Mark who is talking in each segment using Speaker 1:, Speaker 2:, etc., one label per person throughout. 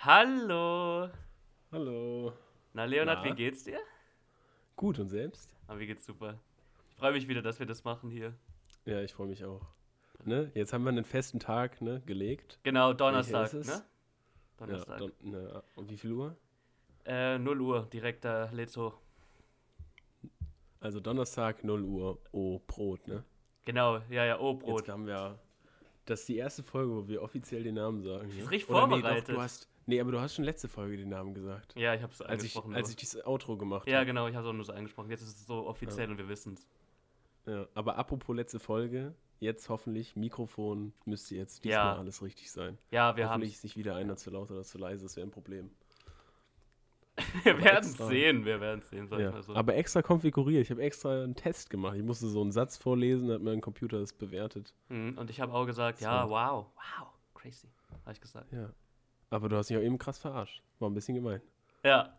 Speaker 1: Hallo!
Speaker 2: Hallo.
Speaker 1: Na, Leonard,
Speaker 2: Na?
Speaker 1: wie geht's dir?
Speaker 2: Gut und selbst?
Speaker 1: Ah, mir geht's super. Ich freue mich wieder, dass wir das machen hier.
Speaker 2: Ja, ich freue mich auch. Ne? Jetzt haben wir einen festen Tag ne, gelegt.
Speaker 1: Genau, Donnerstag,
Speaker 2: ist es?
Speaker 1: ne? Donnerstag.
Speaker 2: Ja, don, ne, um wie viel Uhr?
Speaker 1: äh, 0 Uhr, direkter Lezo.
Speaker 2: Also Donnerstag 0 Uhr. Oh, Brot, ne?
Speaker 1: Genau, ja, ja,
Speaker 2: Jetzt
Speaker 1: O-Brot.
Speaker 2: haben wir. Das ist die erste Folge, wo wir offiziell den Namen sagen. Ne?
Speaker 1: ist richtig
Speaker 2: Oder Nee, doch,
Speaker 1: vorbereitet.
Speaker 2: du hast, nee, aber du hast schon letzte Folge den Namen gesagt.
Speaker 1: Ja, ich hab's
Speaker 2: Als ich,
Speaker 1: angesprochen.
Speaker 2: als
Speaker 1: nur.
Speaker 2: ich dieses Outro gemacht
Speaker 1: ja,
Speaker 2: habe.
Speaker 1: genau, ich hab's auch nur so angesprochen. Jetzt ist es so offiziell und wir wissen's. genau.
Speaker 2: Ja, aber apropos letzte Folge, jetzt hoffentlich Mikrofon müsste jetzt
Speaker 1: Ja.
Speaker 2: diesmal alles richtig sein.
Speaker 1: Ja, wir
Speaker 2: hoffentlich
Speaker 1: haben's.
Speaker 2: ist nicht wieder einer zu laut oder zu leise, das wäre ein Problem.
Speaker 1: Wir werden's
Speaker 2: extra.
Speaker 1: sehen, wir werden's sehen, sag ich
Speaker 2: Ja,
Speaker 1: mal so.
Speaker 2: aber extra konfiguriert. Ich habe extra einen Test gemacht. Ich musste so einen Satz vorlesen, hat mein Computer das bewertet.
Speaker 1: Mhm, Und ich habe auch gesagt, ja, wow, wow, crazy, habe ich gesagt.
Speaker 2: Ja. Aber du hast mich auch eben krass verarscht. War ein bisschen gemein.
Speaker 1: Ja,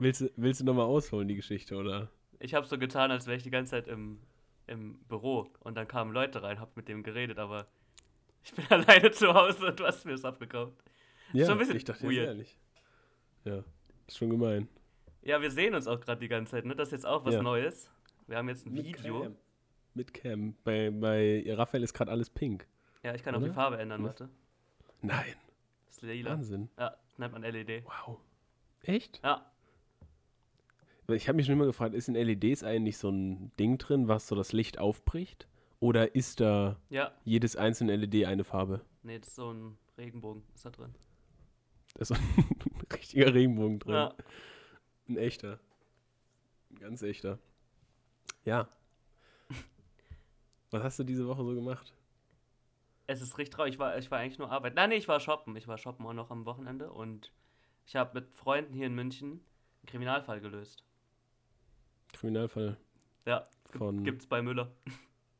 Speaker 2: Willst du, willst du nochmal ausholen, die Geschichte, oder?
Speaker 1: ich habe so getan, als wäre ich die ganze Zeit im, im Büro und dann kamen Leute rein, habe mit dem geredet, aber ich bin alleine zu Hause und du hast mir das abgekauft.
Speaker 2: Ja,
Speaker 1: Schon ein bisschen
Speaker 2: ich dachte jetzt
Speaker 1: weird.
Speaker 2: ehrlich. Ja, ist schon gemein.
Speaker 1: Ja, wir sehen uns auch gerade die ganze Zeit, ne? Das ist jetzt auch was
Speaker 2: Ja.
Speaker 1: Neues. Wir haben jetzt ein Video.
Speaker 2: Mit Cam. Bei, bei Raphael ist gerade alles pink.
Speaker 1: Ja, ich kann auch die
Speaker 2: Oder?
Speaker 1: Farbe ändern,
Speaker 2: Ja.
Speaker 1: warte.
Speaker 2: Nein,
Speaker 1: Das ist lila.
Speaker 2: Wahnsinn.
Speaker 1: Ja, nennt man LED.
Speaker 2: Wow. Echt?
Speaker 1: Ja,
Speaker 2: Weil Ich habe mich schon immer gefragt, ist in LEDs eigentlich so ein Ding drin, was so das Licht aufbricht? Oder ist da
Speaker 1: ja.
Speaker 2: jedes einzelne LED eine Farbe?
Speaker 1: Nee, das ist so ein Regenbogen, ist da drin.
Speaker 2: Da ist so ein richtiger Regenbogen drin.
Speaker 1: Ja.
Speaker 2: Ein echter. Ein ganz echter. Ja. Was hast du diese Woche so gemacht?
Speaker 1: Es ist richtig traurig. Ich war, ich war eigentlich nur arbeiten. Nein, nee, ich war shoppen. Ich war shoppen auch noch am Wochenende und ich habe mit Freunden hier in München einen Kriminalfall gelöst.
Speaker 2: Kriminalfall.
Speaker 1: Ja,
Speaker 2: Von-
Speaker 1: Von... gibt's bei Müller.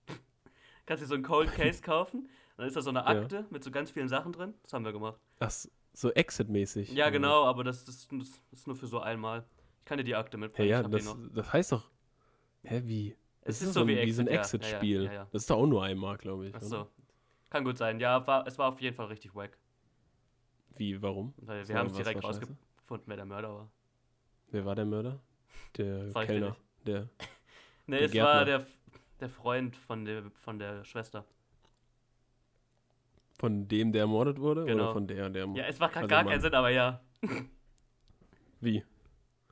Speaker 1: Kannst dir so einen Cold Case kaufen, dann ist da so eine Akte mit so ganz vielen Sachen drin. Das haben wir gemacht.
Speaker 2: Ach, s- so Exit-mäßig. Ähm,
Speaker 1: ja,
Speaker 2: oder
Speaker 1: genau, aber das, das, das ist nur für so einmal. Ich kann dir die Akte
Speaker 2: was? Hä,
Speaker 1: mitbringen.
Speaker 2: ja,
Speaker 1: ich hab die
Speaker 2: das,
Speaker 1: noch.
Speaker 2: das heißt doch. Hä, wie?
Speaker 1: Es
Speaker 2: Das
Speaker 1: ist so wie
Speaker 2: ein, wie so ein
Speaker 1: Exit, ja, ja, ja,
Speaker 2: Exit-Spiel.
Speaker 1: ja, ja.
Speaker 2: Das ist doch auch nur einmal, glaube ich.
Speaker 1: Ach
Speaker 2: oder?
Speaker 1: so. Kann gut sein. Ja, war, es war auf jeden Fall richtig wack.
Speaker 2: Wie, warum?
Speaker 1: Weil wir
Speaker 2: war-
Speaker 1: haben es
Speaker 2: was
Speaker 1: direkt
Speaker 2: war scheiße?
Speaker 1: rausgefunden, wer der Mörder war.
Speaker 2: Wer war der Mörder? Der
Speaker 1: Sag ich dir
Speaker 2: Kellner.
Speaker 1: nicht.
Speaker 2: Der.
Speaker 1: Nee,
Speaker 2: Der
Speaker 1: es war der,
Speaker 2: Gärtner.
Speaker 1: der Freund von der, von der Schwester.
Speaker 2: Von dem, der ermordet wurde?
Speaker 1: Genau.
Speaker 2: Oder von der, der
Speaker 1: Ja,
Speaker 2: ermordet
Speaker 1: es macht gerade
Speaker 2: Also
Speaker 1: gar
Speaker 2: Mann.
Speaker 1: keinen Sinn, aber ja.
Speaker 2: Wie?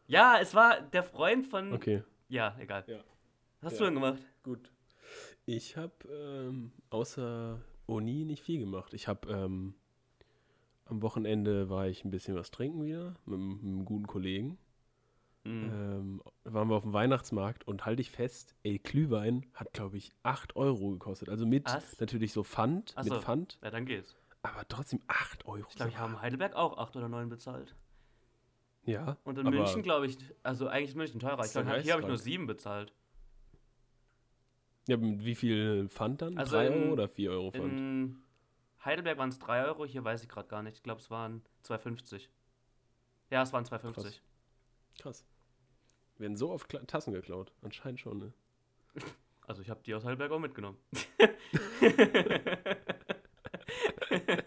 Speaker 1: Ja, es war der Freund von.
Speaker 2: Okay.
Speaker 1: Ja, egal.
Speaker 2: Ja.
Speaker 1: Was hast du
Speaker 2: Ja.
Speaker 1: denn gemacht?
Speaker 2: Gut. Ich habe ähm, außer Uni nicht viel gemacht. Ich habe ähm, am Wochenende war ich ein bisschen was trinken wieder mit, einem- mit einem guten Kollegen.
Speaker 1: Hm.
Speaker 2: Ähm, waren wir auf dem Weihnachtsmarkt und halte ich fest, ey, Glühwein hat, glaube ich, 8 Euro gekostet. Also mit
Speaker 1: Was?
Speaker 2: natürlich so Pfand,
Speaker 1: Ach
Speaker 2: mit
Speaker 1: so.
Speaker 2: Pfand,
Speaker 1: Ja, dann geht's.
Speaker 2: aber trotzdem 8 Euro.
Speaker 1: Ich glaube, ich
Speaker 2: So,
Speaker 1: habe in Heidelberg auch 8 oder 9 bezahlt.
Speaker 2: ja,
Speaker 1: Und in
Speaker 2: aber
Speaker 1: München, glaube ich, also eigentlich ist München teurer. Ich
Speaker 2: Ist doch
Speaker 1: glaube, hier habe ich nur
Speaker 2: geisteskrank.
Speaker 1: 7 bezahlt.
Speaker 2: Ja, mit wie viel Pfand dann?
Speaker 1: Also
Speaker 2: 3
Speaker 1: in-
Speaker 2: Euro oder 4 Euro Pfand?
Speaker 1: In Heidelberg waren es 3 Euro, hier weiß ich gerade gar nicht. Ich glaube, es waren 2,50. Ja, es waren 2,50.
Speaker 2: Krass. Werden so oft Kla Tassen geklaut. Anscheinend schon, ne?
Speaker 1: Also ich habe die aus Heidelberg auch mitgenommen.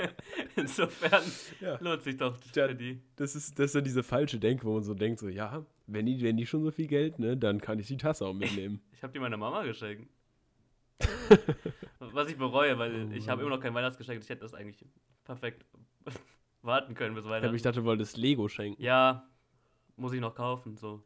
Speaker 1: Insofern
Speaker 2: Ja.
Speaker 1: lohnt sich doch
Speaker 2: Ja.
Speaker 1: für die.
Speaker 2: Das ist, das ist ja diese falsche Denke, wo man so denkt, so, ja, wenn die, wenn die schon so viel Geld, ne, dann kann ich die Tasse auch mitnehmen.
Speaker 1: Ich habe die meiner Mama geschenkt. Was ich bereue, weil
Speaker 2: Oh
Speaker 1: ich habe
Speaker 2: Mann.
Speaker 1: immer noch kein Weihnachtsgeschenk. Ich hätte das eigentlich perfekt warten können bis
Speaker 2: Ja,
Speaker 1: Weihnachten.
Speaker 2: aber ich dachte, du wolltest Lego schenken.
Speaker 1: ja, muss ich noch kaufen. So.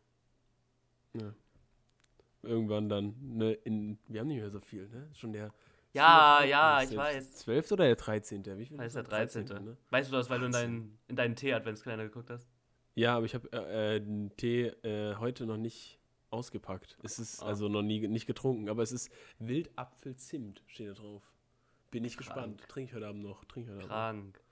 Speaker 2: Irgendwann dann, ne, in, wir haben nicht mehr so viel, ne? Schon der.
Speaker 1: Ja,
Speaker 2: schon der
Speaker 1: ja,
Speaker 2: 13.,
Speaker 1: ich weiß.
Speaker 2: 12. oder der 13.? Wie viel
Speaker 1: Das ist der
Speaker 2: das?
Speaker 1: 13.
Speaker 2: ne?
Speaker 1: Weißt du das, weil du in
Speaker 2: Wahnsinn.
Speaker 1: deinen, in deinen Tee-Adventskalender geguckt hast?
Speaker 2: ne? Ja, aber ich habe äh, äh, den Tee äh, heute noch nicht ausgepackt. Es ist
Speaker 1: Ah.
Speaker 2: also noch nie nicht getrunken, aber es ist Wildapfelzimt, steht da drauf. Bin ich gespannt. Trink ich heute Abend noch. Trink ich heute Abend.
Speaker 1: Krank.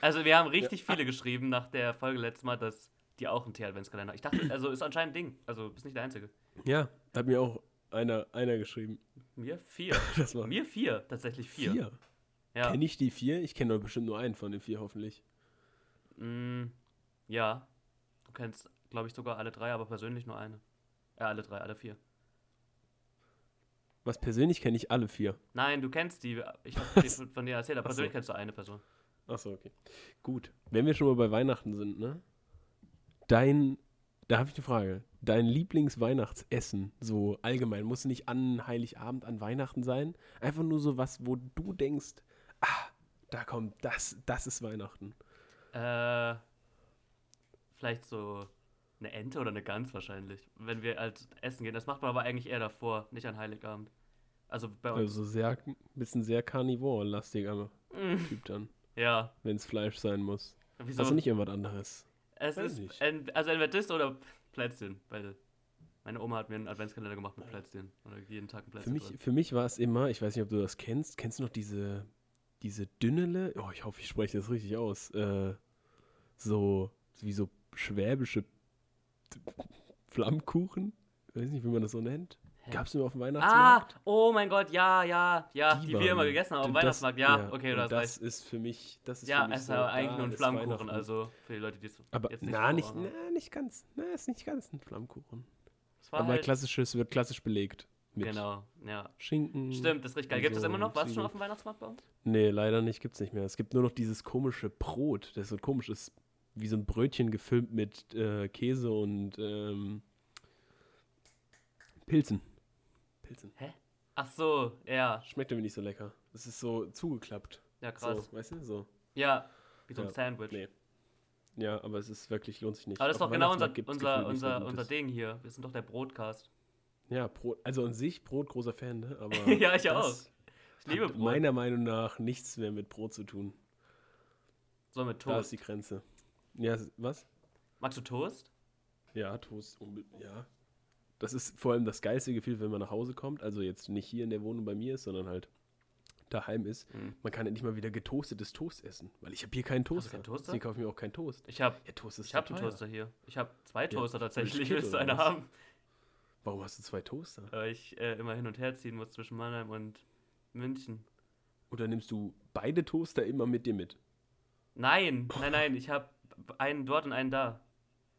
Speaker 1: Also wir haben richtig viele geschrieben nach der Folge letztes Mal, dass die auch einen Tee-Adventskalender Ich dachte, also ist anscheinend ein Ding. Also bist nicht der Einzige.
Speaker 2: noch. Ja, hat mir auch einer, einer geschrieben.
Speaker 1: Mir vier.
Speaker 2: Das war
Speaker 1: Mir vier, tatsächlich vier.
Speaker 2: vier.
Speaker 1: Ja.
Speaker 2: Kenne ich die vier? Ich kenne doch bestimmt nur einen von den vier, hoffentlich.
Speaker 1: Mm, ja. Du kennst, glaube ich, sogar alle drei, aber persönlich nur eine. Ja, alle drei, alle vier.
Speaker 2: Was persönlich kenne ich alle vier.
Speaker 1: Nein, du kennst die. Ich habe von dir erzählt, aber
Speaker 2: Ach so.
Speaker 1: persönlich kennst du eine Person.
Speaker 2: Achso, okay. Gut. Wenn wir schon mal bei Weihnachten sind, ne? Dein, da habe ich eine Frage. Dein Lieblingsweihnachtsessen, so allgemein, muss nicht an Heiligabend, an Weihnachten sein. Einfach nur so was, wo du denkst, ah, da kommt das, das ist Weihnachten.
Speaker 1: Äh, vielleicht so eine Ente oder eine Gans wahrscheinlich, wenn wir als essen gehen. Das macht man aber eigentlich eher davor, nicht an Heiligabend. Also bei uns.
Speaker 2: Also sehr, bisschen sehr karnivor-lastiger Typ dann,
Speaker 1: Ja,
Speaker 2: wenn es Fleisch sein muss.
Speaker 1: wieso?
Speaker 2: Also nicht irgendwas anderes.
Speaker 1: es
Speaker 2: weiß
Speaker 1: ist
Speaker 2: nicht.
Speaker 1: ent- also entweder das oder Plätzchen, beide. Meine Oma hat mir einen Adventskalender gemacht mit Plätzchen. Oder jeden Tag ein
Speaker 2: Äh. Für
Speaker 1: Plätzchen.
Speaker 2: mich,
Speaker 1: drin.
Speaker 2: für mich war es immer, ich weiß nicht, ob du das kennst, kennst du noch diese, diese Dünnele? Oh, ich hoffe, ich spreche das richtig aus. Äh, so, wie so schwäbische Flammkuchen? Ich weiß nicht, wie man das so nennt.
Speaker 1: Hä?
Speaker 2: Gab es nur auf dem
Speaker 1: Ah,
Speaker 2: Weihnachtsmarkt?
Speaker 1: oh mein Gott, ja, ja, ja, Ah, die, wir
Speaker 2: waren-
Speaker 1: immer gegessen haben auf dem
Speaker 2: das-
Speaker 1: Weihnachtsmarkt, ja, okay,
Speaker 2: und
Speaker 1: du hast
Speaker 2: Das
Speaker 1: recht.
Speaker 2: ist für mich, das ist
Speaker 1: Ja,
Speaker 2: für mich
Speaker 1: es
Speaker 2: so,
Speaker 1: war eigentlich
Speaker 2: da
Speaker 1: nur ein
Speaker 2: ist
Speaker 1: Flammkuchen,
Speaker 2: Weihnachten.
Speaker 1: also für die Leute, die es
Speaker 2: Aber
Speaker 1: jetzt nicht ne?
Speaker 2: na, nicht,
Speaker 1: vor haben.
Speaker 2: na, nicht ganz, na, ist nicht ganz ein Flammkuchen.
Speaker 1: Es war
Speaker 2: Aber
Speaker 1: halt,
Speaker 2: klassisches wird klassisch belegt mit
Speaker 1: genau, ja.
Speaker 2: Schinken.
Speaker 1: Stimmt, das ist richtig geil. Gibt es
Speaker 2: so
Speaker 1: immer noch? Warst du schon
Speaker 2: Zwiebeln.
Speaker 1: auf dem Weihnachtsmarkt bei uns?
Speaker 2: Nee, leider nicht, gibt's nicht mehr. Es gibt nur noch dieses komische Brot, das so komisch ist, wie so ein Brötchen gefüllt mit äh, Käse und ähm, Pilzen. Pilzen.
Speaker 1: Ach so, ja,
Speaker 2: Schmeckt irgendwie nicht so lecker. Es ist so zugeklappt.
Speaker 1: ja krass.
Speaker 2: So, weißt du, so.
Speaker 1: Ja, wie so ein
Speaker 2: Ja,
Speaker 1: Sandwich.
Speaker 2: nee. Ja, aber es ist wirklich, lohnt sich nicht.
Speaker 1: Aber das ist
Speaker 2: Auf
Speaker 1: doch genau unser,
Speaker 2: Weihnachtsmarkt gibt's
Speaker 1: unser,
Speaker 2: gefühlt nichts mehr
Speaker 1: unser, unser
Speaker 2: Gutes.
Speaker 1: Ding hier. Wir sind doch der Broadcast.
Speaker 2: Ja, Brot, also an sich Brot großer Fan, ne? Aber
Speaker 1: Ja, ich
Speaker 2: das
Speaker 1: Ich liebe
Speaker 2: hat
Speaker 1: Brot.
Speaker 2: meiner Meinung nach nichts mehr mit Brot zu tun.
Speaker 1: so mit
Speaker 2: Da ist
Speaker 1: Toast.
Speaker 2: die Grenze. Ja, s- was?
Speaker 1: Magst du Toast?
Speaker 2: Ja, Toast, unbe- ja. Das ist vor allem das geilste Gefühl, wenn man nach Hause kommt. Also jetzt nicht hier in der Wohnung bei mir ist, sondern halt daheim ist.
Speaker 1: Mhm.
Speaker 2: Man kann endlich mal wieder getoastetes Toast essen, weil ich habe hier keinen Toaster.
Speaker 1: keinen Toaster?
Speaker 2: Deswegen kaufe ich mir auch keinen Toast.
Speaker 1: Ich hab,
Speaker 2: Ja, Toast ist
Speaker 1: ich hab
Speaker 2: so
Speaker 1: einen
Speaker 2: teuer.
Speaker 1: Toaster hier. Ich hab zwei Toaster
Speaker 2: Will ich
Speaker 1: tatsächlich.
Speaker 2: Kit
Speaker 1: Willst du
Speaker 2: oder
Speaker 1: einen
Speaker 2: was?
Speaker 1: haben?
Speaker 2: Warum hast du zwei Toaster?
Speaker 1: Weil ich äh, immer hin und her ziehen muss zwischen Mannheim und München.
Speaker 2: Oder nimmst du beide Toaster immer mit dir mit?
Speaker 1: Nein, nein, nein. Ich hab einen dort und einen da.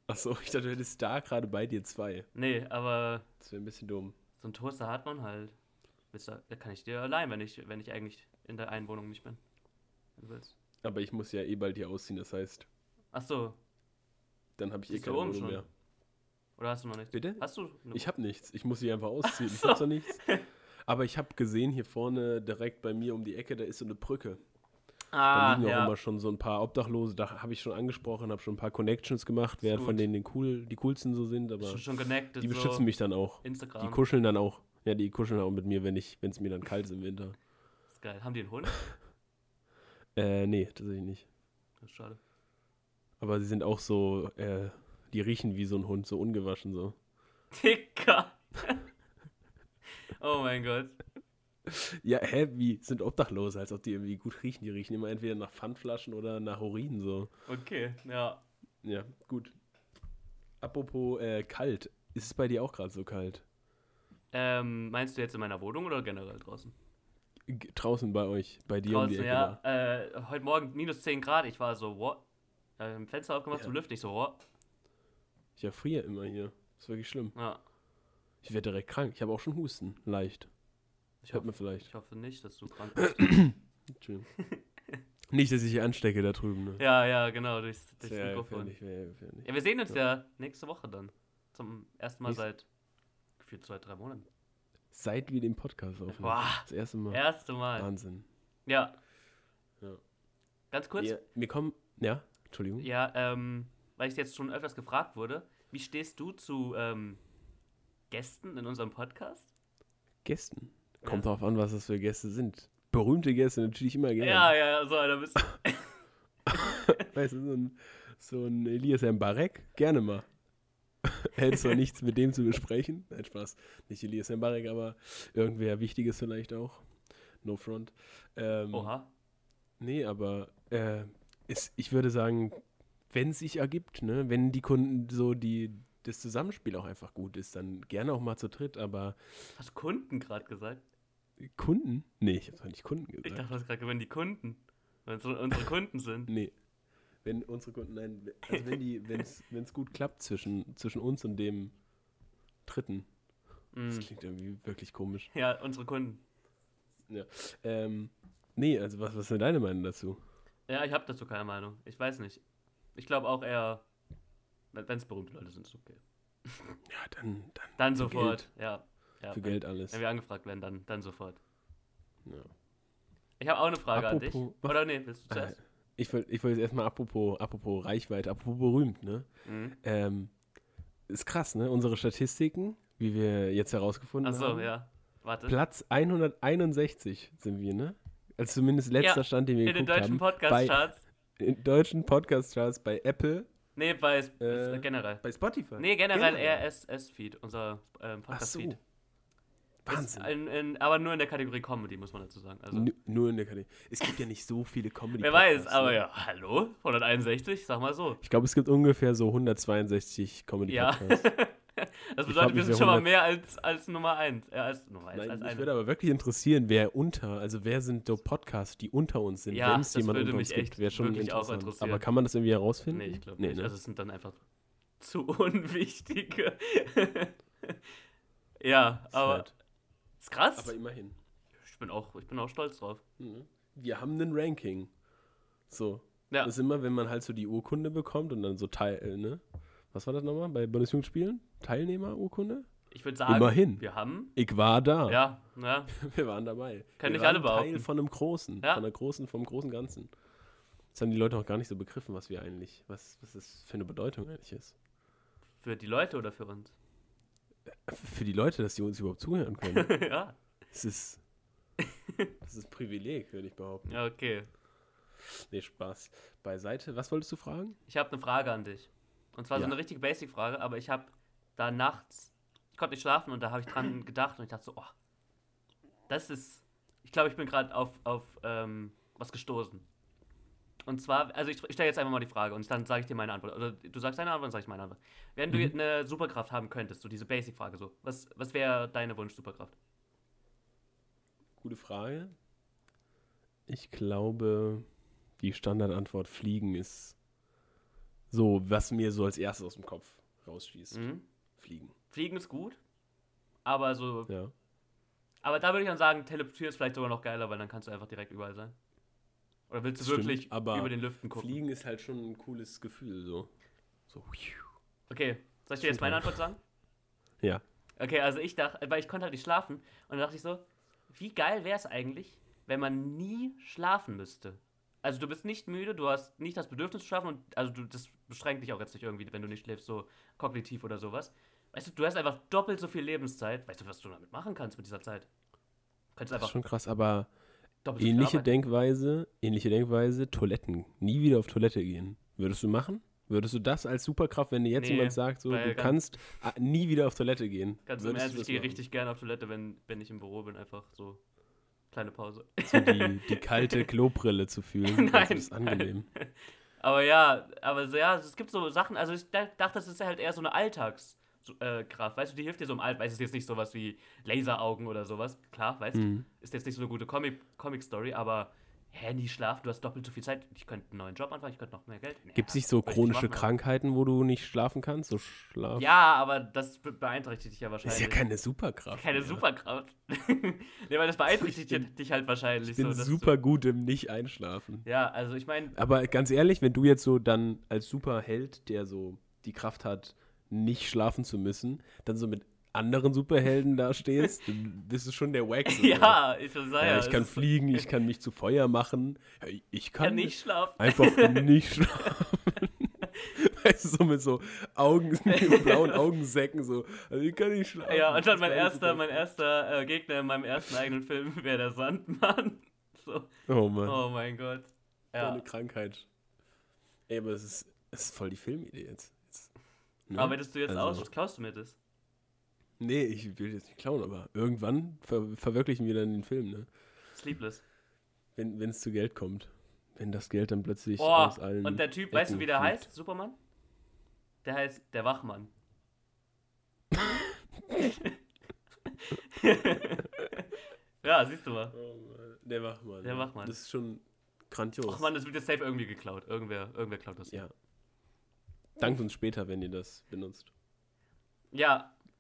Speaker 2: Achso, ich dachte, du hättest da gerade bei dir zwei.
Speaker 1: Nee, aber
Speaker 2: Das wäre ein bisschen dumm.
Speaker 1: so einen Toaster hat man halt. Willst du, da kann ich dir allein, wenn ich, wenn ich eigentlich in der einen Wohnung nicht bin. Wenn du willst.
Speaker 2: Aber ich muss ja eh bald hier ausziehen, das heißt,
Speaker 1: Ach so.
Speaker 2: dann habe ich eh
Speaker 1: Ziehst du
Speaker 2: keine
Speaker 1: um
Speaker 2: Wohnung
Speaker 1: schon?
Speaker 2: mehr.
Speaker 1: Oder hast du noch nichts?
Speaker 2: Bitte?
Speaker 1: Hast du? eine-
Speaker 2: Ich habe nichts. Ich muss sie einfach ausziehen.
Speaker 1: Ach
Speaker 2: Ich habe zwar nichts. Aber ich habe gesehen, hier vorne direkt bei mir um die Ecke, da ist so eine Brücke. Da
Speaker 1: ah,
Speaker 2: liegen auch
Speaker 1: ja.
Speaker 2: immer schon so ein paar Obdachlose. Da habe ich schon angesprochen, habe schon ein paar Connections gemacht, wer
Speaker 1: gut.
Speaker 2: von denen den cool, die coolsten so sind. Aber
Speaker 1: schon, schon connected.
Speaker 2: die beschützen
Speaker 1: so. Ähm.
Speaker 2: mich dann auch. Die
Speaker 1: Instagram.
Speaker 2: kuscheln dann auch. Ja, die kuscheln auch mit mir, wenn ich, wenn es mir dann kalt ist im Winter.
Speaker 1: ist geil. Haben die einen Hund?
Speaker 2: Äh, nee, tatsächlich nicht.
Speaker 1: Das ist schade.
Speaker 2: Aber sie sind auch so, äh, die riechen wie so ein Hund, so ungewaschen so.
Speaker 1: Dicker. oh mein Gott.
Speaker 2: Ja, hä, wie sind Obdachlose, als ob die irgendwie gut riechen. Die riechen immer entweder nach Pfandflaschen oder nach Urin so.
Speaker 1: Okay, ja.
Speaker 2: Ja, gut. Apropos äh, kalt. Ist es bei dir auch gerade so kalt?
Speaker 1: Ähm, meinst du jetzt in meiner Wohnung oder generell draußen?
Speaker 2: G draußen bei euch, bei dir um die
Speaker 1: draußen,
Speaker 2: Ecke.
Speaker 1: ja.
Speaker 2: da.
Speaker 1: Äh, heute Morgen minus 10 Grad. Ich war so, what? Äh, im Fenster aufgemacht
Speaker 2: Ja.
Speaker 1: zum Lüften. Ich so, what?
Speaker 2: Ich erfriere immer hier. Ist wirklich schlimm.
Speaker 1: Ja.
Speaker 2: Ich werde direkt krank. Ich habe auch schon Husten. Leicht.
Speaker 1: Ich
Speaker 2: Hört
Speaker 1: hoffe,
Speaker 2: man vielleicht.
Speaker 1: ich hoffe nicht, dass du krank bist.
Speaker 2: Entschuldigung. Nicht, dass ich hier anstecke da drüben. Ne?
Speaker 1: ja, ja, genau. Durchs, durchs
Speaker 2: Sehr
Speaker 1: Mikrofon.
Speaker 2: gefährlich, sehr gefährlich.
Speaker 1: Ja, wir sehen uns ja. nächste Woche dann. Zum ersten Mal
Speaker 2: Nächste-
Speaker 1: seit gefühlt zwei, drei Monaten.
Speaker 2: Seit wir den Podcast aufnehmen.
Speaker 1: Boah.
Speaker 2: Das erste Mal.
Speaker 1: Erste Mal.
Speaker 2: Wahnsinn.
Speaker 1: Ja.
Speaker 2: Ja.
Speaker 1: Ganz kurz.
Speaker 2: Ja, wir kommen. Ja, Entschuldigung.
Speaker 1: Ja, ähm, weil ich jetzt schon öfters gefragt wurde, wie stehst du zu ähm, Gästen in unserem Podcast?
Speaker 2: Gästen. Kommt
Speaker 1: Ja.
Speaker 2: drauf an, was das für Gäste sind. Berühmte Gäste natürlich immer gerne.
Speaker 1: Ja, ja, ja so einer bist du.
Speaker 2: Weißt du, so ein, so ein Elias Mbarek, gerne mal. Hätte zwar nichts mit dem zu besprechen. Nein, Spaß. Nicht Elias Mbarek, aber irgendwer Wichtiges vielleicht auch. No front. Ähm,
Speaker 1: Oha.
Speaker 2: Nee, aber äh, es, ich würde sagen, wenn es sich ergibt, ne, wenn die Kunden so die das Zusammenspiel auch einfach gut ist, dann gerne auch mal zu dritt, aber
Speaker 1: Hast du Kunden gerade gesagt?
Speaker 2: Kunden? Nee, ich habe doch nicht Kunden gesagt.
Speaker 1: Ich dachte, du hast gerade gemeint, die Kunden. Wenn es unsere Kunden sind.
Speaker 2: Nee. Wenn unsere Kunden, nein, also wenn die, wenn es gut klappt zwischen, zwischen uns und dem Dritten. Das
Speaker 1: Mm.
Speaker 2: klingt irgendwie wirklich komisch.
Speaker 1: Ja, unsere Kunden.
Speaker 2: Ähm, nee, also was, was ist denn deine Meinung dazu?
Speaker 1: Ja, ich habe dazu keine Meinung. Ich weiß nicht. Ich glaube auch eher, wenn es berühmte Leute sind, ist okay.
Speaker 2: Ja, dann, dann,
Speaker 1: Dann
Speaker 2: für
Speaker 1: sofort. Ja, ja.
Speaker 2: Geld, für
Speaker 1: wenn,
Speaker 2: Geld alles.
Speaker 1: wenn wir angefragt werden, dann, dann sofort.
Speaker 2: Ja.
Speaker 1: Ich habe auch eine Frage an
Speaker 2: Apropos-
Speaker 1: dich.
Speaker 2: was-
Speaker 1: Oder nee, willst du
Speaker 2: Ah,
Speaker 1: zuerst?
Speaker 2: Ich wollte ich wollt jetzt erstmal apropos, apropos Reichweite, apropos berühmt, ne?
Speaker 1: Mhm.
Speaker 2: Ähm, ist krass, ne? Unsere Statistiken, wie wir jetzt herausgefunden
Speaker 1: Achso,
Speaker 2: haben.
Speaker 1: ja. Warte.
Speaker 2: Platz 161 sind wir, ne? Also zumindest letzter
Speaker 1: Ja,
Speaker 2: Stand, den wir
Speaker 1: In den
Speaker 2: geguckt
Speaker 1: deutschen
Speaker 2: haben. bei-
Speaker 1: Podcast-Charts.
Speaker 2: In deutschen Podcast-Charts bei Apple,
Speaker 1: Nee, bei Sp-
Speaker 2: Äh,
Speaker 1: generell.
Speaker 2: bei Spotify. Genau.
Speaker 1: Nee, generell
Speaker 2: generell.
Speaker 1: RSS-Feed, unser ähm,
Speaker 2: Ach so.
Speaker 1: Podcast-Feed. Ist In,
Speaker 2: Wahnsinn.
Speaker 1: in, aber nur in der Kategorie Comedy, muss man dazu sagen. Also,
Speaker 2: Nu- Nur in der Kategorie. Es gibt ja nicht so viele comedy
Speaker 1: wer weiß,
Speaker 2: Podcasts, ne?
Speaker 1: aber ja, hallo? 161, sag mal so.
Speaker 2: Ich glaube, es gibt ungefähr so 162
Speaker 1: Ja.
Speaker 2: Comedy-Podcasts.
Speaker 1: das
Speaker 2: frag
Speaker 1: bedeutet, wir
Speaker 2: mich,
Speaker 1: sind
Speaker 2: wer
Speaker 1: schon mal
Speaker 2: 100
Speaker 1: mehr als, als Nummer 1. Ja, als Nummer 1, als
Speaker 2: Nein, ich
Speaker 1: eine.
Speaker 2: würde aber wirklich interessieren, wer unter, also wer sind so Podcasts, die unter uns sind,
Speaker 1: Ja,
Speaker 2: wenn es
Speaker 1: das
Speaker 2: jemand
Speaker 1: würde
Speaker 2: unter uns
Speaker 1: mich
Speaker 2: gibt,
Speaker 1: echt
Speaker 2: wäre schon
Speaker 1: wirklich auch
Speaker 2: interessant.
Speaker 1: interessieren.
Speaker 2: Aber kann man das irgendwie herausfinden?
Speaker 1: Nee, ich glaube nicht.
Speaker 2: ne?
Speaker 1: Also es sind dann einfach zu unwichtige. ja,
Speaker 2: Ist
Speaker 1: aber
Speaker 2: halt-
Speaker 1: ist krass.
Speaker 2: aber immerhin.
Speaker 1: ich, bin auch, ich bin auch stolz drauf.
Speaker 2: Mhm. Wir haben ein Ranking. So.
Speaker 1: Ja,
Speaker 2: Das ist immer, wenn man halt so die Urkunde bekommt und dann so Teil, äh, ne? Was war das nochmal bei Bundesjugendspielen? Teilnehmerurkunde?
Speaker 1: ich würde sagen,
Speaker 2: immerhin.
Speaker 1: wir haben.
Speaker 2: Ich war da.
Speaker 1: Ja, ja,
Speaker 2: Wir waren dabei.
Speaker 1: Können
Speaker 2: wir
Speaker 1: nicht alle
Speaker 2: waren Teil
Speaker 1: behaupten.
Speaker 2: von einem großen,
Speaker 1: Ja.
Speaker 2: von der großen, vom großen Ganzen. Das haben die Leute auch gar nicht so begriffen, was wir eigentlich, was, was das für eine Bedeutung eigentlich ist.
Speaker 1: für die Leute oder für uns?
Speaker 2: Für die Leute, dass die uns überhaupt zuhören können.
Speaker 1: ja,
Speaker 2: Es ist. Das ist ein Privileg, würde ich behaupten.
Speaker 1: ja, okay.
Speaker 2: Nee, Spaß. Beiseite. Was wolltest du fragen?
Speaker 1: Ich habe eine Frage an dich. Und zwar so
Speaker 2: Ja.
Speaker 1: eine richtig basic Frage, aber ich habe da nachts, ich konnte nicht schlafen und da habe ich dran gedacht und ich dachte so, oh, das ist, ich glaube, ich bin gerade auf, auf ähm, was gestoßen. Und zwar, also ich, ich stelle jetzt einfach mal die Frage und dann sage ich dir meine Antwort. Oder du sagst deine Antwort und sage ich meine Antwort. Wenn du
Speaker 2: Mhm.
Speaker 1: jetzt eine Superkraft haben könntest, so diese Basic-Frage so, was, was wäre deine Wunsch-Superkraft?
Speaker 2: Gute Frage. Ich glaube, die Standardantwort Fliegen ist so, was mir so als erstes aus dem Kopf rausschießt.
Speaker 1: Mhm.
Speaker 2: Fliegen.
Speaker 1: Fliegen ist gut, aber so,
Speaker 2: Ja.
Speaker 1: aber da würde ich dann sagen, Teleportieren ist vielleicht sogar noch geiler, weil dann kannst du einfach direkt überall sein. Oder willst du
Speaker 2: Das stimmt,
Speaker 1: wirklich
Speaker 2: aber
Speaker 1: über den Lüften gucken?
Speaker 2: Fliegen ist halt schon ein cooles Gefühl, so. So.
Speaker 1: Okay, soll ich dir jetzt meine Antwort sagen?
Speaker 2: Ja.
Speaker 1: Okay, also ich dachte, weil ich konnte halt nicht schlafen und dann dachte ich so, wie geil wäre es eigentlich, wenn man nie schlafen müsste? Also du bist nicht müde, du hast nicht das Bedürfnis zu schlafen und also du, das beschränkt dich auch jetzt nicht irgendwie, wenn du nicht schläfst, so kognitiv oder sowas. Weißt du, du hast einfach doppelt so viel Lebenszeit. Weißt du, was du damit machen kannst mit dieser Zeit? Du könntest
Speaker 2: Das ist
Speaker 1: einfach
Speaker 2: schon krass, aber
Speaker 1: doppelt so viel
Speaker 2: ähnliche
Speaker 1: arbeiten.
Speaker 2: Denkweise, ähnliche Denkweise, Toiletten. Nie wieder auf Toilette gehen. Würdest du machen? Würdest du das als Superkraft, wenn dir jetzt
Speaker 1: Nee,
Speaker 2: jemand sagt, so,
Speaker 1: weil
Speaker 2: du
Speaker 1: ganz-
Speaker 2: kannst ah, nie wieder auf Toilette gehen?
Speaker 1: Ganz im
Speaker 2: würdest du
Speaker 1: Ernst, ich
Speaker 2: das
Speaker 1: gehe
Speaker 2: machen?
Speaker 1: richtig gerne auf Toilette, wenn, wenn ich im Büro bin, einfach so kleine Pause.
Speaker 2: So die, die kalte Klobrille zu fühlen.
Speaker 1: Nein,
Speaker 2: das ist angenehm.
Speaker 1: Aber ja, aber so, ja, es gibt so Sachen, also ich da- dachte, das ist halt eher so eine Alltagskraft. Äh, Kraft. weißt du, die hilft dir so im Alltag. Weißt du, es ist jetzt nicht sowas wie Laseraugen oder sowas. Klar, weißt du,
Speaker 2: Mhm.
Speaker 1: ist jetzt nicht so eine gute Comic- Comic-Story, aber hä, nie schlafen, du hast doppelt so viel Zeit. Ich könnte einen neuen Job anfangen, ich könnte noch mehr Geld. Naja,
Speaker 2: Gibt es nicht so
Speaker 1: würde ich
Speaker 2: chronische
Speaker 1: machen.
Speaker 2: Krankheiten, wo du nicht schlafen kannst? So schlaf.
Speaker 1: Ja, aber das be beeinträchtigt dich ja
Speaker 2: Das
Speaker 1: wahrscheinlich.
Speaker 2: ist ja keine Superkraft.
Speaker 1: keine
Speaker 2: Alter.
Speaker 1: Superkraft. nee, weil das beeinträchtigt
Speaker 2: bin-
Speaker 1: dich halt wahrscheinlich
Speaker 2: Ich bin
Speaker 1: so. dass du-
Speaker 2: super gut im Nicht-Einschlafen.
Speaker 1: Ja, also ich meine,
Speaker 2: Aber ganz ehrlich, wenn du jetzt so dann als Superheld, der so die Kraft hat, nicht schlafen zu müssen, dann so mit anderen Superhelden da stehst, dann bist du schon der Wack. so.
Speaker 1: ja, ich sag ja,
Speaker 2: ja, ich
Speaker 1: es
Speaker 2: kann
Speaker 1: ist-
Speaker 2: fliegen, ich kann mich zu Feuer machen. Ja, Ich Ah,
Speaker 1: ich kann
Speaker 2: kann
Speaker 1: nicht schlafen.
Speaker 2: einfach nicht schlafen. Weißt du, so mit so Augen, mit blauen Augensäcken, so. Also ich kann nicht schlafen.
Speaker 1: Ja, und dann mein
Speaker 2: Das war
Speaker 1: erster,
Speaker 2: nicht
Speaker 1: mein erster äh, Gegner in meinem ersten eigenen Film wäre der Sandmann. So.
Speaker 2: so- Oh Mann,
Speaker 1: Oh mein Gott.
Speaker 2: so
Speaker 1: Ja.
Speaker 2: eine Krankheit. Ey, aber es ist, es ist voll die Filmidee jetzt. jetzt ne?
Speaker 1: Arbeitest du jetzt
Speaker 2: Also-
Speaker 1: aus? Klaust du mir das?
Speaker 2: Nee, ich will jetzt nicht klauen, aber irgendwann ver verwirklichen wir dann den Film, ne?
Speaker 1: Sleepless.
Speaker 2: Wenn es zu Geld kommt. Wenn das Geld dann plötzlich
Speaker 1: Oh,
Speaker 2: aus allen.
Speaker 1: und der Typ, weißt du,
Speaker 2: Ecken
Speaker 1: wie der
Speaker 2: fliegt.
Speaker 1: heißt? Superman? Der heißt der Wachmann. ja, siehst du mal.
Speaker 2: Oh Mann, der Wachmann.
Speaker 1: Der
Speaker 2: ja.
Speaker 1: Wachmann.
Speaker 2: Das ist schon grandios.
Speaker 1: Och Mann, das wird jetzt safe irgendwie geklaut. Irgendwer, irgendwer klaut das. Ja,
Speaker 2: Ja. Dankt uns später, wenn ihr das benutzt.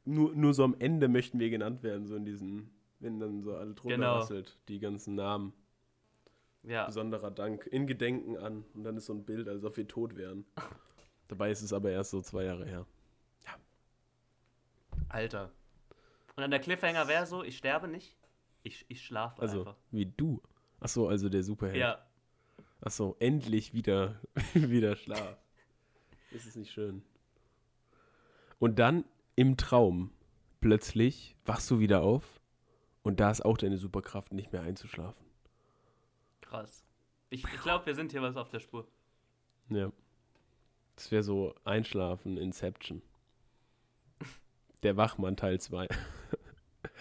Speaker 2: Nur, nur so am Ende möchten wir genannt werden, so in diesen, wenn dann so alle drunter
Speaker 1: Genau.
Speaker 2: rasselt, die ganzen Namen.
Speaker 1: Ja.
Speaker 2: Besonderer Dank. In Gedenken an. Und dann ist so ein Bild, als ob wir tot wären. Dabei ist es aber erst so zwei Jahre her.
Speaker 1: Alter. Und dann der Cliffhanger wäre so, ich sterbe nicht, ich, ich schlafe
Speaker 2: Also,
Speaker 1: einfach.
Speaker 2: wie du. Ach so, also der Superheld.
Speaker 1: Ja,
Speaker 2: Ach so, endlich wieder, wieder Schlaf. ist es nicht schön? Und dann im Traum plötzlich wachst du wieder auf und da ist auch deine Superkraft, nicht mehr einzuschlafen.
Speaker 1: krass. Ich, ich glaube, wir sind hier was auf der Spur.
Speaker 2: Ja. Das wäre so Einschlafen, Inception. Der Wachmann Teil 2.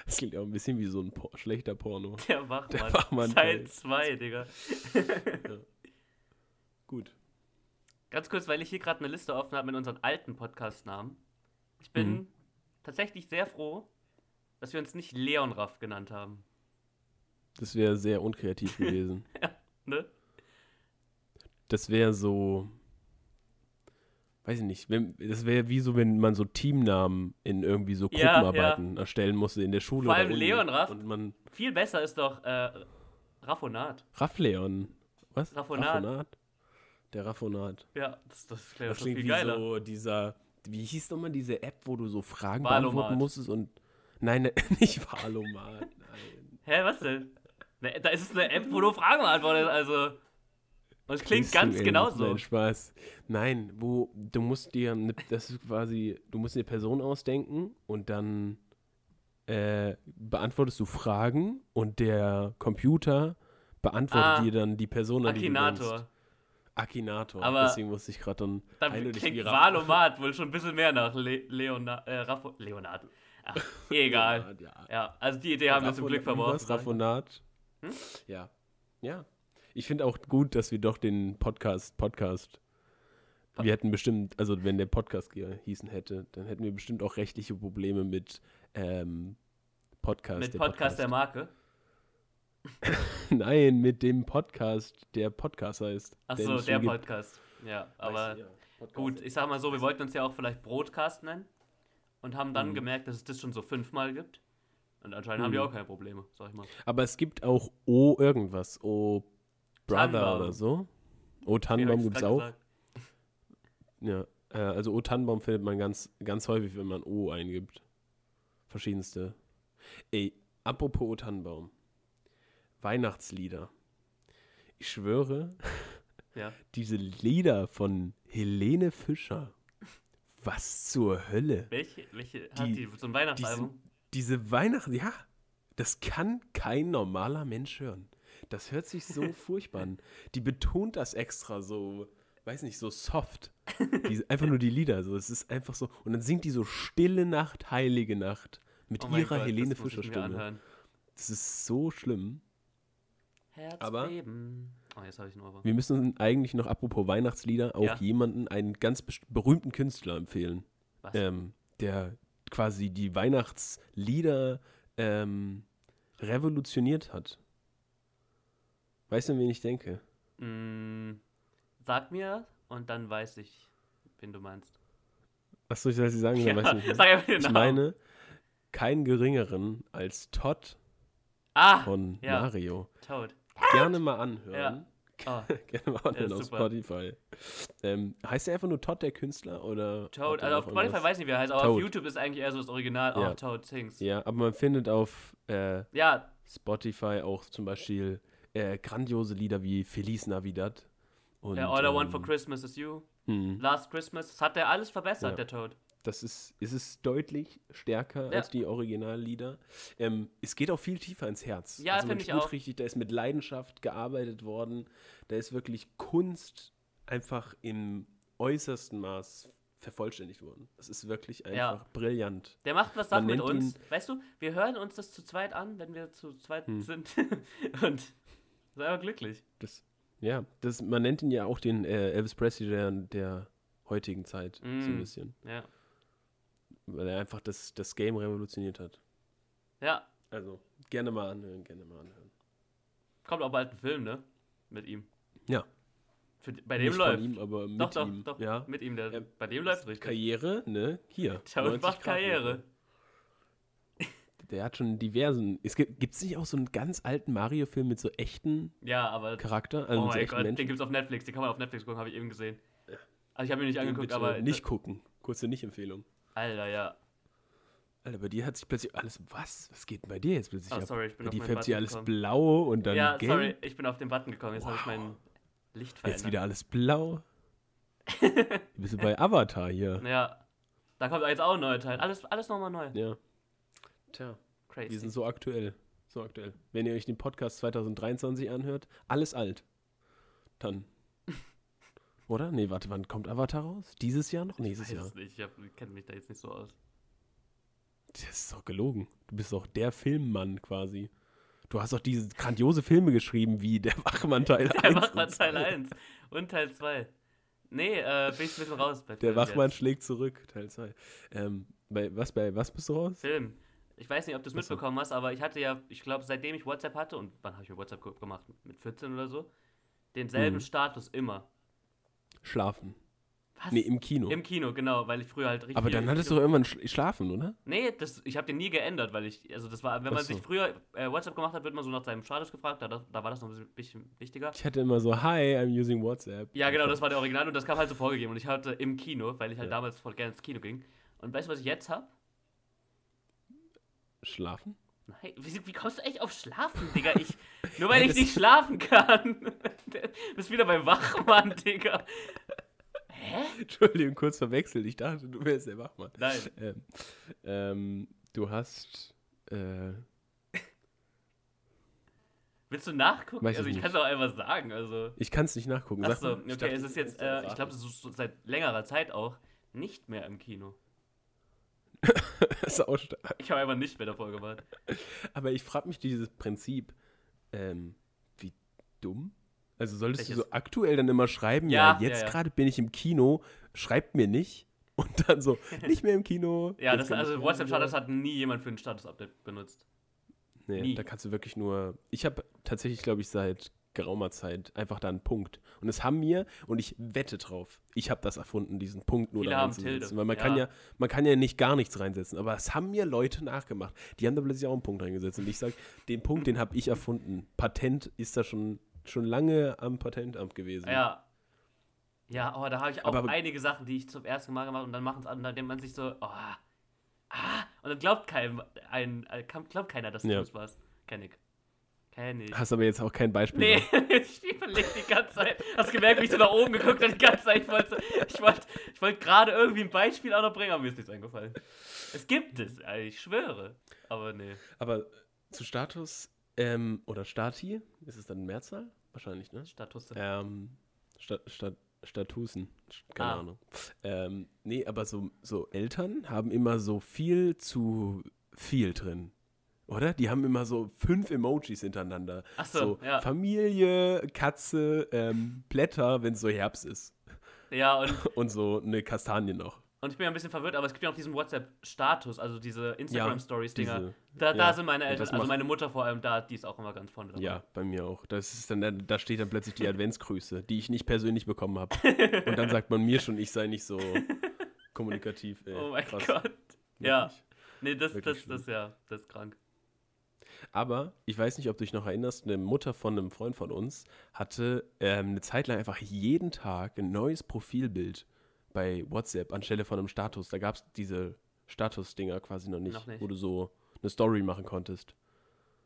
Speaker 2: Das klingt auch ein bisschen wie so ein por schlechter Porno.
Speaker 1: Der Wachmann,
Speaker 2: Der Wachmann
Speaker 1: Teil
Speaker 2: Teil
Speaker 1: 2, Digga.
Speaker 2: Gut.
Speaker 1: Ganz kurz, weil ich hier gerade eine Liste offen habe mit unseren alten Podcast-Namen. Ich bin
Speaker 2: Mhm.
Speaker 1: tatsächlich sehr froh, dass wir uns nicht Leon Raff genannt haben.
Speaker 2: Das wäre sehr unkreativ gewesen.
Speaker 1: Ne?
Speaker 2: das wäre so, weiß ich nicht, wenn, das wäre wie so, wenn man so Teamnamen in irgendwie so
Speaker 1: Ja,
Speaker 2: Gruppenarbeiten erstellen musste in der Schule.
Speaker 1: Vor allem
Speaker 2: oder Uni.
Speaker 1: Leon Raff.
Speaker 2: Und man,
Speaker 1: Viel besser ist doch äh, Raffonat.
Speaker 2: Raff Leon. Was?
Speaker 1: Raffonat.
Speaker 2: Der Raffonat.
Speaker 1: Ja, das, das klingt
Speaker 2: Das
Speaker 1: doch viel
Speaker 2: klingt wie
Speaker 1: geiler.
Speaker 2: so dieser, wie hieß nochmal diese App, wo du so Fragen
Speaker 1: Wahlomat.
Speaker 2: beantworten musstest und, nein, ne- nicht Valomat, nein.
Speaker 1: Hä, was denn? Ne, da ist es eine App, wo du Fragen beantwortest, also. Und es klingt
Speaker 2: Bist
Speaker 1: ganz
Speaker 2: du, ey,
Speaker 1: genauso.
Speaker 2: Nein, Spaß. Nein, wo du musst dir, ne- das ist quasi, du musst dir eine Person ausdenken und dann äh, beantwortest du Fragen und der Computer beantwortet
Speaker 1: Ah,
Speaker 2: dir dann die Person, an die du denkst.
Speaker 1: Akinator.
Speaker 2: Akinator.
Speaker 1: Aber-
Speaker 2: deswegen musste ich gerade dann,
Speaker 1: Dann
Speaker 2: eindeutig
Speaker 1: klingt
Speaker 2: wie Raff-
Speaker 1: Valomat wohl schon ein bisschen mehr nach Le Leona äh, Raffo Leonard. Ach, egal.
Speaker 2: Ja,
Speaker 1: ja, also die Idee haben wir zum
Speaker 2: Raffo-
Speaker 1: Glück
Speaker 2: wie
Speaker 1: verworfen.
Speaker 2: war's? Raffonat.
Speaker 1: Hm?
Speaker 2: Ja. Ja. Ich finde auch gut, dass wir doch den Podcast, Podcast,
Speaker 1: Pa-
Speaker 2: wir hätten bestimmt, also wenn der Podcast hießen hätte, dann hätten wir bestimmt auch rechtliche Probleme mit ähm, Podcast.
Speaker 1: Mit Podcast der Marke.
Speaker 2: Nein, mit dem Podcast, der Podcast heißt. den
Speaker 1: Achso,
Speaker 2: es
Speaker 1: der
Speaker 2: schon gibt.
Speaker 1: Podcast. Ja, aber
Speaker 2: Weißt du, ja, Podcast.
Speaker 1: gut, ich sag mal so, wir wollten uns ja auch vielleicht Broadcast nennen und haben dann gemerkt, dass es das schon so fünfmal gibt. Und anscheinend haben die
Speaker 2: Mhm.
Speaker 1: auch keine Probleme, sag ich mal.
Speaker 2: Aber es gibt auch O irgendwas, O Brother
Speaker 1: Tannenbaum.
Speaker 2: oder so. O
Speaker 1: Wie hab
Speaker 2: Tannenbaum
Speaker 1: ich's
Speaker 2: gibt es
Speaker 1: grad
Speaker 2: auch.
Speaker 1: gesagt?
Speaker 2: Ja, äh, also O Tannenbaum findet man ganz, ganz häufig, wenn man O eingibt. Verschiedenste. Ey, apropos O Tannenbaum. Weihnachtslieder. Ich schwöre,
Speaker 1: Ja.
Speaker 2: diese Lieder von Helene Fischer. Was zur Hölle?
Speaker 1: Welche, welche hat
Speaker 2: Die-
Speaker 1: die so ein Weihnachtsalbum?
Speaker 2: Diese Weihnachten, ja, das kann kein normaler Mensch hören. Das hört sich so furchtbar an. Die betont das extra so, weiß nicht, so soft. Die, einfach nur die Lieder, so. Es ist einfach so. Und dann singt die so Stille Nacht, Heilige Nacht mit
Speaker 1: Oh mein
Speaker 2: ihrer
Speaker 1: Gott,
Speaker 2: Helene
Speaker 1: das muss ich
Speaker 2: Fischer
Speaker 1: mir
Speaker 2: Stimme.
Speaker 1: anhören.
Speaker 2: Das ist so schlimm.
Speaker 1: Herzbeben. Oh, jetzt habe ich einen Ohrwurm.
Speaker 2: Wir müssen eigentlich noch, apropos Weihnachtslieder, auch
Speaker 1: Ja.
Speaker 2: jemanden, einen ganz best- berühmten Künstler empfehlen.
Speaker 1: Was?
Speaker 2: ähm, der quasi die Weihnachtslieder ähm, revolutioniert hat. Weißt du, an wen ich denke?
Speaker 1: Mm, sag mir und dann weiß ich, wen du meinst.
Speaker 2: Achso, ich soll sie sagen, dann weiß ich nicht.
Speaker 1: sag genau. einfach den
Speaker 2: Ich
Speaker 1: Namen.
Speaker 2: meine, keinen geringeren als Todd
Speaker 1: ah,
Speaker 2: von
Speaker 1: ja.
Speaker 2: Mario.
Speaker 1: Toad.
Speaker 2: Gerne mal anhören.
Speaker 1: Oh,
Speaker 2: Gerne mal anhören
Speaker 1: ist
Speaker 2: auf
Speaker 1: super.
Speaker 2: Spotify. Ähm, heißt der einfach nur Todd, der Künstler? Oder
Speaker 1: Toad.
Speaker 2: hat er
Speaker 1: Also auf
Speaker 2: noch
Speaker 1: Spotify
Speaker 2: irgendwas?
Speaker 1: weiß ich nicht, wie er heißt, aber auf
Speaker 2: Toad.
Speaker 1: YouTube ist eigentlich eher so das Original.
Speaker 2: Ja.
Speaker 1: Oh, Toad Sings. Ja,
Speaker 2: Ja, aber man findet auf äh,
Speaker 1: ja,
Speaker 2: Spotify auch zum Beispiel äh, grandiose Lieder wie Feliz Navidad und
Speaker 1: All I Want
Speaker 2: ähm,
Speaker 1: for Christmas is You.
Speaker 2: mh,
Speaker 1: Last Christmas. Das hat er alles verbessert,
Speaker 2: Ja.
Speaker 1: der Toad.
Speaker 2: Das ist, es ist deutlich stärker als die Originallieder. Ähm, es geht auch viel tiefer ins Herz. Also
Speaker 1: Ja,
Speaker 2: man
Speaker 1: finde ich
Speaker 2: spürt
Speaker 1: auch.
Speaker 2: richtig, da ist mit Leidenschaft gearbeitet worden. Da ist wirklich Kunst einfach im äußersten Maß vervollständigt worden. Das ist wirklich
Speaker 1: Ja.
Speaker 2: einfach brillant.
Speaker 1: Der macht was Sachen mit
Speaker 2: nennt
Speaker 1: uns. Weißt du, wir hören uns das zu zweit an, wenn wir zu zweit
Speaker 2: Hm.
Speaker 1: sind. und sei aber glücklich.
Speaker 2: Das, ja, das, man nennt ihn ja auch den äh, Elvis Presley der, der heutigen Zeit so ein
Speaker 1: Mm.
Speaker 2: bisschen.
Speaker 1: Ja.
Speaker 2: weil er einfach das, das Game revolutioniert hat.
Speaker 1: Ja,
Speaker 2: Also gerne mal anhören, gerne mal anhören.
Speaker 1: kommt auch bald ein Film, ne? Mit ihm.
Speaker 2: Ja,
Speaker 1: Für, bei dem
Speaker 2: nicht
Speaker 1: läuft.
Speaker 2: von ihm, aber mit
Speaker 1: doch, doch,
Speaker 2: ihm.
Speaker 1: doch.
Speaker 2: Ja.
Speaker 1: Mit ihm. Der,
Speaker 2: Ja,
Speaker 1: bei dem läuft richtig.
Speaker 2: Karriere, ne? Hier.
Speaker 1: Toad
Speaker 2: 90
Speaker 1: macht
Speaker 2: Grad
Speaker 1: Karriere.
Speaker 2: Winkel. Der hat schon diversen. Es gibt es nicht auch so einen ganz alten Mario-Film mit so echten
Speaker 1: Ja, aber.
Speaker 2: Charakter? Also
Speaker 1: Oh
Speaker 2: mit so
Speaker 1: mein
Speaker 2: echten
Speaker 1: Gott, den
Speaker 2: Menschen?
Speaker 1: gibt's auf Netflix. Den kann man auf Netflix gucken, habe ich eben gesehen. Also ich habe ihn nicht angeguckt,
Speaker 2: Bitte
Speaker 1: aber.
Speaker 2: Nicht gucken. Kurze Nicht-Empfehlung.
Speaker 1: Alter, ja.
Speaker 2: Alter, bei dir hat sich plötzlich alles. Was? Was geht denn bei dir jetzt plötzlich
Speaker 1: Oh,
Speaker 2: ab?
Speaker 1: sorry, ich bin
Speaker 2: bei
Speaker 1: auf
Speaker 2: dir
Speaker 1: meinen
Speaker 2: färbt sich
Speaker 1: Button
Speaker 2: alles
Speaker 1: gekommen.
Speaker 2: blau und dann
Speaker 1: ja,
Speaker 2: gelb.
Speaker 1: sorry, ich bin auf den Button gekommen. Jetzt habe ich
Speaker 2: Wow.
Speaker 1: mein Licht verändert.
Speaker 2: Jetzt wieder alles blau. Du bist bei Avatar hier.
Speaker 1: Ja. Da kommt jetzt auch ein neuer Teil. Alles, alles nochmal neu.
Speaker 2: Ja. Tja. Wir sind
Speaker 1: Crazy.
Speaker 2: so aktuell. So aktuell. Wenn ihr euch den Podcast 2023 anhört, alles alt. Dann. Oder? Nee, warte, wann kommt Avatar raus? Dieses Jahr noch?
Speaker 1: Ich
Speaker 2: Nächstes
Speaker 1: weiß
Speaker 2: Jahr.
Speaker 1: es nicht, ich, hab- ich kenne mich da jetzt nicht so aus.
Speaker 2: Das ist doch gelogen. Du bist doch der Filmmann quasi. Du hast doch diese grandiose Filme geschrieben wie Der Wachmann Teil 1.
Speaker 1: Der
Speaker 2: und
Speaker 1: Wachmann Teil
Speaker 2: zwei.
Speaker 1: 1 und Teil 2. Nee, äh, bin ich ein bisschen raus bei
Speaker 2: Der
Speaker 1: Film
Speaker 2: Wachmann
Speaker 1: jetzt.
Speaker 2: schlägt zurück, Teil 2. Ähm, bei, was, bei was bist du raus?
Speaker 1: Film. Ich weiß nicht, ob du es
Speaker 2: Ach so.
Speaker 1: mitbekommen hast, aber ich hatte ja, ich glaube, seitdem ich WhatsApp hatte, und wann habe ich mir WhatsApp ge- gemacht? Mit 14 oder so? Denselben
Speaker 2: Mhm.
Speaker 1: Status immer.
Speaker 2: Schlafen.
Speaker 1: Was?
Speaker 2: Nee, im Kino.
Speaker 1: Im Kino, genau, weil ich früher halt richtig.
Speaker 2: Aber
Speaker 1: viel
Speaker 2: dann
Speaker 1: im
Speaker 2: hattest du
Speaker 1: Kino-
Speaker 2: doch irgendwann sch schlafen, oder?
Speaker 1: Nee, das, ich habe den nie geändert, weil ich. Also, das war, wenn
Speaker 2: Ach
Speaker 1: man
Speaker 2: so.
Speaker 1: sich früher äh, WhatsApp gemacht hat, wird man so nach seinem Status gefragt, da, da war das noch ein bisschen wichtiger.
Speaker 2: Ich hatte immer so, hi, I'm using WhatsApp.
Speaker 1: Ja, genau, das war der Original und das kam halt so vorgegeben. Und ich hatte im Kino, weil ich halt
Speaker 2: Ja.
Speaker 1: damals voll gerne ins Kino ging. Und weißt du, was ich jetzt hab?
Speaker 2: Schlafen?
Speaker 1: Nein, wie, wie kommst du echt auf Schlafen, Digga? Ich, nur weil
Speaker 2: Ja,
Speaker 1: ich
Speaker 2: das-
Speaker 1: nicht schlafen kann. Du bist wieder beim Wachmann, Digga. Hä?
Speaker 2: Entschuldigung, kurz verwechselt. Ich dachte, du wärst der Wachmann.
Speaker 1: Nein.
Speaker 2: Ähm, ähm, du hast. Äh,
Speaker 1: Willst du nachgucken?
Speaker 2: Weiß ich
Speaker 1: also, ich
Speaker 2: nicht.
Speaker 1: kann es auch einfach sagen. Also,
Speaker 2: ich kann es nicht nachgucken. Sag
Speaker 1: achso,
Speaker 2: mal.
Speaker 1: okay,
Speaker 2: Ich dachte,
Speaker 1: es ist jetzt,
Speaker 2: du kannst
Speaker 1: äh, ich glaube, es ist so seit längerer Zeit auch nicht mehr im Kino.
Speaker 2: das ausstark.
Speaker 1: Ich habe einfach nicht mehr davor gewarnt.
Speaker 2: Aber ich frage mich dieses Prinzip. Ähm, wie dumm? Also solltest du
Speaker 1: Welches?
Speaker 2: so aktuell dann immer schreiben,
Speaker 1: Ja,
Speaker 2: ja,
Speaker 1: ja,
Speaker 2: jetzt
Speaker 1: ja.
Speaker 2: gerade bin ich im Kino, schreibt mir nicht. Und dann so, nicht mehr im Kino.
Speaker 1: Ja,
Speaker 2: jetzt
Speaker 1: das,
Speaker 2: kann ich
Speaker 1: also
Speaker 2: wieder.
Speaker 1: WhatsApp-Status hat nie jemand für ein Status-Update benutzt.
Speaker 2: Nee,
Speaker 1: Nie.
Speaker 2: da kannst du wirklich nur. Ich habe tatsächlich, glaube ich, seit geraumer Zeit einfach da einen Punkt. Und es haben mir, und ich wette drauf, ich habe das erfunden, diesen Punkt nur
Speaker 1: Viele
Speaker 2: da
Speaker 1: haben
Speaker 2: reinzusetzen.
Speaker 1: Tilde,
Speaker 2: Weil man
Speaker 1: ja.
Speaker 2: kann ja, man kann ja nicht gar nichts reinsetzen. Aber es haben mir Leute nachgemacht. Die haben da plötzlich auch einen Punkt reingesetzt. Und ich sage, den Punkt, den habe ich erfunden. Patent ist da schon, schon lange am Patentamt gewesen.
Speaker 1: Ja. Ja, oh, da habe ich auch
Speaker 2: Aber- aber-
Speaker 1: einige Sachen, die ich zum ersten Mal gemacht habe und dann machen es andere, dann denkt man sich so, oh, ah, und dann glaubt kein, ein, äh, kam- glaubt keiner, dass du
Speaker 2: Ja.
Speaker 1: das warst. Kenn ich. Kenn ich.
Speaker 2: Hast aber jetzt auch kein Beispiel.
Speaker 1: Nee,
Speaker 2: mehr.
Speaker 1: ich überlege die ganze Zeit. Hast gemerkt, wie ich so nach oben geguckt habe die ganze Zeit? Ich wollte ich wollt, ich wollt gerade irgendwie ein Beispiel auch noch bringen, aber mir ist nichts eingefallen. Es gibt es, also ich schwöre. Aber nee.
Speaker 2: Aber zu Status ähm, oder Stati, ist es dann eine Mehrzahl? Wahrscheinlich, ne?
Speaker 1: Status.
Speaker 2: Ähm, Sta Sta Statusen. St- Keine
Speaker 1: Ah.
Speaker 2: Ahnung. Ähm, nee, aber so, so Eltern haben immer so viel zu viel drin. Oder? Die haben immer so fünf Emojis hintereinander.
Speaker 1: Ach so, ja.
Speaker 2: Familie, Katze, ähm, Blätter, wenn es so Herbst ist.
Speaker 1: Ja, und
Speaker 2: Und so eine Kastanie noch.
Speaker 1: Und ich bin ja ein bisschen verwirrt, aber es gibt ja auch diesen WhatsApp-Status, also diese Instagram-Stories-Dinger.
Speaker 2: diese,
Speaker 1: da, da
Speaker 2: ja.
Speaker 1: sind meine
Speaker 2: Und das
Speaker 1: Eltern, also
Speaker 2: macht-
Speaker 1: meine Mutter vor allem da, die ist auch immer ganz vorne dabei.
Speaker 2: Ja, bei mir auch. Das ist dann, da steht dann plötzlich die Adventsgrüße, die ich nicht persönlich bekommen habe. Und dann sagt man mir schon, ich sei nicht so kommunikativ. Ey.
Speaker 1: Oh mein
Speaker 2: Krass.
Speaker 1: Gott. Ja.
Speaker 2: Wirklich.
Speaker 1: Nee, das,
Speaker 2: Wirklich
Speaker 1: das, das, ja, das ist krank.
Speaker 2: Aber ich weiß nicht, ob du dich noch erinnerst, eine Mutter von einem Freund von uns hatte ähm, eine Zeit lang einfach jeden Tag ein neues Profilbild bei WhatsApp anstelle von einem Status. Da gab es diese Status-Dinger quasi noch nicht,
Speaker 1: Noch nicht.
Speaker 2: wo du so eine Story machen konntest.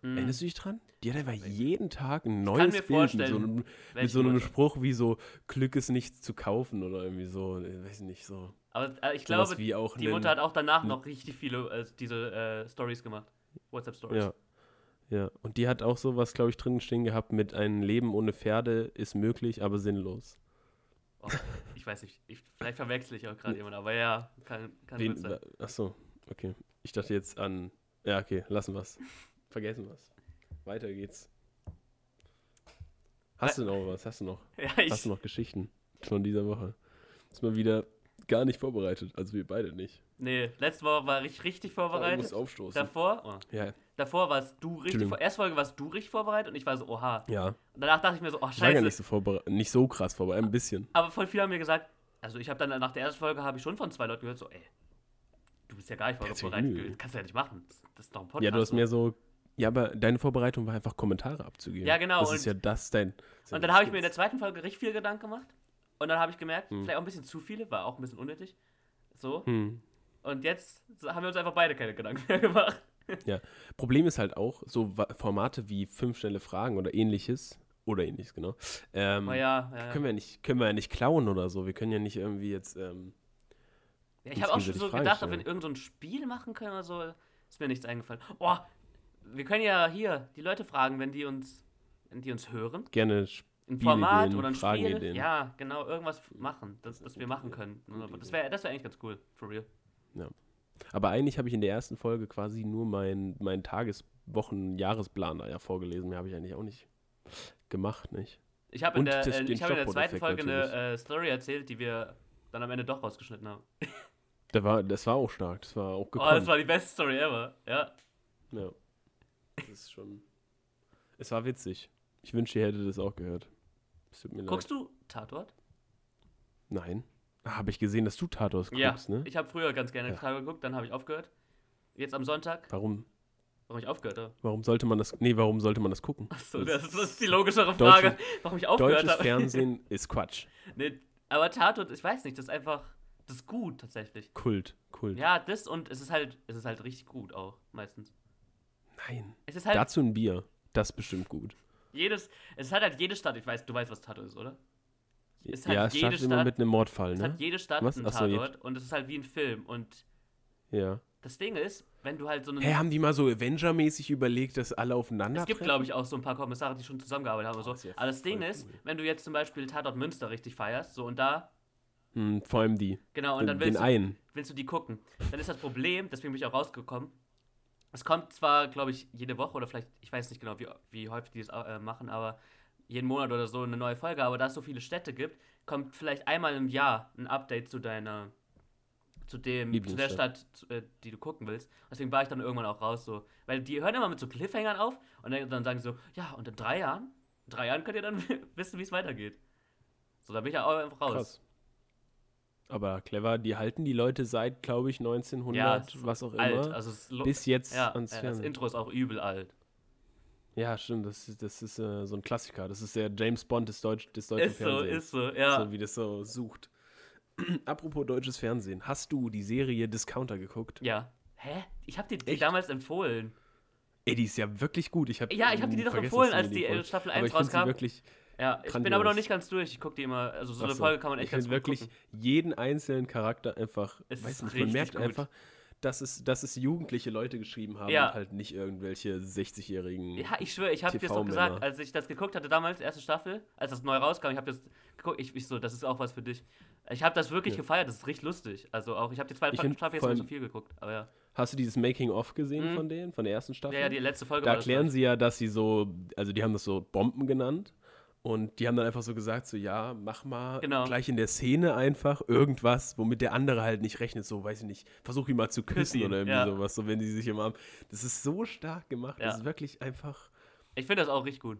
Speaker 1: Hm.
Speaker 2: Erinnerst du dich dran? Die hat einfach jeden Tag
Speaker 1: kann
Speaker 2: ein
Speaker 1: mir
Speaker 2: neues Bild mit so,
Speaker 1: vorstellen,
Speaker 2: einem,
Speaker 1: welche
Speaker 2: mit so einem
Speaker 1: Mutter.
Speaker 2: Spruch wie so, Glück ist nicht zu kaufen oder irgendwie so, äh, weiß nicht, so.
Speaker 1: Aber äh, ich
Speaker 2: Sowas
Speaker 1: glaube,
Speaker 2: wie auch
Speaker 1: die
Speaker 2: einen-
Speaker 1: Mutter hat auch danach noch richtig viele äh, diese äh, Stories gemacht. WhatsApp-Stories.
Speaker 2: Ja. Ja, und die hat auch sowas, glaube ich, drin stehen gehabt mit ein Leben ohne Pferde ist möglich, aber sinnlos.
Speaker 1: Oh, ich weiß nicht, ich, vielleicht verwechsel ich auch gerade jemanden, aber ja, kann, kann
Speaker 2: Wen,
Speaker 1: gut sein.
Speaker 2: ach so, okay. Ich dachte jetzt an. Ja, okay, lassen wir's. Vergessen wir's. Weiter geht's. Hast du noch was? Hast du noch?
Speaker 1: Ja, ich,
Speaker 2: Hast du noch Geschichten von dieser Woche? Ist mal wieder gar nicht vorbereitet, also wir beide nicht.
Speaker 1: nee, letzte Woche war ich richtig
Speaker 2: Oh, du musst
Speaker 1: vorbereitet.
Speaker 2: aufstoßen.
Speaker 1: Davor, oh,
Speaker 2: Ja,
Speaker 1: davor warst du richtig,
Speaker 2: Ah. Entschuldigung.
Speaker 1: vor, erste Folge warst du richtig vorbereitet und ich war so, oha.
Speaker 2: ja.
Speaker 1: Und danach dachte ich mir so, oh
Speaker 2: Ich war
Speaker 1: scheiße.
Speaker 2: gar nicht so vorbereitet, nicht so krass vorbereitet, ein bisschen.
Speaker 1: Aber voll viele haben mir gesagt, also ich habe dann nach der ersten Folge habe ich schon von zwei Leuten gehört, so ey, Du bist ja gar nicht
Speaker 2: Der hat sich
Speaker 1: vorbereitet.
Speaker 2: Mühe.
Speaker 1: Das kannst du ja nicht machen. Das, das ist doch ein Podcast.
Speaker 2: Ja, du hast mehr so. Ja, aber deine Vorbereitung war einfach Kommentare abzugeben.
Speaker 1: Ja, genau,
Speaker 2: Das
Speaker 1: und-
Speaker 2: ist ja das dein. das ist ja
Speaker 1: Und dann
Speaker 2: das
Speaker 1: habe ich mir in der
Speaker 2: Ding.
Speaker 1: zweiten Folge richtig viel Gedanken gemacht. Und dann habe ich gemerkt,
Speaker 2: Hm.
Speaker 1: vielleicht auch ein bisschen zu viele, war auch ein bisschen unnötig. So.
Speaker 2: Hm.
Speaker 1: Und jetzt haben wir uns einfach beide keine Gedanken mehr gemacht.
Speaker 2: Ja. Problem ist halt auch, so Wa- Formate wie fünf schnelle Fragen oder ähnliches. Oder ähnliches, genau. Ähm,
Speaker 1: Aber Oh ja, ja, ja.
Speaker 2: Können wir nicht, können wir ja nicht klauen oder so. Wir können ja nicht irgendwie jetzt. Ähm,
Speaker 1: Ja, ich
Speaker 2: Uns
Speaker 1: habe auch schon
Speaker 2: gegenseitig
Speaker 1: so
Speaker 2: Fragen
Speaker 1: gedacht, ob wir
Speaker 2: stellen.
Speaker 1: irgendein so ein Spiel machen können oder so. Ist mir nichts eingefallen. Oh, wir können ja hier die Leute fragen, wenn die uns, wenn die uns hören.
Speaker 2: gerne
Speaker 1: Ein
Speaker 2: Spielideen,
Speaker 1: Format oder ein Spiel.
Speaker 2: Fragenideen.
Speaker 1: Ja, genau, irgendwas f- machen, das,
Speaker 2: Das ist
Speaker 1: das
Speaker 2: eine
Speaker 1: wir
Speaker 2: gute
Speaker 1: machen
Speaker 2: Idee.
Speaker 1: können. Also,
Speaker 2: Gute
Speaker 1: Das wäre das wär eigentlich ganz cool, for real.
Speaker 2: Aber eigentlich habe ich in der ersten Folge quasi nur meinen mein Tages-, Wochen-, Jahresplan da ja vorgelesen. Mehr habe ich eigentlich auch nicht gemacht, nicht?
Speaker 1: Ich habe in,
Speaker 2: Und
Speaker 1: der,
Speaker 2: das-
Speaker 1: äh,
Speaker 2: den
Speaker 1: ich hab in der zweiten
Speaker 2: Stoppbot-Effekt
Speaker 1: Folge eine
Speaker 2: natürlich.
Speaker 1: äh, Story erzählt, die wir dann am Ende doch rausgeschnitten haben.
Speaker 2: Das war, das war auch stark. Das war auch
Speaker 1: Oh,
Speaker 2: gekonnt.
Speaker 1: das war die beste Story ever. Ja.
Speaker 2: ja. Das ist schon. Es war witzig. Ich wünschte, ihr hättet das auch gehört. Es tut mir
Speaker 1: Guckst du Tatort?
Speaker 2: leid. Nein. Ah, Habe ich gesehen, dass du Tatort
Speaker 1: Ja.
Speaker 2: guckst, ne?
Speaker 1: Ich habe früher ganz gerne
Speaker 2: Ja.
Speaker 1: Tatort geguckt, dann habe ich aufgehört. Jetzt am Sonntag,
Speaker 2: Warum,
Speaker 1: warum ich aufgehört habe.
Speaker 2: warum sollte man das. Nee, warum sollte man das gucken?
Speaker 1: Achso,
Speaker 2: Das
Speaker 1: das, ist- das ist die logischere
Speaker 2: deutsches-
Speaker 1: Frage, warum ich aufgehört
Speaker 2: Deutsches
Speaker 1: habe.
Speaker 2: Fernsehen ist Quatsch.
Speaker 1: Nee, aber Tatort, ich weiß nicht, das ist einfach, das ist gut tatsächlich.
Speaker 2: Kult. Kult.
Speaker 1: Ja, das und es ist halt, es ist halt richtig gut auch meistens.
Speaker 2: Nein.
Speaker 1: Es ist halt
Speaker 2: Dazu ein Bier. Das ist bestimmt gut.
Speaker 1: jedes, es hat halt jede Stadt, ich weiß, du weißt, was Tatort ist, oder? Es hat
Speaker 2: ja, es
Speaker 1: jede
Speaker 2: startet immer
Speaker 1: Stadt-
Speaker 2: mit einem Mordfall,
Speaker 1: Es
Speaker 2: ne?
Speaker 1: hat jede Stadt
Speaker 2: Was?
Speaker 1: einen
Speaker 2: Ach so, jede-
Speaker 1: Tatort und es ist halt wie ein Film und
Speaker 2: Ja.
Speaker 1: das Ding ist, wenn du halt so einen
Speaker 2: Hä, haben die mal so Avenger-mäßig überlegt, dass alle aufeinander
Speaker 1: Es gibt, glaube ich, auch so ein paar Kommissare, die schon zusammengearbeitet haben oder so.
Speaker 2: Das ist ja
Speaker 1: Aber das Ding
Speaker 2: voll
Speaker 1: ist,
Speaker 2: cool.
Speaker 1: wenn du jetzt zum Beispiel Tatort Münster richtig feierst, so und da,
Speaker 2: Hm, vor allem die.
Speaker 1: genau, und dann
Speaker 2: den, den
Speaker 1: willst du
Speaker 2: einen.
Speaker 1: willst du die gucken. Dann ist das Problem, deswegen bin ich auch rausgekommen. Es kommt zwar, glaube ich, jede Woche oder vielleicht, ich weiß nicht genau, wie, wie häufig die das äh, machen, aber jeden Monat oder so eine neue Folge. Aber da es so viele Städte gibt, kommt vielleicht einmal im Jahr ein Update zu deiner, zu dem, zu der
Speaker 2: Lieblingsstadt.
Speaker 1: Stadt, zu- äh, die du gucken willst. Deswegen war ich dann irgendwann auch raus, so. Weil die hören immer mit so Cliffhangern auf und dann, dann sagen sie so, ja, und in drei Jahren, in drei Jahren könnt ihr dann wissen, wie es weitergeht. So, da bin ich ja auch einfach raus.
Speaker 2: Krass. Aber clever, die halten die Leute seit, glaube ich, 1900,
Speaker 1: Ja, es ist
Speaker 2: was auch immer,
Speaker 1: Alt, also es ist lo-
Speaker 2: bis jetzt
Speaker 1: Ja,
Speaker 2: ans
Speaker 1: ja, das
Speaker 2: Fernsehen.
Speaker 1: Intro ist auch übel alt.
Speaker 2: Ja, stimmt, das ist, das ist äh, so ein Klassiker. Das ist der James Bond des, Deutsch, des deutschen
Speaker 1: Ist so,
Speaker 2: Fernsehens.
Speaker 1: ist so, ja.
Speaker 2: So wie das so sucht. Apropos deutsches Fernsehen, hast du die Serie Discounter geguckt?
Speaker 1: ja. Hä? Ich hab dir die
Speaker 2: Echt?
Speaker 1: damals empfohlen.
Speaker 2: Ey, die ist ja wirklich gut. Ich hab,
Speaker 1: Ja, ich hab die dir doch
Speaker 2: vergessen,
Speaker 1: empfohlen,
Speaker 2: dass du
Speaker 1: als
Speaker 2: mir
Speaker 1: die, äh,
Speaker 2: empfohlen-
Speaker 1: Staffel
Speaker 2: Aber
Speaker 1: 1
Speaker 2: ich find sie
Speaker 1: rauskam.
Speaker 2: Wirklich,
Speaker 1: Ja, ich bin
Speaker 2: Grandios.
Speaker 1: aber noch nicht ganz durch. Ich guck die immer, also so eine
Speaker 2: Achso.
Speaker 1: Folge kann man
Speaker 2: ich
Speaker 1: echt
Speaker 2: find
Speaker 1: ganz gut
Speaker 2: wirklich
Speaker 1: gucken.
Speaker 2: jeden einzelnen Charakter einfach,
Speaker 1: Es ist
Speaker 2: weiß nicht, man
Speaker 1: richtig
Speaker 2: merkt
Speaker 1: gut.
Speaker 2: einfach, dass es, dass es jugendliche Leute geschrieben haben
Speaker 1: Ja.
Speaker 2: und halt nicht irgendwelche 60-jährigen.
Speaker 1: Ja, ich schwöre, ich hab dir das doch
Speaker 2: TV-Männer.
Speaker 1: gesagt, als ich das geguckt hatte damals, erste Staffel, als das neu rauskam, ich hab das geguckt, ich, ich so, das ist auch was für dich. Ich hab das wirklich
Speaker 2: Ja.
Speaker 1: gefeiert, das ist richtig lustig. Also auch, ich hab die zweite
Speaker 2: Ich find
Speaker 1: Staffel jetzt
Speaker 2: vor
Speaker 1: nicht so
Speaker 2: allem-
Speaker 1: viel geguckt, aber ja.
Speaker 2: Hast du dieses Making-of gesehen
Speaker 1: Mhm.
Speaker 2: von denen, von der ersten Staffel?
Speaker 1: Ja, ja, die letzte Folge
Speaker 2: da
Speaker 1: war das, halt. glaub
Speaker 2: erklären sie ja, dass sie so, also die haben das so Bomben genannt und die haben dann einfach so gesagt, so ja, mach mal
Speaker 1: Genau.
Speaker 2: gleich in der Szene einfach irgendwas, womit der andere halt nicht rechnet, so weiß ich nicht, versuch ihn mal zu
Speaker 1: Küss
Speaker 2: küssen
Speaker 1: ihn,
Speaker 2: oder irgendwie
Speaker 1: ja.
Speaker 2: sowas, so wenn die sich im Arm. Das ist so stark gemacht,
Speaker 1: Ja.
Speaker 2: das ist wirklich einfach,
Speaker 1: ich. Ich finde das auch richtig gut.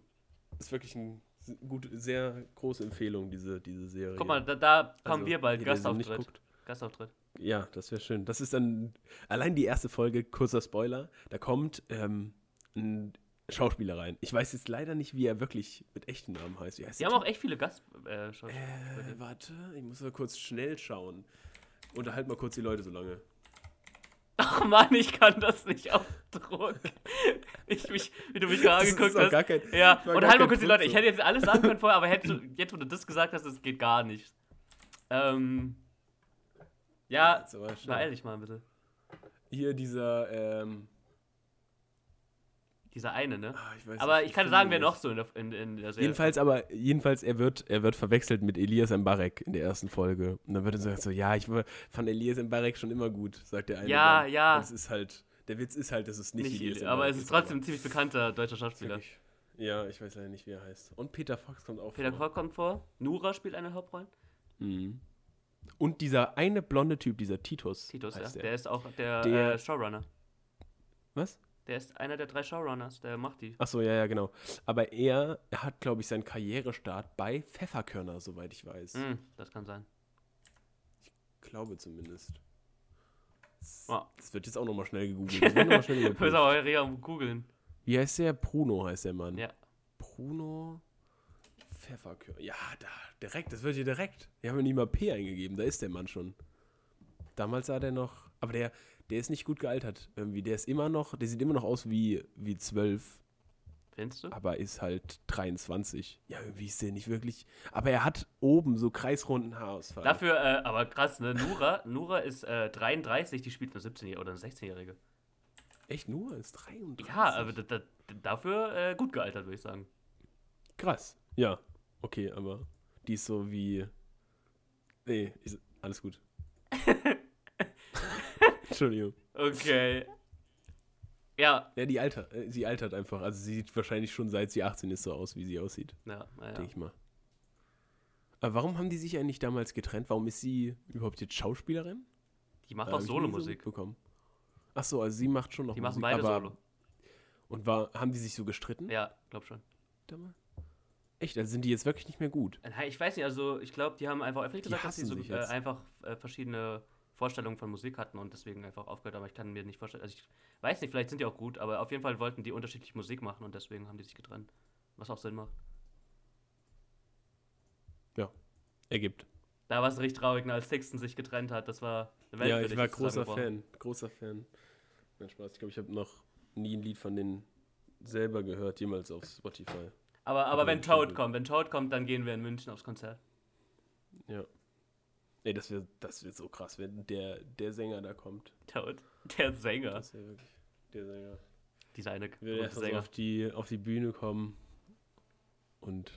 Speaker 2: das ist wirklich ein s- gut, sehr große Empfehlung, diese, diese Serie.
Speaker 1: Guck mal, da, da kommen
Speaker 2: Also,
Speaker 1: wir bald,
Speaker 2: jeder, der sie nicht
Speaker 1: Gastauftritt.
Speaker 2: guckt.
Speaker 1: Gastauftritt.
Speaker 2: Ja, das wäre schön. Das ist dann allein die erste Folge, kurzer Spoiler. Da kommt ähm, ein Schauspieler rein. Ich weiß jetzt leider nicht, wie er wirklich mit echten Namen heißt. Wie heißt
Speaker 1: Sie haben auch echt viele Gast... Äh, Schauspieler.
Speaker 2: äh, warte, ich muss mal kurz schnell schauen. Unterhalt mal kurz die Leute so lange.
Speaker 1: Ach Mann, ich kann das nicht auf Druck. Ich mich, wie du mich gerade
Speaker 2: Das ist
Speaker 1: angeguckt
Speaker 2: auch
Speaker 1: hast.
Speaker 2: gar kein-
Speaker 1: ja,
Speaker 2: war
Speaker 1: und
Speaker 2: gar
Speaker 1: halt mal
Speaker 2: kein
Speaker 1: kurz die
Speaker 2: Druck
Speaker 1: Leute, ich
Speaker 2: so.
Speaker 1: hätte jetzt alles sagen können vorher, aber hättest du, jetzt, wo du das gesagt hast, das geht gar nicht. Ähm. Ja,
Speaker 2: Jetzt aber schnell.
Speaker 1: beeil dich mal ein bisschen.
Speaker 2: Hier dieser, ähm,
Speaker 1: Dieser eine, ne?
Speaker 2: ah, ich weiß
Speaker 1: Aber
Speaker 2: nicht,
Speaker 1: ich kann
Speaker 2: finde
Speaker 1: sagen,
Speaker 2: ihn
Speaker 1: wer
Speaker 2: nicht.
Speaker 1: noch so in der, in, in der Serie.
Speaker 2: Jedenfalls aber, jedenfalls, er wird, er wird verwechselt mit Elias Mbarek in der ersten Folge. Und dann wird er so, so ja, ich war- fand Elias Mbarek schon immer gut, sagt der eine.
Speaker 1: Ja,
Speaker 2: dann.
Speaker 1: ja.
Speaker 2: Und es ist halt, der Witz ist halt, dass es nicht,
Speaker 1: nicht
Speaker 2: Elias
Speaker 1: Ili, aber
Speaker 2: Mbarek
Speaker 1: es ist trotzdem ein ziemlich bekannter deutscher
Speaker 2: aber
Speaker 1: Schauspieler.
Speaker 2: wirklich- Ja, ich weiß leider nicht, wie er heißt. Und Peter Fox kommt auch
Speaker 1: Peter
Speaker 2: vor.
Speaker 1: Kork kommt vor, Nura spielt eine Hauptrolle.
Speaker 2: Mhm. Und dieser eine blonde Typ, dieser Titus.
Speaker 1: Titus, ja.
Speaker 2: heißt
Speaker 1: Der.
Speaker 2: Der.
Speaker 1: ist auch der,
Speaker 2: Der-
Speaker 1: äh, Showrunner.
Speaker 2: Was?
Speaker 1: Der ist einer der drei Showrunners, der macht die.
Speaker 2: Achso, ja, ja, genau. Aber er hat, glaube ich, seinen Karrierestart bei Pfefferkörner, soweit
Speaker 1: Mhm.
Speaker 2: ich weiß.
Speaker 1: Hm, das kann sein.
Speaker 2: Glaube zumindest.
Speaker 1: Ja.
Speaker 2: Das wird jetzt auch nochmal schnell gegoogelt. Das wird noch mal schnell
Speaker 1: Bist
Speaker 2: überprüft.
Speaker 1: aber eure am googeln.
Speaker 2: Wie heißt der? Bruno heißt der Mann.
Speaker 1: Ja.
Speaker 2: Bruno Pfefferkörner. Ja, da, direkt, das wird hier direkt. Die haben ja nicht mal P eingegeben, da ist der Mann schon. Damals sah der noch, aber der, der ist nicht gut gealtert. Irgendwie, der ist immer noch, der sieht immer noch aus wie, wie 12,
Speaker 1: Findest du?
Speaker 2: aber ist halt 23. Ja, irgendwie ist der nicht wirklich, aber er hat oben so kreisrunden Haarausfall.
Speaker 1: Dafür, äh, aber krass, ne? Nura, Nura ist äh, 33, die spielt eine 17-Jährige oder eine 16-Jährige.
Speaker 2: Echt nur, ist 33.
Speaker 1: Ja, aber da, da, dafür äh, gut gealtert, würde ich sagen.
Speaker 2: Krass. Ja, okay, aber die ist so wie. Nee, ist, alles gut. Entschuldigung.
Speaker 1: Okay. Ja,
Speaker 2: Ja, die alter, äh, sie altert einfach. Also sie sieht wahrscheinlich schon seit sie 18 ist so aus, wie sie aussieht,
Speaker 1: ja, naja.
Speaker 2: denke ich mal. Aber warum haben die sich eigentlich damals getrennt? Warum ist sie überhaupt jetzt Schauspielerin?
Speaker 1: Die macht
Speaker 2: Äh,
Speaker 1: auch
Speaker 2: hab ich nie so
Speaker 1: Solo-Musik.
Speaker 2: mitbekommen. Ach so, also sie macht schon noch
Speaker 1: Die machen
Speaker 2: Musik,
Speaker 1: beide
Speaker 2: aber-
Speaker 1: Solo.
Speaker 2: Und war, haben die sich so gestritten?
Speaker 1: Ja, glaub schon.
Speaker 2: da mal? Echt, also sind die jetzt wirklich nicht mehr gut?
Speaker 1: Na, Ich weiß nicht, also ich glaube, die haben einfach öffentlich
Speaker 2: Die
Speaker 1: gesagt, dass sie
Speaker 2: hassen
Speaker 1: so
Speaker 2: sich
Speaker 1: äh,
Speaker 2: jetzt.
Speaker 1: einfach äh, verschiedene Vorstellungen von Musik hatten und deswegen einfach aufgehört haben. Ich kann mir nicht vorstellen, also ich weiß nicht, vielleicht sind die auch gut, aber auf jeden Fall wollten die unterschiedliche Musik machen und deswegen haben die sich getrennt. Was auch Sinn macht.
Speaker 2: Ergibt.
Speaker 1: Da war es richtig traurig, ne, als Sixten sich getrennt hat. Das war eine Welt
Speaker 2: Ja,
Speaker 1: für
Speaker 2: ich
Speaker 1: dich,
Speaker 2: war
Speaker 1: ist
Speaker 2: großer
Speaker 1: zusammengebrochen.
Speaker 2: Fan. Großer Fan. Nein, Spaß. Ich glaube, ich habe noch nie ein Lied von denen selber gehört, jemals auf Spotify.
Speaker 1: Aber, aber
Speaker 2: Aber
Speaker 1: wenn
Speaker 2: ich fand
Speaker 1: Toad
Speaker 2: gut.
Speaker 1: kommt, wenn Toad kommt, dann gehen wir in München aufs Konzert.
Speaker 2: Ey, das wäre das wär so krass, wenn der, der Sänger da kommt.
Speaker 1: Toad, der Sänger.
Speaker 2: Das wäre wirklich der Sänger.
Speaker 1: Dieser eine
Speaker 2: Würde
Speaker 1: große
Speaker 2: erst so
Speaker 1: Sänger.
Speaker 2: auf die, auf die Bühne kommen und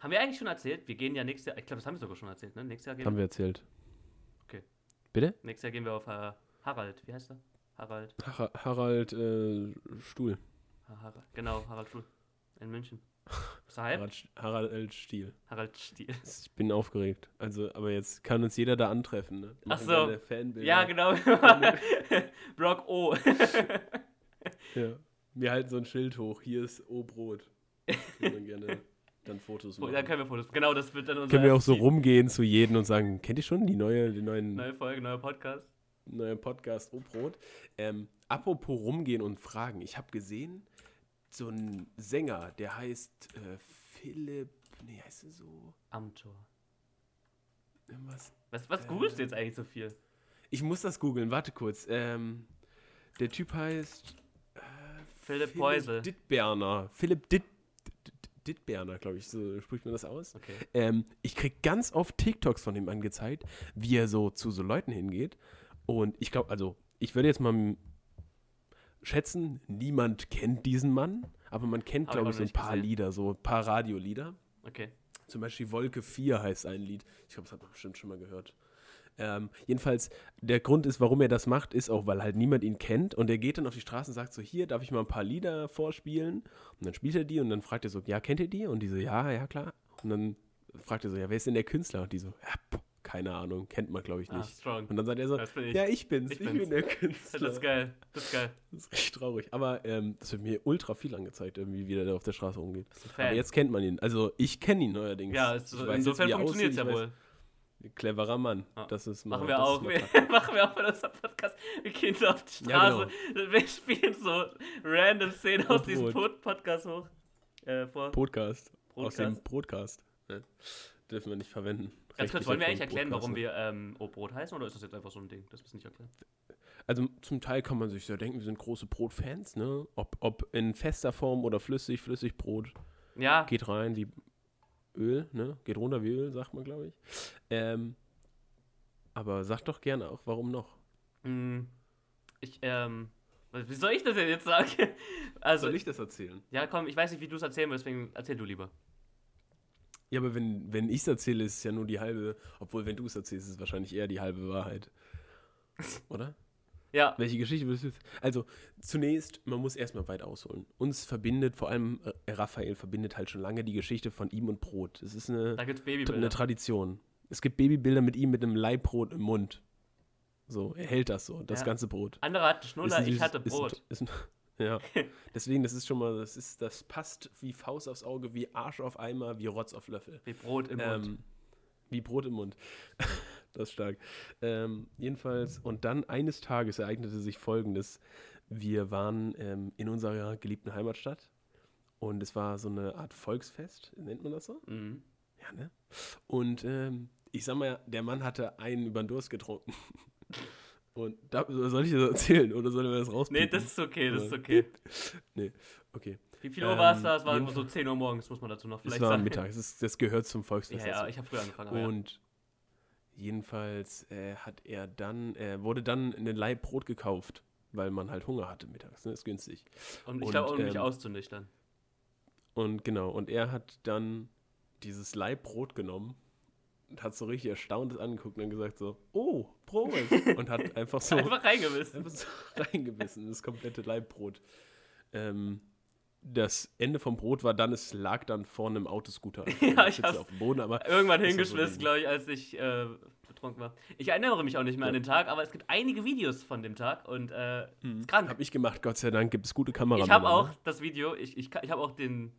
Speaker 1: Haben wir eigentlich schon erzählt? Wir gehen ja nächstes Jahr, ich glaube, das haben wir sogar schon erzählt, ne? Nächstes Jahr gehen,
Speaker 2: haben wir erzählt.
Speaker 1: Okay.
Speaker 2: Bitte?
Speaker 1: nächstes Jahr gehen wir auf äh, Harald. Wie heißt er? Harald.
Speaker 2: Har Harald äh, Stuhl.
Speaker 1: Ha- Harald. Genau, Harald Schul. In München. Bist du hyped?
Speaker 2: Harald, Sch- Harald Stiel.
Speaker 1: Harald Stiel.
Speaker 2: Ich bin aufgeregt. Also, aber jetzt kann uns jeder da antreffen. Ne?
Speaker 1: Ach
Speaker 2: Machen
Speaker 1: so.
Speaker 2: gerne Fanbilder.
Speaker 1: Ja, genau. Brock O.
Speaker 2: Ja. Wir halten so ein Schild hoch. Hier ist O-Brot. Können wir gerne dann Fotos machen.
Speaker 1: da können wir Fotos. Genau, das wird dann unser
Speaker 2: können wir auch so
Speaker 1: erstes Ziel.
Speaker 2: rumgehen zu jedem und sagen, kennt ihr schon die neue, den neuen,
Speaker 1: Neue Folge, neuer Podcast.
Speaker 2: neuen Podcast O-Brot? Ähm, apropos rumgehen und fragen. Ich habe gesehen, so ein Sänger, der heißt äh, Philipp, nee, heißt er so?
Speaker 1: Amtor.
Speaker 2: Irgendwas.
Speaker 1: Was, was googelst du jetzt eigentlich so viel?
Speaker 2: Ich muss das googeln, warte kurz. Ähm, der Typ heißt äh,
Speaker 1: Philipp Poisel.
Speaker 2: Dittberner. Philipp Ditt, Ditt, Dittberner, glaube ich, so spricht man das aus.
Speaker 1: Okay.
Speaker 2: Ähm, ich krieg ganz oft TikToks von ihm angezeigt, wie er so zu so Leuten hingeht. Und ich glaube, also, ich würde jetzt mal m- schätzen, niemand kennt diesen Mann, aber man kennt,
Speaker 1: Hab ich
Speaker 2: glaube
Speaker 1: auch
Speaker 2: ich, so ein
Speaker 1: nicht
Speaker 2: paar
Speaker 1: gesehen.
Speaker 2: Lieder, so ein paar Radiolieder.
Speaker 1: Okay.
Speaker 2: Zum Beispiel Wolke 4 heißt ein Lied. Ich glaube, das hat man bestimmt schon mal gehört. Ähm, jedenfalls, der Grund ist, warum er das macht, ist auch, weil halt niemand ihn kennt. Und er geht dann auf die Straße und sagt so, hier, darf ich mal ein paar Lieder vorspielen? Und dann spielt er die und dann fragt er so, ja, kennt ihr die? Und die so, ja, ja, klar. Und dann fragt er so, ja, wer ist denn der Künstler? Und die so, ja, pff, keine Ahnung, kennt man, glaube ich,
Speaker 1: Ah,
Speaker 2: nicht.
Speaker 1: strong.
Speaker 2: Und dann sagt er so,
Speaker 1: Das bin ich.
Speaker 2: ja, ich bin's,
Speaker 1: Ich
Speaker 2: ich,
Speaker 1: bin's."
Speaker 2: bin der
Speaker 1: Das
Speaker 2: Künstler.
Speaker 1: ist geil. Das ist geil.
Speaker 2: Das ist richtig traurig. Aber ähm, das wird mir ultra viel angezeigt, irgendwie, wie der da auf der Straße rumgeht.
Speaker 1: Bist du
Speaker 2: Aber
Speaker 1: Fan?
Speaker 2: jetzt kennt man ihn. Also ich kenne ihn neuerdings.
Speaker 1: Ja,
Speaker 2: Ich
Speaker 1: es,
Speaker 2: weiß jetzt,
Speaker 1: insofern
Speaker 2: wie er
Speaker 1: funktioniert es ja
Speaker 2: aussieht, ich weiß-
Speaker 1: wohl.
Speaker 2: Cleverer Mann.
Speaker 1: Ja.
Speaker 2: Das ist mal-
Speaker 1: Machen wir
Speaker 2: das ist
Speaker 1: auch.
Speaker 2: mal
Speaker 1: Wir,
Speaker 2: krass.
Speaker 1: machen wir auch bei unserem Podcast. Wir gehen so auf die
Speaker 2: Ja, genau.
Speaker 1: Straße. Wir spielen so random Szenen aus diesem Pod Podcast hoch. Äh, vor.
Speaker 2: Podcast. Aus
Speaker 1: Podcast.
Speaker 2: dem Podcast. Ne? Dürfen wir nicht verwenden.
Speaker 1: Ganz kurz,
Speaker 2: Rechtlich
Speaker 1: wollen wir
Speaker 2: erklären,
Speaker 1: eigentlich erklären,
Speaker 2: Podcast,
Speaker 1: warum
Speaker 2: ne?
Speaker 1: wir ähm, O-Brot heißen oder ist das jetzt einfach so ein Ding? Das müssen wir nicht erklären.
Speaker 2: Also zum Teil kann man sich so denken, wir sind große Brotfans, ne? Ob, ob in fester Form oder flüssig, Flüssigbrot.
Speaker 1: Ja,
Speaker 2: Geht rein wie Öl, ne? Geht runter wie Öl, sagt man, glaube ich. Ähm, aber sag doch gerne auch, warum noch?
Speaker 1: mh, hm, ich, ähm, was- wie soll ich das denn jetzt sagen? Also,
Speaker 2: ich das erzählen?
Speaker 1: ja, komm, ich weiß nicht, wie du es erzählen willst, deswegen erzähl du lieber.
Speaker 2: Ja, aber wenn, wenn ich es erzähle, ist es ja nur die halbe, obwohl wenn du es erzählst, ist es wahrscheinlich eher die halbe Wahrheit. Oder?
Speaker 1: Ja,
Speaker 2: Welche Geschichte willst du? Also, zunächst, man muss erstmal weit ausholen. Uns verbindet, vor allem äh, Raphael verbindet halt schon lange die Geschichte von ihm und Brot. Es ist eine,
Speaker 1: da gibt's
Speaker 2: eine
Speaker 1: Babybilder.
Speaker 2: Tradition. Es gibt Babybilder mit ihm mit einem Leibbrot im Mund. So, er hält das so, das
Speaker 1: Ja.
Speaker 2: ganze Brot.
Speaker 1: Andere hatten
Speaker 2: Ist ein
Speaker 1: Schnuller, ich
Speaker 2: süßes-
Speaker 1: hatte
Speaker 2: ist ein-
Speaker 1: Brot.
Speaker 2: Ist ein, ja, deswegen, das ist schon mal, das, ist, das passt wie Faust aufs Auge, wie Arsch auf Eimer, wie Rotz auf Löffel.
Speaker 1: Wie Brot im Mund.
Speaker 2: Ähm, wie Brot im Mund. Das ist stark. Ähm, jedenfalls, und dann eines Tages ereignete sich Folgendes. Wir waren ähm, in unserer geliebten Heimatstadt und es war so eine Art Volksfest, nennt man das so?
Speaker 1: Mhm.
Speaker 2: Ja, ne? Und ähm, ich sag mal, der Mann hatte einen über den Durst getrunken. Und da, soll ich das erzählen oder sollen wir das
Speaker 1: Nee,
Speaker 2: rauspiepen?
Speaker 1: das ist okay, das ist
Speaker 2: Ja.
Speaker 1: okay.
Speaker 2: Nee, okay.
Speaker 1: Wie viel Uhr war es
Speaker 2: Ähm,
Speaker 1: da? Es war
Speaker 2: jeden-
Speaker 1: so 10 Uhr morgens, muss man dazu noch
Speaker 2: Es
Speaker 1: vielleicht
Speaker 2: war
Speaker 1: sagen.
Speaker 2: mittags, es- das gehört zum Volksfest.
Speaker 1: Ja, Ah, ja,
Speaker 2: dazu.
Speaker 1: ich habe früher angefangen. aber
Speaker 2: Und jedenfalls äh, hat er dann, äh, wurde dann eine Laib Brot gekauft, weil man halt Hunger hatte mittags, ne? Ist günstig.
Speaker 1: ja. und ich
Speaker 2: und,
Speaker 1: glaube, um mich
Speaker 2: ähm,
Speaker 1: auszunüchtern.
Speaker 2: Und genau, und er hat dann dieses Laib Brot genommen und hat so richtig erstaunt angeguckt und dann gesagt so, oh, Brot! und hat einfach so,
Speaker 1: Einfach reingewissen.
Speaker 2: einfach so reingebissen, das komplette Leibbrot. Ähm, das Ende vom Brot war dann, es lag dann vorne im Autoscooter. einfach in
Speaker 1: Ja,
Speaker 2: der
Speaker 1: ich
Speaker 2: Pfütze
Speaker 1: hab's-
Speaker 2: auf dem Boden, aber
Speaker 1: Irgendwann
Speaker 2: Das war so
Speaker 1: hingeschmissen,
Speaker 2: ein-
Speaker 1: glaube ich, als ich äh, betrunken war. Ich erinnere mich auch nicht mehr an
Speaker 2: Ja. Hm.
Speaker 1: den Tag, aber es gibt einige Videos von dem Tag und äh, ist krank.
Speaker 2: habe ich gemacht, Gott sei Dank gibt es gute Kameramänner.
Speaker 1: ich habe
Speaker 2: ne?
Speaker 1: auch das Video, ich, ich, ka- ich habe auch den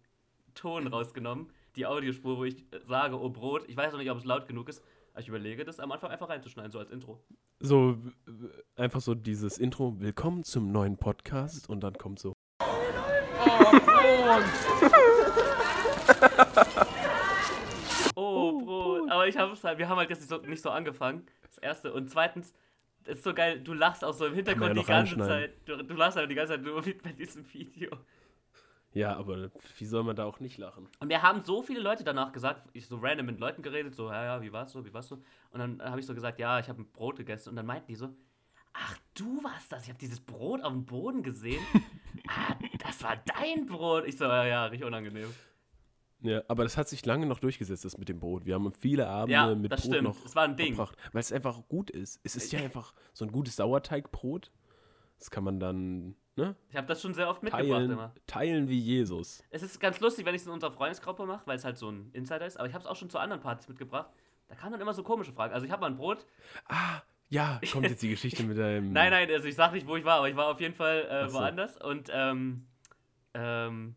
Speaker 1: Ton rausgenommen, die Audiospur, wo ich äh, sage, oh Brot. Ich weiß noch nicht, ob es laut genug ist, aber ich überlege, das am Anfang einfach reinzuschneiden, so als Intro.
Speaker 2: so w- einfach so dieses Intro, willkommen zum neuen Podcast und dann kommt so.
Speaker 1: Oh, Brot. Aber ich habe es halt, wir haben halt jetzt nicht so, nicht so angefangen. Das erste. Und zweitens, das ist so geil, du lachst auch so im
Speaker 2: man ja
Speaker 1: Hintergrund die
Speaker 2: noch
Speaker 1: ganze Zeit.
Speaker 2: reinschneiden.
Speaker 1: Du, du lachst halt die ganze Zeit nur mit bei diesem Video.
Speaker 2: Ja, aber wie soll man da auch nicht lachen?
Speaker 1: Und wir haben so viele Leute danach gesagt, ich so random mit Leuten geredet, so, ja, ja, wie war's so, wie war's so. Und dann habe ich so gesagt, ja, ich habe ein Brot gegessen. Und dann meinten die so, ach, du warst das, ich habe dieses Brot auf dem Boden gesehen. ah, das war dein Brot. Ich so, ja, ja, richtig unangenehm.
Speaker 2: Ja, aber das hat sich lange noch durchgesetzt, das mit dem Brot. Wir haben viele Abende
Speaker 1: Ja,
Speaker 2: mit
Speaker 1: das
Speaker 2: Brot
Speaker 1: stimmt.
Speaker 2: noch
Speaker 1: Es war ein Ding.
Speaker 2: verbracht, weil es einfach gut ist. Es ist ja einfach so ein gutes Sauerteigbrot. Das kann man dann ne,
Speaker 1: Ich habe das schon sehr oft mitgebracht
Speaker 2: teilen,
Speaker 1: immer.
Speaker 2: teilen wie Jesus.
Speaker 1: Es ist ganz lustig, wenn ich es in unserer Freundesgruppe mache, weil es halt so ein Insider ist. Aber ich habe es auch schon zu anderen Partys mitgebracht. Da kamen dann immer so komische Fragen. Also ich habe mal ein Brot.
Speaker 2: Ah, Ja, kommt jetzt die Geschichte mit deinem.
Speaker 1: Nein, nein, also ich sag nicht, wo ich war, aber ich war auf jeden Fall äh,
Speaker 2: Ach so.
Speaker 1: woanders. Und ähm, ähm,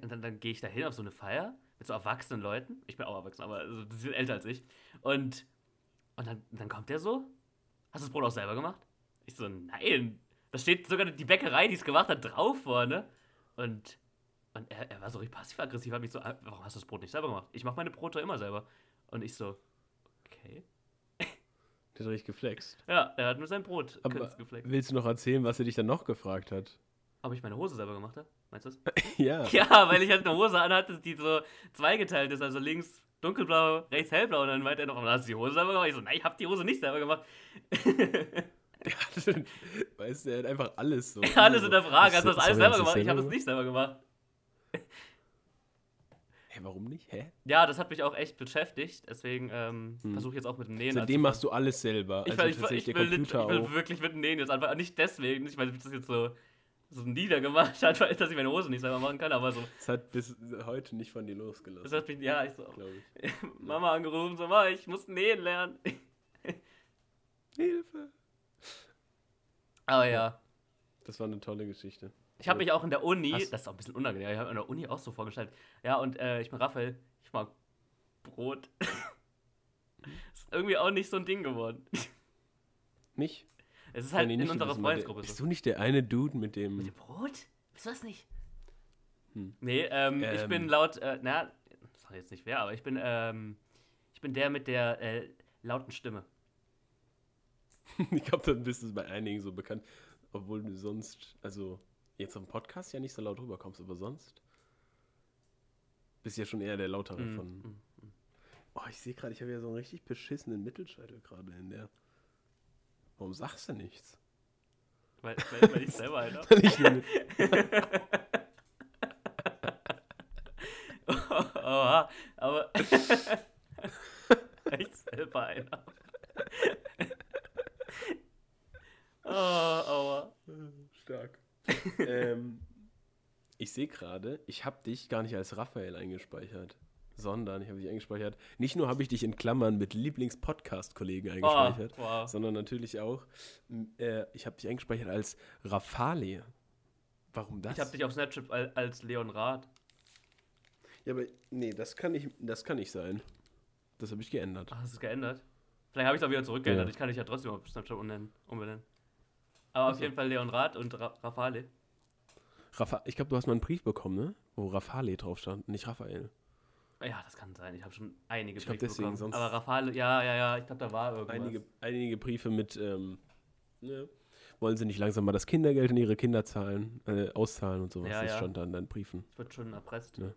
Speaker 1: und dann, dann gehe ich da hin auf so eine Feier mit so erwachsenen Leuten. Ich bin auch erwachsen, aber also, die sind älter als ich. Und, und dann, dann kommt der so. Hast du das Brot auch selber gemacht? Ich so, nein. Da steht sogar die Bäckerei, die es gemacht hat, drauf vorne. Und, und er, er war so richtig passiv-aggressiv, hat mich so, "Ah, warum hast du das Brot nicht selber gemacht? Ich mache meine Brote immer selber. Und ich so, okay.
Speaker 2: Der hat richtig geflext.
Speaker 1: Ja, er hat nur sein Brot
Speaker 2: Aber-
Speaker 1: kurz gefleckt.
Speaker 2: Willst du noch erzählen, was er dich dann noch gefragt hat?
Speaker 1: Ob ich meine Hose selber gemacht habe? Meinst du das?
Speaker 2: ja.
Speaker 1: Ja, weil ich halt eine Hose anhatte, die so zweigeteilt ist. Also links dunkelblau, rechts hellblau. Und dann meint er noch, "Aber hast du die Hose selber gemacht? Ich so, nein, ich hab die Hose nicht selber gemacht.
Speaker 2: weißt du, er hat einfach alles so.
Speaker 1: alles in der Frage. Hast du das
Speaker 2: Sorry,
Speaker 1: alles selber
Speaker 2: hast du
Speaker 1: gemacht? Ich habe das
Speaker 2: selber
Speaker 1: nicht selber gemacht.
Speaker 2: Hä, warum nicht? Hä?
Speaker 1: Ja, das hat mich auch echt beschäftigt. Deswegen ähm,
Speaker 2: Hm.
Speaker 1: versuche ich jetzt auch mit dem Nähen.
Speaker 2: Seitdem
Speaker 1: anzufangen.
Speaker 2: machst du alles selber.
Speaker 1: also, ich,
Speaker 2: also
Speaker 1: will- ich, will-
Speaker 2: tatsächlich
Speaker 1: ich,
Speaker 2: der
Speaker 1: will, lit-
Speaker 2: Computer
Speaker 1: ich will
Speaker 2: auch.
Speaker 1: wirklich mit dem Nähen jetzt einfach. Nicht deswegen, nicht weil ich das jetzt so, so niedergemacht hat, weil- dass ich meine Hose nicht selber machen kann. Aber so,
Speaker 2: Es hat bis heute nicht von dir losgelassen,
Speaker 1: das hat mich, ja, ich so,
Speaker 2: glaube ich.
Speaker 1: Mama angerufen, so, Mama, ich muss nähen lernen.
Speaker 2: Hilfe!
Speaker 1: Aber ja.
Speaker 2: Das war eine tolle Geschichte.
Speaker 1: Ich habe mich auch in der Uni,
Speaker 2: Hast-
Speaker 1: Äh, das ist auch ein bisschen unangenehm, ich habe in der Uni auch so vorgestellt. Ja, und äh, ich bin Raphael, ich mag Brot. ist irgendwie auch nicht so ein Ding geworden.
Speaker 2: Nicht?
Speaker 1: Es ist halt in unserer
Speaker 2: gewesen, weil der-
Speaker 1: Freundesgruppe
Speaker 2: Bist
Speaker 1: so.
Speaker 2: du nicht der eine Dude mit
Speaker 1: Mit
Speaker 2: dem.
Speaker 1: dem Brot? Bist du das nicht?
Speaker 2: Hm.
Speaker 1: Nee, ähm, ich
Speaker 2: Ähm.
Speaker 1: bin laut, äh, na, ich sag jetzt nicht wer, aber ich bin, ähm, ich bin der mit der äh, lauten Stimme.
Speaker 2: ich glaube, dann bist du bei einigen so bekannt. Obwohl du sonst, also jetzt am Podcast ja nicht so laut rüberkommst, aber sonst. Bist ja schon eher der Lautere
Speaker 1: Mm,
Speaker 2: von.
Speaker 1: mm.
Speaker 2: Oh, ich sehe gerade, ich habe ja so einen richtig beschissenen Mittelscheitel gerade in der. Warum sagst du nichts?
Speaker 1: Weil, weil, weil ich selber halt auch.
Speaker 2: ich nehme-
Speaker 1: Oha, aber. ich selber einer. oh, aua.
Speaker 2: Stark. ähm, ich sehe gerade, ich habe dich gar nicht als Raphael eingespeichert, sondern ich habe dich eingespeichert. Nicht nur habe ich dich in Klammern mit Lieblings-Podcast-Kollegen
Speaker 1: Oh,
Speaker 2: eingespeichert,
Speaker 1: wow.
Speaker 2: sondern natürlich auch, m, äh, ich habe dich eingespeichert als Rafale. Warum das?
Speaker 1: Ich hab dich auf Snapchat al- als Leon Rath.
Speaker 2: ja, aber nee, das kann nicht, das kann nicht sein. Das habe ich geändert.
Speaker 1: Ach, hast du es geändert? Vielleicht habe ich es auch wieder zurückgeändert.
Speaker 2: Ja.
Speaker 1: Ich kann dich ja trotzdem auf Snapchat umbenennen. umbenennen. Aber auf
Speaker 2: Ach so.
Speaker 1: jeden Fall Leon Rath und Ra Rafale.
Speaker 2: Rafa ich glaube, du hast mal einen Brief bekommen, ne? Wo Rafale drauf stand, nicht Raphael.
Speaker 1: Ja, das kann sein. Ich habe schon einige
Speaker 2: Ich glaub,
Speaker 1: Briefe
Speaker 2: deswegen,
Speaker 1: bekommen.
Speaker 2: sonst-
Speaker 1: Aber Rafale, ja, ja, ja, ich glaube, da war irgendwas.
Speaker 2: Einige, einige Briefe mit, ähm, ne? wollen sie nicht langsam mal das Kindergeld in ihre Kinder zahlen, äh, auszahlen und sowas.
Speaker 1: Ja,
Speaker 2: das
Speaker 1: ja.
Speaker 2: stand da in deinen Briefen.
Speaker 1: Ich wurde schon erpresst.
Speaker 2: Ja.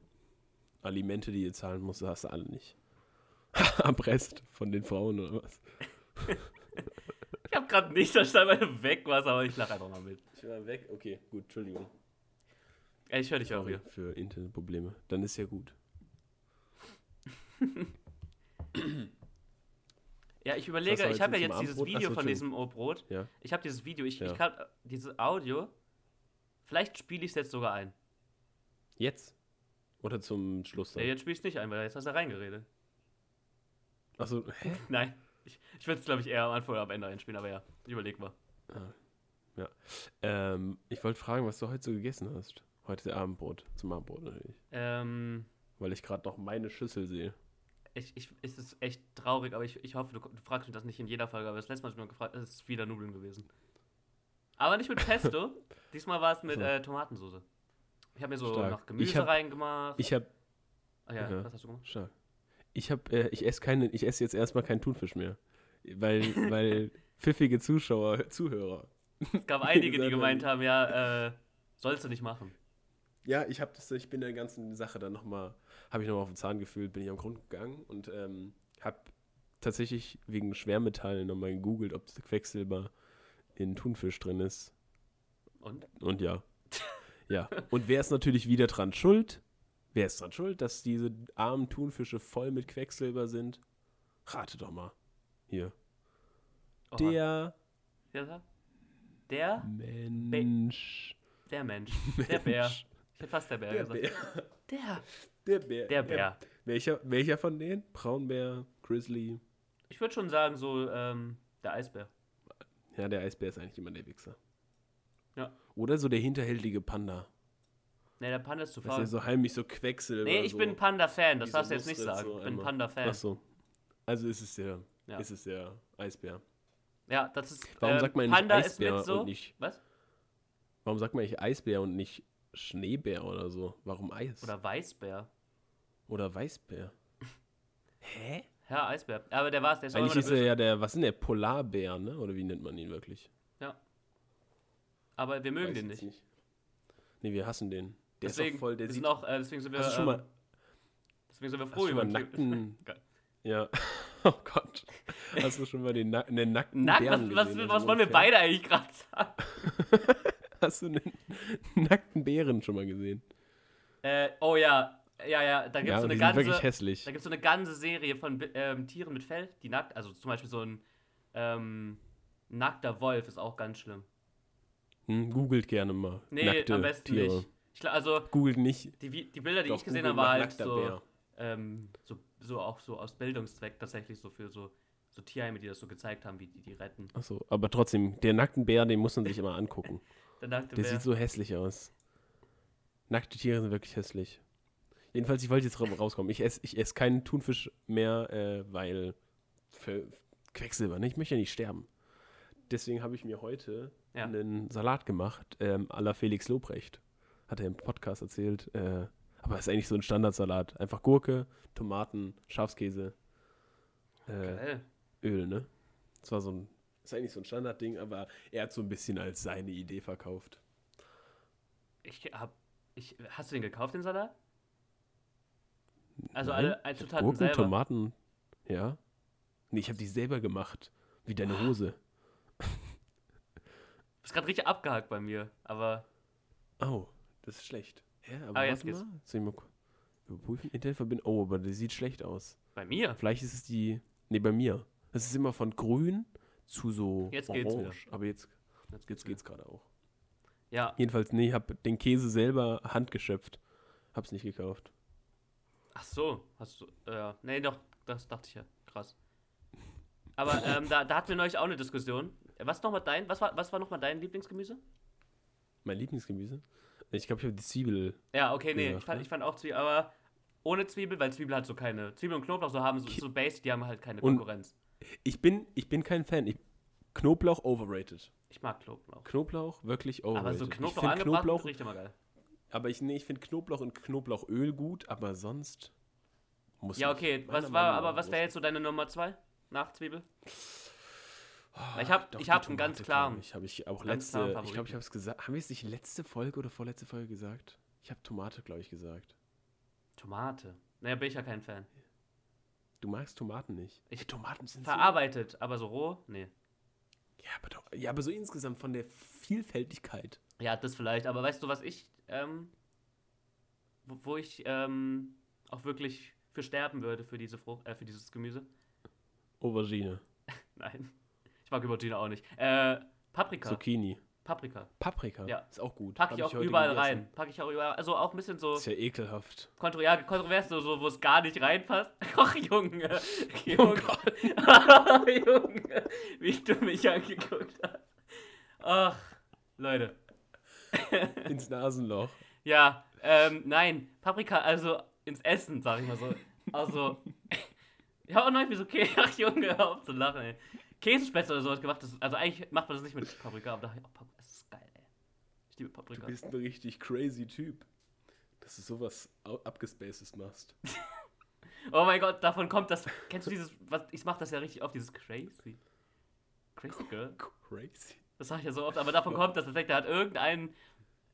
Speaker 2: Alimente, die ihr zahlen musst, hast du alle nicht. Erpresst von den Frauen oder was?
Speaker 1: Ich habe gerade nicht verstanden, weil du weg warst, aber ich lache einfach mal mit.
Speaker 2: Ich war weg, okay, gut, Entschuldigung.
Speaker 1: Ey, ich höre dich auch hier.
Speaker 2: Sorry für Internetprobleme. Dann ist ja gut.
Speaker 1: Ja, ich
Speaker 2: Was
Speaker 1: überlege,
Speaker 2: war
Speaker 1: ich
Speaker 2: jetzt
Speaker 1: habe ja
Speaker 2: zum
Speaker 1: jetzt dieses
Speaker 2: Abendbrot?
Speaker 1: Video
Speaker 2: Ach so,
Speaker 1: von diesem O-Brot.
Speaker 2: Ja.
Speaker 1: Ich habe dieses Video, ich,
Speaker 2: Ja.
Speaker 1: ich kann dieses Audio. Vielleicht spiele ich es jetzt sogar ein.
Speaker 2: Jetzt? Oder zum Schluss
Speaker 1: Ja,
Speaker 2: dann?
Speaker 1: jetzt spiele ich es nicht ein, weil jetzt hast du reingeredet.
Speaker 2: Achso, hä?
Speaker 1: Nein. Ich, ich würde es, glaube ich, eher am Anfang oder am Ende einspielen, aber ja, überleg mal.
Speaker 2: Ah, Ähm, ich wollte fragen, was du heute so gegessen hast. Heute Abendbrot, zum Abendbrot natürlich.
Speaker 1: Ähm,
Speaker 2: Weil ich gerade noch meine Schüssel sehe.
Speaker 1: ich, ich, es ist echt traurig, aber ich, ich hoffe, du, du fragst mich das nicht in jeder Folge, aber das letzte Mal hast du mir gefragt, es ist wieder Nudeln gewesen. Aber nicht mit Pesto. Diesmal war es mit
Speaker 2: So.
Speaker 1: äh, Tomatensauce. Ich habe mir so
Speaker 2: Stark.
Speaker 1: noch
Speaker 2: Ich
Speaker 1: Gemüse
Speaker 2: hab-
Speaker 1: reingemacht.
Speaker 2: Ich habe,
Speaker 1: ah, ja,
Speaker 2: ja.
Speaker 1: was hast du gemacht?
Speaker 2: stark. Ich habe, äh, ich esse keine, ich esse jetzt erstmal keinen Thunfisch mehr. Weil, weil pfiffige Zuschauer, Zuhörer.
Speaker 1: Es gab einige, die
Speaker 2: gesagt,
Speaker 1: gemeint
Speaker 2: Olli.
Speaker 1: haben, ja, äh, sollst du nicht machen.
Speaker 2: Ja, ich habe das, ich bin der ganzen Sache dann nochmal, habe ich nochmal auf den Zahn gefühlt, bin ich am Grund gegangen und ähm, habe tatsächlich wegen Schwermetallen nochmal gegoogelt, ob das Quecksilber in Thunfisch drin ist.
Speaker 1: Und?
Speaker 2: Und ja. ja. Und wer ist natürlich wieder dran schuld? Wer ist dran schuld, dass diese armen Thunfische voll mit Quecksilber sind? Rate doch mal. Hier.
Speaker 1: Oha.
Speaker 2: Der
Speaker 1: Der, der,
Speaker 2: Mensch.
Speaker 1: der Mensch. Der Bär. Ich hätte fast der Bär
Speaker 2: Der
Speaker 1: gesagt.
Speaker 2: Bär.
Speaker 1: Der.
Speaker 2: Der Bär.
Speaker 1: Der Bär.
Speaker 2: Welcher, welcher von denen? Braunbär, Grizzly.
Speaker 1: Ich würde schon sagen, so ähm, der Eisbär.
Speaker 2: Ja, der Eisbär ist eigentlich immer der Wichser.
Speaker 1: Ja.
Speaker 2: Oder so der hinterhältige Panda.
Speaker 1: Ne, der Panda ist zu
Speaker 2: Dass er
Speaker 1: faul.
Speaker 2: so heimlich so Quecksilber.
Speaker 1: Nee, ich
Speaker 2: so.
Speaker 1: bin Panda-Fan, das
Speaker 2: Diese
Speaker 1: darfst du jetzt nicht
Speaker 2: Nussritz
Speaker 1: sagen.
Speaker 2: so
Speaker 1: ich bin
Speaker 2: einmal.
Speaker 1: Panda-Fan.
Speaker 2: Ach so. Also ist es der,
Speaker 1: Ja.
Speaker 2: ist es der Eisbär.
Speaker 1: Ja, das ist.
Speaker 2: Warum
Speaker 1: ähm,
Speaker 2: sagt man nicht
Speaker 1: Panda
Speaker 2: Eisbär
Speaker 1: ist mit so.
Speaker 2: und nicht-
Speaker 1: was?
Speaker 2: Warum sagt man eigentlich Eisbär und nicht Schneebär oder so? Warum Eis?
Speaker 1: Oder Weißbär.
Speaker 2: Oder Weißbär? Hä?
Speaker 1: Ja, Eisbär. Aber der war's, der ist auch immer
Speaker 2: Eigentlich
Speaker 1: der
Speaker 2: ist er
Speaker 1: Böse.
Speaker 2: ja der, was ist denn der Polarbär, ne? Oder wie nennt man ihn wirklich?
Speaker 1: Aber wir mögen
Speaker 2: Weiß
Speaker 1: den
Speaker 2: jetzt
Speaker 1: nicht.
Speaker 2: Nee, wir hassen den. Der
Speaker 1: Deswegen
Speaker 2: ist doch voll, der
Speaker 1: wir
Speaker 2: sieht
Speaker 1: sind auch, äh, deswegen sind wir.
Speaker 2: Hast du schon
Speaker 1: ähm,
Speaker 2: mal,
Speaker 1: deswegen sind wir froh
Speaker 2: hast du schon
Speaker 1: über
Speaker 2: mal
Speaker 1: den Typen.
Speaker 2: nackten. ja. Oh Gott. Hast du schon mal den, Nack den nackten
Speaker 1: Nackt, was,
Speaker 2: Bären
Speaker 1: was,
Speaker 2: gesehen?
Speaker 1: was
Speaker 2: Also
Speaker 1: wollen wir
Speaker 2: ungefähr.
Speaker 1: beide eigentlich gerade sagen?
Speaker 2: Hast du einen nackten Bären schon mal gesehen?
Speaker 1: Äh, oh ja, ja, ja, da gibt es
Speaker 2: Ja,
Speaker 1: so eine
Speaker 2: die sind wirklich
Speaker 1: ganze.
Speaker 2: hässlich.
Speaker 1: Da gibt's so eine ganze Serie von ähm, Tieren mit Fell, die nackt. Also zum Beispiel so ein ähm, nackter Wolf ist auch ganz schlimm.
Speaker 2: Hm, googelt gerne mal.
Speaker 1: Nee,
Speaker 2: Nackte
Speaker 1: am besten
Speaker 2: Tiere.
Speaker 1: nicht. Ich, glaub, also
Speaker 2: Googelt nicht.
Speaker 1: Die, Vi- die Bilder, die
Speaker 2: Doch,
Speaker 1: ich gesehen
Speaker 2: Google
Speaker 1: habe, war halt
Speaker 2: macht nackter
Speaker 1: so,
Speaker 2: Bär.
Speaker 1: ähm, so, so auch so aus Bildungszweck tatsächlich so für so, so Tierheime, die das so gezeigt haben, wie die die retten.
Speaker 2: Achso, aber trotzdem, der nackten Bär, den muss man sich immer angucken.
Speaker 1: Der nackte
Speaker 2: Der
Speaker 1: Bär.
Speaker 2: sieht so hässlich aus. Nackte Tiere sind wirklich hässlich. Jedenfalls, ich wollte jetzt ra- rauskommen. Ich esse ich ess keinen Thunfisch mehr, äh, weil für Quecksilber, ne? ich möchte ja nicht sterben. Deswegen habe ich mir heute
Speaker 1: Ja.
Speaker 2: einen Salat gemacht, ähm, à la Felix Lobrecht. Hat er im Podcast erzählt. Äh, aber ist eigentlich so ein Standardsalat. Einfach Gurke, Tomaten, Schafskäse. Äh,
Speaker 1: Geil.
Speaker 2: Öl, ne? Das war so ein. Ist eigentlich so ein Standardding, aber er hat so ein bisschen als seine Idee verkauft.
Speaker 1: Ich hab, ich, hast du den gekauft, den Salat? Also
Speaker 2: Nein,
Speaker 1: alle Einzutaten
Speaker 2: Gurken,
Speaker 1: selber.
Speaker 2: Tomaten, ja. Nee, ich habe die selber gemacht. Wie deine
Speaker 1: Ah.
Speaker 2: Hose.
Speaker 1: Ist gerade richtig abgehakt bei mir, aber
Speaker 2: Au, das ist schlecht. Hä, aber
Speaker 1: Ah,
Speaker 2: warte
Speaker 1: jetzt geht's.
Speaker 2: mal. Soll ich mal ku- überprüfen? Internetverbindung. Oh, aber die sieht schlecht aus.
Speaker 1: bei mir.
Speaker 2: Vielleicht ist es die. Nee, bei mir. Es ist immer von grün zu so
Speaker 1: Jetzt geht's
Speaker 2: orange. Aber jetzt, jetzt geht's gerade auch.
Speaker 1: Ja,
Speaker 2: Jedenfalls, nee, ich habe den Käse selber handgeschöpft. Hab's nicht gekauft.
Speaker 1: ach so, hast du, äh, nee, doch, das dachte ich ja, krass. Aber ähm, da, da hatten wir neulich auch eine Diskussion. Was noch mal dein, was war, was war noch mal dein Lieblingsgemüse?
Speaker 2: Mein Lieblingsgemüse? Ich glaube, ich habe die Zwiebel.
Speaker 1: Ja, okay, nee,
Speaker 2: gesagt,
Speaker 1: ich, fand,
Speaker 2: ne?
Speaker 1: ich fand auch Zwiebel, aber ohne Zwiebel, weil Zwiebel hat so keine. Zwiebel und Knoblauch so haben so, so Base, die haben halt keine
Speaker 2: Und-
Speaker 1: Konkurrenz.
Speaker 2: Ich bin, ich bin kein Fan. Ich, Knoblauch overrated.
Speaker 1: Ich mag Knoblauch.
Speaker 2: Knoblauch wirklich overrated.
Speaker 1: Aber so
Speaker 2: Oh, ich
Speaker 1: Knoblauch
Speaker 2: find
Speaker 1: angebraten
Speaker 2: Knoblauch,
Speaker 1: riecht immer geil.
Speaker 2: aber ich, nee, ich finde Knoblauch und Knoblauchöl gut, aber sonst muss
Speaker 1: Ja,
Speaker 2: nicht.
Speaker 1: okay.
Speaker 2: Meiner
Speaker 1: Was war,
Speaker 2: Meinung
Speaker 1: aber
Speaker 2: nach
Speaker 1: was
Speaker 2: muss
Speaker 1: wäre jetzt so deine Nummer 2 nach Zwiebel?
Speaker 2: nicht.
Speaker 1: Weil ich hab-
Speaker 2: Ah, Doch,
Speaker 1: ich
Speaker 2: die
Speaker 1: hab einen ganz
Speaker 2: Tomate, glaub
Speaker 1: klaren-
Speaker 2: Ich habe ich auch
Speaker 1: ganz
Speaker 2: letzte,
Speaker 1: klaren
Speaker 2: ich glaube, ich
Speaker 1: Favoriten.
Speaker 2: habe es gesagt. Haben wir es nicht letzte Folge oder vorletzte Folge gesagt? Ich habe Tomate, glaube ich, gesagt.
Speaker 1: Tomate. Naja, bin ich ja kein Fan.
Speaker 2: Du magst Tomaten nicht.
Speaker 1: Ich-
Speaker 2: Ey, Tomaten sind so
Speaker 1: Verarbeitet, aber so roh? Nee.
Speaker 2: Ja, aber doch, ja, aber so insgesamt von der Vielfältigkeit.
Speaker 1: Ja, das vielleicht. Aber weißt du, was ich, ähm, wo, wo ich ähm, auch wirklich für sterben würde für diese Frucht, äh, für dieses Gemüse?
Speaker 2: Aubergine,
Speaker 1: Nein. Ich mag Aubergine auch nicht. Äh, Paprika.
Speaker 2: Zucchini,
Speaker 1: Paprika.
Speaker 2: Paprika.
Speaker 1: Ja.
Speaker 2: Ist auch gut.
Speaker 1: Pack
Speaker 2: Hab
Speaker 1: ich auch
Speaker 2: heute
Speaker 1: überall
Speaker 2: gegessen.
Speaker 1: rein. Pack ich auch überall. Also auch ein bisschen so
Speaker 2: Ist ja ekelhaft.
Speaker 1: kontro ja, kontrovers, so, so wo es gar nicht reinpasst. Ach, Junge. Junge.
Speaker 2: Oh Gott.
Speaker 1: Junge. Wie du mich angeguckt hast. Ach, Leute.
Speaker 2: Ins Nasenloch.
Speaker 1: Ja, ähm, nein, Paprika, also ins Essen, sag ich mal so. Also, ich habe auch neulich wie so, Kä- ach Junge, hör auf zu lachen, ey. Käsespätzle oder sowas gemacht, das, also eigentlich macht man das nicht mit Paprika, aber dachte ich, oh, Paprika, das ist geil, ey. Ich liebe
Speaker 2: Du
Speaker 1: Paprika.
Speaker 2: bist ein richtig crazy Typ. Dass du sowas au- abgespacedes machst.
Speaker 1: Oh mein Gott, davon kommt das, kennst du dieses, was, ich mach das ja richtig oft, dieses Crazy. Crazy Girl.
Speaker 2: Crazy.
Speaker 1: Das sag ich ja so oft, aber davon kommt das tatsächlich. Da hat irgendein,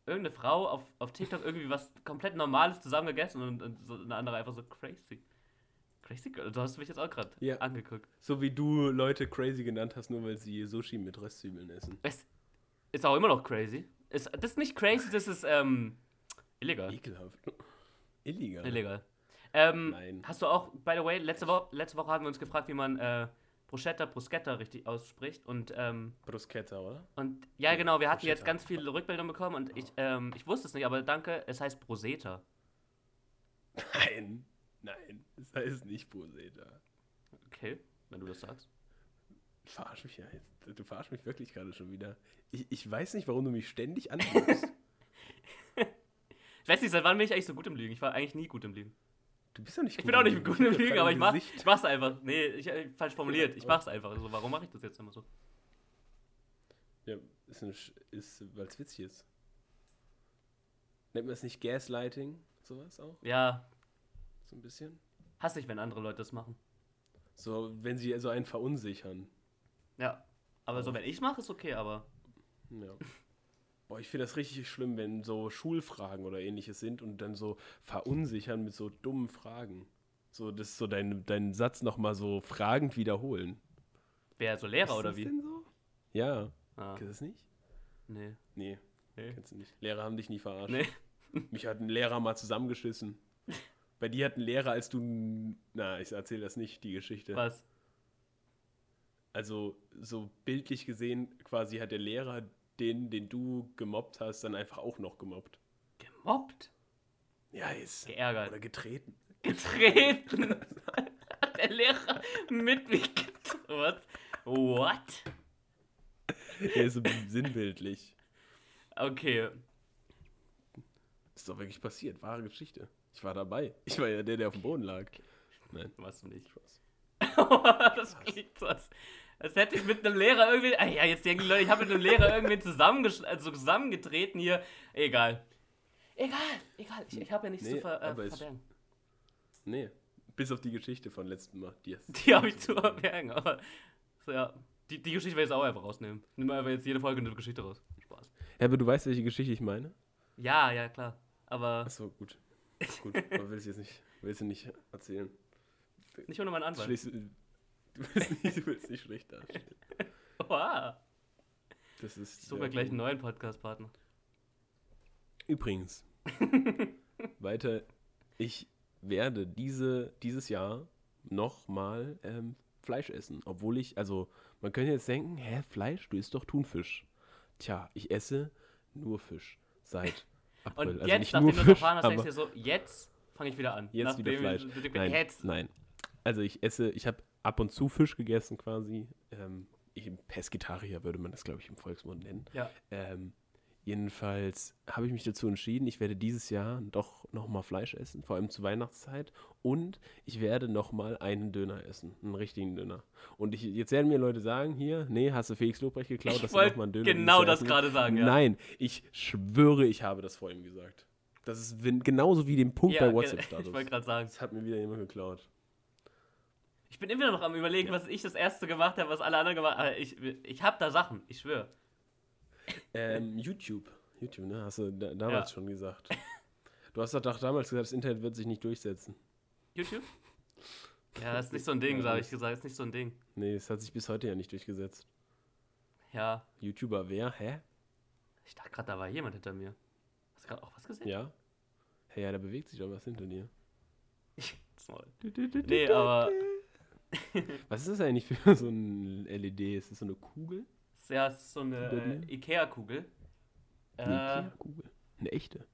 Speaker 1: irgendeine Frau auf, auf TikTok irgendwie was komplett Normales zusammengegessen und, und so eine andere einfach so crazy. Crazy Girl, du hast mich jetzt auch gerade
Speaker 2: Ja.
Speaker 1: angeguckt.
Speaker 2: So wie du Leute crazy genannt hast, nur weil sie Sushi mit Röstzwiebeln essen.
Speaker 1: Es ist auch immer noch crazy. Ist, das ist nicht crazy, das ist ähm, illegal.
Speaker 2: Ekelhaft. Illegal.
Speaker 1: Illegal. Ähm,
Speaker 2: Nein.
Speaker 1: Hast du auch, by the way, letzte Woche, letzte Woche haben wir uns gefragt, wie man äh, Bruschetta, Bruschetta richtig ausspricht und ähm,
Speaker 2: Bruschetta, oder?
Speaker 1: Und ja, genau, wir hatten jetzt
Speaker 2: Bruschetta.
Speaker 1: ganz viele Rückmeldungen bekommen und ich, ähm, ich wusste es nicht, aber danke, es heißt Broseta.
Speaker 2: Nein. Nein. Das heißt nicht Bruseta.
Speaker 1: Okay, wenn du das sagst.
Speaker 2: Verarsch mich ja jetzt. Du verarsch mich wirklich gerade schon wieder. Ich, ich weiß nicht, warum du mich ständig anguckst.
Speaker 1: Ich weiß nicht, seit wann bin ich eigentlich so gut im Lügen? Ich war eigentlich nie gut im Lügen.
Speaker 2: Du bist ja nicht
Speaker 1: Ich bin auch nicht gut im
Speaker 2: guck dir
Speaker 1: Lügen,
Speaker 2: gerade
Speaker 1: aber
Speaker 2: im
Speaker 1: ich, mach,
Speaker 2: Gesicht.
Speaker 1: ich mach's einfach. Nee, ich, äh, falsch formuliert. Ich
Speaker 2: aber-
Speaker 1: mach's einfach. Also, warum mache ich das jetzt immer so?
Speaker 2: Ja, ist, eine, Sch- ist weil es witzig ist. Nennt man es nicht Gaslighting? Sowas auch?
Speaker 1: Ja,
Speaker 2: So ein bisschen?
Speaker 1: hasse ich, wenn andere Leute das machen.
Speaker 2: So, wenn sie so einen verunsichern.
Speaker 1: Ja. Aber so, wenn ich mache, ist okay, aber.
Speaker 2: Ja. Boah, ich finde das richtig schlimm, wenn so Schulfragen oder ähnliches sind und dann so verunsichern mit so dummen Fragen. So, das ist so dein, deinen Satz nochmal so fragend wiederholen.
Speaker 1: Wer so Lehrer
Speaker 2: ist
Speaker 1: oder
Speaker 2: das
Speaker 1: wie?
Speaker 2: denn so? Ja.
Speaker 1: Ah,
Speaker 2: Kennst du das nicht?
Speaker 1: nee.
Speaker 2: Nee,
Speaker 1: Nee.
Speaker 2: kennst du nicht. Lehrer haben dich nie verarscht.
Speaker 1: nee.
Speaker 2: Mich hat ein Lehrer mal zusammengeschissen. Bei dir hat ein Lehrer, als du. Na, ich erzähle das nicht, die Geschichte.
Speaker 1: Was?
Speaker 2: Also, so bildlich gesehen, quasi hat der Lehrer den, den du gemobbt hast, dann einfach auch noch gemobbt.
Speaker 1: Gemobbt?
Speaker 2: Ja, ist.
Speaker 1: Geärgert.
Speaker 2: Oder getreten.
Speaker 1: getreten. Hat der Lehrer mit mich getreten. What? What?
Speaker 2: Er ist so sinnbildlich.
Speaker 1: Okay.
Speaker 2: Ist doch wirklich passiert. Wahre Geschichte. Ich war dabei. Ich war ja der, der auf dem Boden lag. Nein.
Speaker 1: Warst du nicht.
Speaker 2: Spaß.
Speaker 1: das klingt so. als- Als hätte ich mit einem Lehrer irgendwie. Ah, ja, jetzt denken die Leute, ich habe mit einem Lehrer irgendwie zusammengesch also zusammengetreten hier. Egal. Egal, egal. Ich, ich habe ja nichts
Speaker 2: Nee,
Speaker 1: zu ver
Speaker 2: aber
Speaker 1: äh,
Speaker 2: es-
Speaker 1: verbergen.
Speaker 2: Nee. Bis auf die Geschichte von letztem Mal. Die, hast-
Speaker 1: Die habe ich zu verbergen, aber. So, ja. Die, die Geschichte werde ich jetzt auch einfach rausnehmen. Nimm einfach jetzt jede Folge eine Geschichte raus. Spaß.
Speaker 2: Ja, aber du weißt, welche Geschichte ich meine?
Speaker 1: Ja, ja, klar. Aber
Speaker 2: Achso, gut. Gut, aber will ich jetzt nicht, will sie nicht erzählen.
Speaker 1: nicht ohne meinen Anwalt.
Speaker 2: Schließ, du, willst nicht, du willst nicht schlecht darstellen.
Speaker 1: Oha.
Speaker 2: Das ist.
Speaker 1: Ich suche mir gleich einen neuen Podcast-Partner.
Speaker 2: Übrigens. weiter. Ich werde diese, dieses Jahr nochmal ähm, Fleisch essen. Obwohl ich, also, man könnte jetzt denken: Hä, Fleisch? Du isst doch Thunfisch. Tja, ich esse nur Fisch. Seit.
Speaker 1: Und
Speaker 2: April. also
Speaker 1: jetzt,
Speaker 2: nicht
Speaker 1: nachdem
Speaker 2: nur
Speaker 1: du das
Speaker 2: Fisch,
Speaker 1: erfahren hast, denkst
Speaker 2: aber-
Speaker 1: du dir so, jetzt fange ich wieder an.
Speaker 2: Jetzt
Speaker 1: nachdem
Speaker 2: wieder Fleisch.
Speaker 1: ich- ich-
Speaker 2: Nein,
Speaker 1: Jetzt.
Speaker 2: nein. Also ich esse, ich habe ab und zu Fisch gegessen quasi. Ähm, ich, Pesketarier würde man das, glaube ich, im Volksmund nennen.
Speaker 1: Ja.
Speaker 2: Ähm, Jedenfalls habe ich mich dazu entschieden, ich werde dieses Jahr doch nochmal Fleisch essen, vor allem zur Weihnachtszeit. Und ich werde nochmal einen Döner essen, einen richtigen Döner. Und ich, jetzt werden mir Leute sagen, hier, nee, hast du Felix Lobrecht geklaut,
Speaker 1: Ich
Speaker 2: dass du
Speaker 1: wollte
Speaker 2: nochmal einen Döner
Speaker 1: genau
Speaker 2: dieses Jahr
Speaker 1: das
Speaker 2: essen
Speaker 1: gerade sagen, ja.
Speaker 2: Nein, ich schwöre, ich habe das vor ihm gesagt. Das ist wenn- genauso wie den Punkt
Speaker 1: ja,
Speaker 2: bei
Speaker 1: ge-
Speaker 2: WhatsApp-Status.
Speaker 1: Ich wollte gerade sagen.
Speaker 2: Das hat mir wieder jemand geklaut.
Speaker 1: Ich bin immer noch am überlegen, was ich das erste gemacht habe, was alle anderen gemacht haben. Ich, ich habe da Sachen, ich schwöre.
Speaker 2: Ähm, YouTube. YouTube, ne? Hast du da, damals schon gesagt. Du hast doch doch damals gesagt, das Internet wird sich nicht durchsetzen.
Speaker 1: YouTube? Ja, ist nicht so ein Ding, habe ich gesagt. Ist nicht so ein Ding.
Speaker 2: Nee, es hat sich bis heute ja nicht durchgesetzt.
Speaker 1: Ja,
Speaker 2: YouTuber wer? Hä?
Speaker 1: ich dachte gerade, da war jemand hinter mir. Hast du gerade auch was gesehen?
Speaker 2: Ja? Hä, ja, da bewegt sich doch was hinter dir.
Speaker 1: Das Maul. Nee, aber
Speaker 2: Was ist das eigentlich für so ein LED? Ist das so eine Kugel?
Speaker 1: ja, es ist so eine
Speaker 2: Hinter dir?
Speaker 1: äh, Ikea-Kugel.
Speaker 2: Eine
Speaker 1: Äh,
Speaker 2: Ikea-Kugel. Eine echte.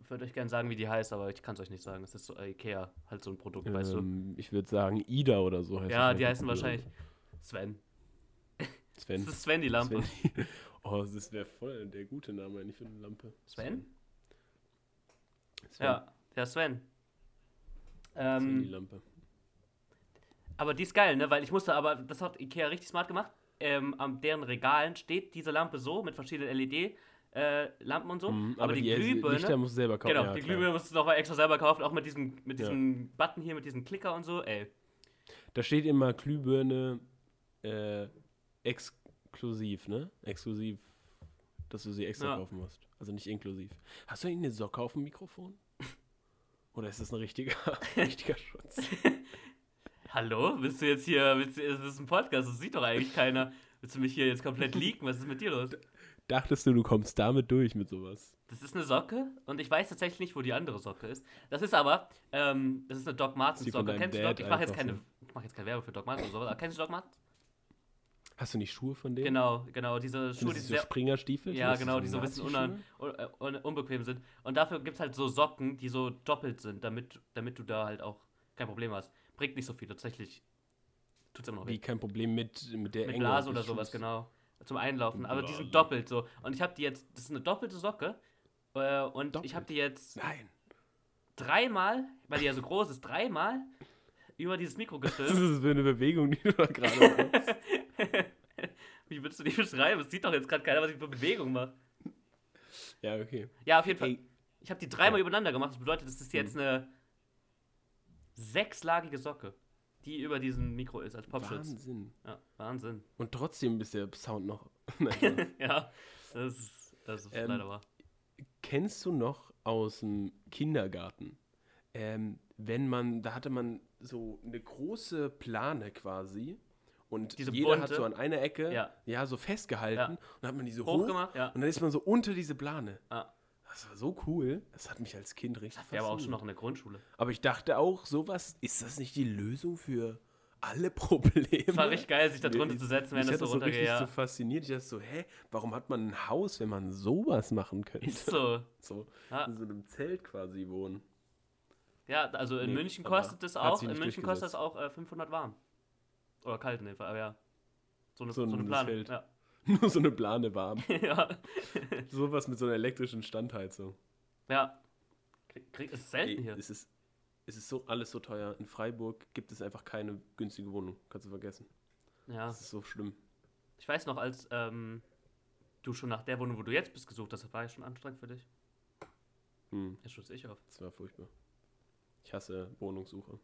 Speaker 1: ich würde euch gerne sagen, wie die heißt, aber ich kann es euch nicht sagen. Es ist so äh, Ikea, halt so ein Produkt, weißt du.
Speaker 2: Ähm, ich würde sagen Ida oder so heißt
Speaker 1: Ja,
Speaker 2: das
Speaker 1: die
Speaker 2: vielleicht
Speaker 1: heißen
Speaker 2: Kugel oder
Speaker 1: wahrscheinlich Sven.
Speaker 2: so. Sven.
Speaker 1: Es ist Sven, die Lampe. Sven?
Speaker 2: Sven. Oh, das wäre voll der gute Name eigentlich für eine Lampe. Sven.
Speaker 1: Ja, ja, Sven.
Speaker 2: Sven, die
Speaker 1: Ähm,
Speaker 2: Lampe.
Speaker 1: aber die ist geil, ne? Weil ich musste, aber das hat Ikea richtig smart gemacht. Ähm, an deren Regalen steht diese Lampe so mit verschiedenen E LED-Lampen äh, und so.
Speaker 2: Mhm,
Speaker 1: aber, die, Glühbirne.
Speaker 2: Lichter musst du selber kaufen.
Speaker 1: Genau,
Speaker 2: ja,
Speaker 1: die
Speaker 2: klar.
Speaker 1: Glühbirne musst du nochmal extra selber kaufen, auch mit diesem, mit
Speaker 2: Ja.
Speaker 1: diesem Button hier, mit diesem Klicker und so. Ey,
Speaker 2: Da steht immer Glühbirne äh, exklusiv, ne? Exklusiv, dass du sie extra
Speaker 1: Ja.
Speaker 2: kaufen musst. Also nicht inklusiv. Hast du irgendeine Socke auf dem Mikrofon? Oder ist das ein richtiger, richtiger Schutz?
Speaker 1: hallo? Bist du jetzt hier, willst du, das ist ein Podcast, das sieht doch eigentlich keiner. Willst du mich hier jetzt komplett leaken? Was ist mit dir los?
Speaker 2: Dachtest du, du kommst damit durch mit sowas?
Speaker 1: Das ist eine Socke und ich weiß tatsächlich nicht, wo die andere Socke ist. Das ist aber, ähm, das ist eine Doc Martens
Speaker 2: Die von
Speaker 1: Socke.
Speaker 2: deinem
Speaker 1: Kennst du
Speaker 2: Dad
Speaker 1: Doc? Ich mache jetzt,
Speaker 2: einfach
Speaker 1: keine- ich mach jetzt keine Werbung für Doc Martens oder sowas, aber kennst du Doc Martens?
Speaker 2: Hast du nicht Schuhe von denen?
Speaker 1: Genau, genau, diese
Speaker 2: Sind
Speaker 1: Schuhe, die
Speaker 2: das so
Speaker 1: sehr,
Speaker 2: Springerstiefel?
Speaker 1: ja,
Speaker 2: Sind das
Speaker 1: genau,
Speaker 2: so
Speaker 1: die so ein bisschen unan,
Speaker 2: Nazi-Schuhe?
Speaker 1: un, äh, un, unbequem sind. Und dafür gibt es halt so Socken, die so doppelt sind, damit, damit du da halt auch kein Problem hast. Bringt nicht so viel, tatsächlich tut's immer noch weh.
Speaker 2: Wie kein Problem mit, mit der
Speaker 1: Mit
Speaker 2: Enge
Speaker 1: Blase oder
Speaker 2: des
Speaker 1: sowas,
Speaker 2: Schuhs.
Speaker 1: genau. Zum Einlaufen. Aber die sind
Speaker 2: Blase.
Speaker 1: doppelt so. Und ich habe die jetzt, das ist eine doppelte Socke. Äh, und ich habe
Speaker 2: Doppelt?
Speaker 1: die jetzt
Speaker 2: Nein.
Speaker 1: dreimal, weil die ja so groß ist, dreimal über dieses Mikro
Speaker 2: Das
Speaker 1: gestülpt.
Speaker 2: ist für eine Bewegung, die du da gerade machst.
Speaker 1: Wie würdest du die beschreiben? Es sieht doch jetzt gerade keiner, was ich für Bewegung mache.
Speaker 2: Ja, okay.
Speaker 1: Ja, auf jeden Fall.
Speaker 2: Ey.
Speaker 1: Ich habe die dreimal übereinander gemacht. Das bedeutet, das ist jetzt
Speaker 2: Mhm.
Speaker 1: eine sechslagige Socke, die über diesem Mikro ist als Popschutz.
Speaker 2: Wahnsinn.
Speaker 1: Ja, Wahnsinn.
Speaker 2: Und trotzdem ist der Sound noch. Nein,
Speaker 1: ja, das ist, das ist
Speaker 2: Ähm,
Speaker 1: leider wahr.
Speaker 2: Kennst du noch aus dem Kindergarten? Ähm, wenn man, da hatte man so eine große Plane quasi. Und
Speaker 1: Diese
Speaker 2: jeder hat
Speaker 1: bunte?
Speaker 2: so an einer Ecke
Speaker 1: Ja.
Speaker 2: ja, so festgehalten.
Speaker 1: Ja.
Speaker 2: Und dann hat man die so hoch,
Speaker 1: Hochgemacht, ja.
Speaker 2: Und dann ist man so unter diese Plane.
Speaker 1: Ah,
Speaker 2: Das war so cool. Das hat mich als Kind richtig
Speaker 1: wir aber auch schon
Speaker 2: fasziniert.
Speaker 1: noch in der Grundschule.
Speaker 2: Aber ich dachte auch, sowas, ist das nicht die Lösung für alle Probleme?
Speaker 1: Es war richtig geil, sich da drunter
Speaker 2: Ich-
Speaker 1: zu setzen, wenn
Speaker 2: ich
Speaker 1: das
Speaker 2: hatte
Speaker 1: so
Speaker 2: das so
Speaker 1: runtergeht.
Speaker 2: richtig so
Speaker 1: Ja.
Speaker 2: fasziniert. Ich dachte so, hä, warum hat man ein Haus, wenn man sowas machen könnte?
Speaker 1: Ist so.
Speaker 2: So
Speaker 1: Ja.
Speaker 2: in so einem Zelt quasi wohnen.
Speaker 1: Ja, also in
Speaker 2: Nee,
Speaker 1: München
Speaker 2: aber
Speaker 1: kostet das
Speaker 2: hat
Speaker 1: auch,
Speaker 2: sie
Speaker 1: in
Speaker 2: nicht
Speaker 1: München kostet das
Speaker 2: durchgesetzt.
Speaker 1: auch äh, 500 warm. Oder kalt in dem Fall, aber ja. So eine, so
Speaker 2: So
Speaker 1: eine
Speaker 2: ein
Speaker 1: Plane.
Speaker 2: Feld.
Speaker 1: Ja.
Speaker 2: Nur so eine Plane warm.
Speaker 1: ja.
Speaker 2: Sowas mit so einer elektrischen Standheizung.
Speaker 1: ja. Krieg, krieg, ist selten
Speaker 2: Ey,
Speaker 1: hier.
Speaker 2: es ist, es ist so alles so teuer. In Freiburg gibt es einfach keine günstige Wohnung. Kannst du vergessen.
Speaker 1: ja.
Speaker 2: Das ist so schlimm.
Speaker 1: Ich weiß noch, als ähm, du schon nach der Wohnung, wo du jetzt bist, gesucht hast, das war ja schon anstrengend für dich.
Speaker 2: Hm,
Speaker 1: Jetzt schütze ich auf.
Speaker 2: das war furchtbar. Ich hasse Wohnungssuche.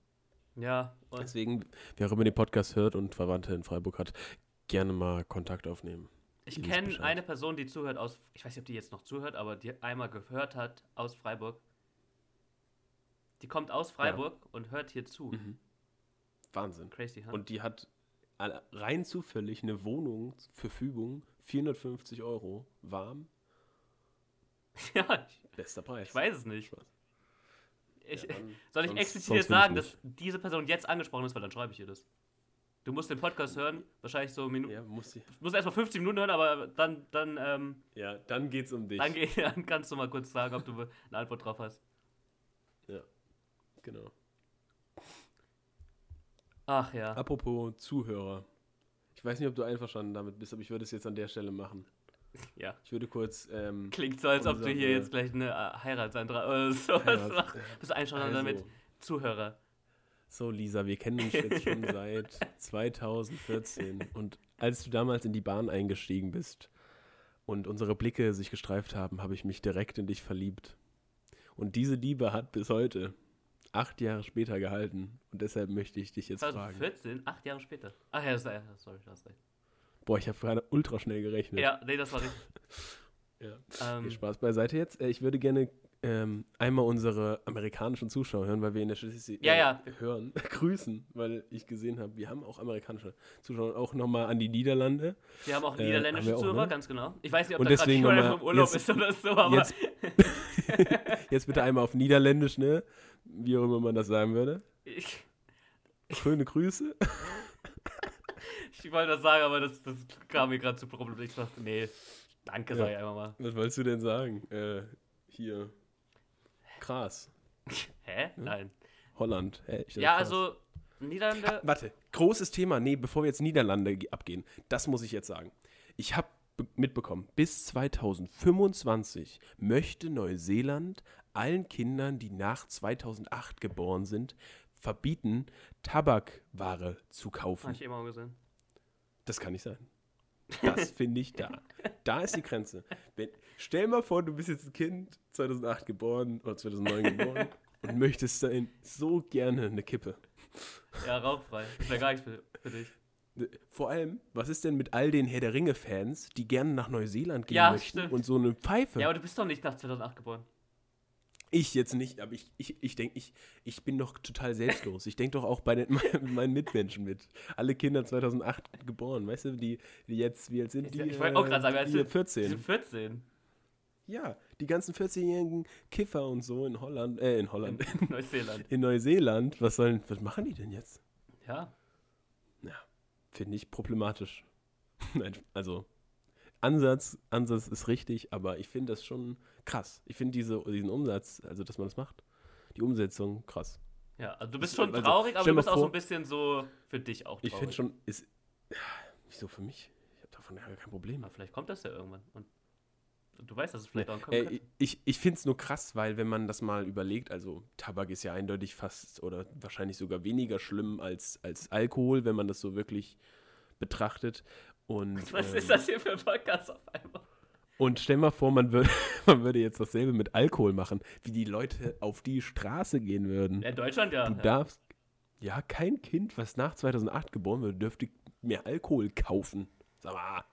Speaker 1: Ja, und
Speaker 2: Deswegen, wer auch immer den Podcast hört und Verwandte in Freiburg hat, gerne mal Kontakt aufnehmen.
Speaker 1: ich
Speaker 2: ihr wisst
Speaker 1: kenne
Speaker 2: Bescheid.
Speaker 1: eine Person, die zuhört aus, ich weiß nicht, ob die jetzt noch zuhört, aber die einmal gehört hat aus Freiburg. Die kommt aus Freiburg und hört hier zu.
Speaker 2: Mhm. Wahnsinn.
Speaker 1: Crazy, huh?
Speaker 2: Und die hat alle- rein zufällig eine Wohnung zur Verfügung, 450 Euro, warm,
Speaker 1: ja, ich,
Speaker 2: bester Preis.
Speaker 1: ich weiß es nicht.
Speaker 2: Spaß.
Speaker 1: Ich,
Speaker 2: Ja, dann-
Speaker 1: Soll ich
Speaker 2: Sonst-
Speaker 1: explizit jetzt
Speaker 2: sonst will ich
Speaker 1: sagen,
Speaker 2: nicht.
Speaker 1: dass diese Person jetzt angesprochen ist, weil dann schreibe ich ihr das. Du musst den Podcast hören, wahrscheinlich so Minuten.
Speaker 2: Ja, muss ich.
Speaker 1: Du musst erstmal 15 Minuten hören, aber dann, dann, ähm,
Speaker 2: Ja, dann geht's um dich.
Speaker 1: dann, geh- dann kannst du mal kurz sagen, ob du eine Antwort drauf hast.
Speaker 2: Genau.
Speaker 1: Ach ja.
Speaker 2: Apropos Zuhörer. Ich weiß nicht, ob du einverstanden damit bist, aber ich würde es jetzt an der Stelle machen.
Speaker 1: Ja.
Speaker 2: Ich würde kurz. Ähm,
Speaker 1: Klingt so, als ob
Speaker 2: Unsere-
Speaker 1: du hier jetzt gleich eine äh, Heiratsantrag oder sowas
Speaker 2: Heirat-
Speaker 1: machst. Bist du einstanden
Speaker 2: Also.
Speaker 1: damit? Zuhörer.
Speaker 2: So, Lisa, wir kennen uns jetzt schon seit 2014. Und als du damals in die Bahn eingestiegen bist und unsere Blicke sich gestreift haben, habe ich mich direkt in dich verliebt. Und diese Liebe hat bis heute, acht Jahre später, gehalten. Und deshalb möchte ich dich jetzt fragen.
Speaker 1: 2014, acht Jahre später. Ach ja, das- ja, sorry, du hast recht.
Speaker 2: Boah, ich habe gerade ultra schnell gerechnet.
Speaker 1: Ja, nee, das war richtig.
Speaker 2: Ja. Viel
Speaker 1: Ähm,
Speaker 2: Spaß beiseite jetzt. Äh, Ich würde gerne ähm, einmal unsere amerikanischen Zuschauer hören, weil wir in der Statistik äh,
Speaker 1: Ja, ja.
Speaker 2: hören, grüßen, weil ich gesehen habe, wir haben auch amerikanische Zuschauer, auch nochmal an die Niederlande.
Speaker 1: wir haben auch
Speaker 2: äh,
Speaker 1: niederländische
Speaker 2: haben wir auch,
Speaker 1: Zuhörer,
Speaker 2: ne?
Speaker 1: ganz genau. Ich weiß nicht, ob
Speaker 2: Und
Speaker 1: da gerade
Speaker 2: deswegen
Speaker 1: jemand
Speaker 2: nochmal-
Speaker 1: vom Urlaub
Speaker 2: jetzt-
Speaker 1: ist oder so, aber
Speaker 2: jetzt- Jetzt bitte einmal auf Niederländisch, ne? Wie auch immer man das sagen würde.
Speaker 1: ich,
Speaker 2: Schöne Grüße.
Speaker 1: ich wollte das sagen, aber das, das kam mir gerade zu problematisch. Ich dachte, nee, danke, sag
Speaker 2: Ja.
Speaker 1: ich einfach mal.
Speaker 2: Was wolltest du denn sagen? Äh, hier. Krass.
Speaker 1: Hä? Nein.
Speaker 2: Holland. Hä, ich dachte,
Speaker 1: Ja,
Speaker 2: krass.
Speaker 1: also Niederlande.
Speaker 2: Warte, großes Thema. Nee, bevor wir jetzt Niederlande ge- abgehen, das muss ich jetzt sagen. Ich habe mitbekommen, bis 2025 möchte Neuseeland allen Kindern, die nach 2008 geboren sind, verbieten, Tabakware zu
Speaker 1: Habe
Speaker 2: kaufen.
Speaker 1: Ah, ich immer gesehen.
Speaker 2: Das kann nicht sein. Das finde ich da. Da ist die Grenze. Wenn, stell mal vor, du bist jetzt ein Kind, 2008 geboren oder 2009 geboren und möchtest dann so gerne eine Kippe.
Speaker 1: Ja, rauchfrei. Das wäre gar nichts für, für dich.
Speaker 2: Vor allem, was ist denn mit all den Herr der Ringe-Fans, die gerne nach Neuseeland gehen
Speaker 1: Ja,
Speaker 2: möchten
Speaker 1: stimmt.
Speaker 2: und so eine Pfeife?
Speaker 1: Ja, aber du bist doch nicht nach 2008 geboren.
Speaker 2: ich jetzt nicht, aber ich, ich, ich denke, ich, ich bin doch total selbstlos. Ich denke doch auch bei den, meinen, meinen Mitmenschen mit. Alle Kinder 2008 geboren, weißt du, die, die jetzt, wie alt sind
Speaker 1: Ich,
Speaker 2: die?
Speaker 1: ich wollte auch gerade sagen,
Speaker 2: äh,
Speaker 1: weißt
Speaker 2: die
Speaker 1: du, die
Speaker 2: 14.
Speaker 1: sind 14.
Speaker 2: Ja, die ganzen 14-jährigen Kiffer und so in Holland, äh, in
Speaker 1: In,
Speaker 2: Holland,
Speaker 1: in Neuseeland.
Speaker 2: in Neuseeland. Was sollen, was machen die denn jetzt?
Speaker 1: Ja.
Speaker 2: Finde ich problematisch. Nein, also Ansatz, Ansatz ist richtig, aber ich finde das schon krass. Ich finde diese, diesen Umsatz, also dass man das macht, die Umsetzung krass.
Speaker 1: Ja, also du bist
Speaker 2: Ist-
Speaker 1: schon
Speaker 2: also,
Speaker 1: traurig, aber
Speaker 2: stell
Speaker 1: du
Speaker 2: mal
Speaker 1: bist auch so
Speaker 2: vor-
Speaker 1: ein bisschen so für dich auch traurig.
Speaker 2: Ich finde schon, ist, ja, wieso für mich? Ich habe davon ja gar kein Problem.
Speaker 1: Aber vielleicht kommt das ja irgendwann. Und du weißt, dass es vielleicht auch kommt.
Speaker 2: Äh, ich ich finde es nur krass, weil wenn man das mal überlegt, also Tabak ist ja eindeutig fast oder wahrscheinlich sogar weniger schlimm als, als Alkohol, wenn man das so wirklich betrachtet. Und,
Speaker 1: Was
Speaker 2: ähm,
Speaker 1: ist das hier für ein Podcast auf einmal?
Speaker 2: Und stell mal vor, man, wür man würde jetzt dasselbe mit Alkohol machen, wie die Leute auf die Straße gehen würden.
Speaker 1: Ja, in Deutschland ja.
Speaker 2: du
Speaker 1: ja.
Speaker 2: darfst. Ja, kein Kind, was nach 2008 geboren wurde, dürfte mehr Alkohol kaufen. Sag mal.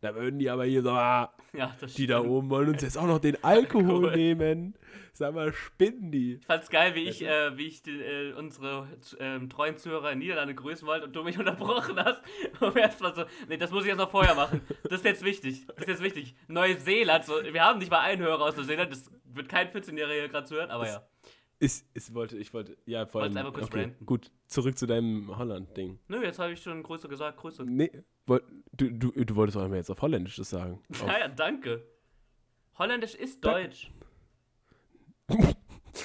Speaker 2: Da würden die aber hier, sag mal,
Speaker 1: ja das
Speaker 2: die da
Speaker 1: stimmt.
Speaker 2: oben wollen uns jetzt auch noch den Alkohol
Speaker 1: Alkohol.
Speaker 2: nehmen. Sag mal, spinnen die.
Speaker 1: Ich fand's geil, wie ich, äh, wie ich die, äh, unsere zu- ähm, treuen Zuhörer in Niederlande grüßen wollte und du mich unterbrochen hast. Und erstmal so, nee, das muss ich jetzt noch vorher machen. Das ist jetzt wichtig. Das ist jetzt wichtig. Neuseeland, so, wir haben nicht mal einen Hörer aus Neuseeland, das wird kein 14-Jähriger gerade zuhören, aber ja.
Speaker 2: Ich, ich wollte, ich wollte, ja, vor
Speaker 1: Wolltest
Speaker 2: allem.
Speaker 1: einfach kurz
Speaker 2: Okay,
Speaker 1: ranten.
Speaker 2: gut, zurück zu deinem Holland-Ding.
Speaker 1: Nö, jetzt habe ich schon Grüße gesagt, Grüße.
Speaker 2: Nee, woll- du, du, du wolltest auch immer jetzt auf Holländisch das sagen. Auf
Speaker 1: Naja, danke. Holländisch ist
Speaker 2: Danke.
Speaker 1: Deutsch.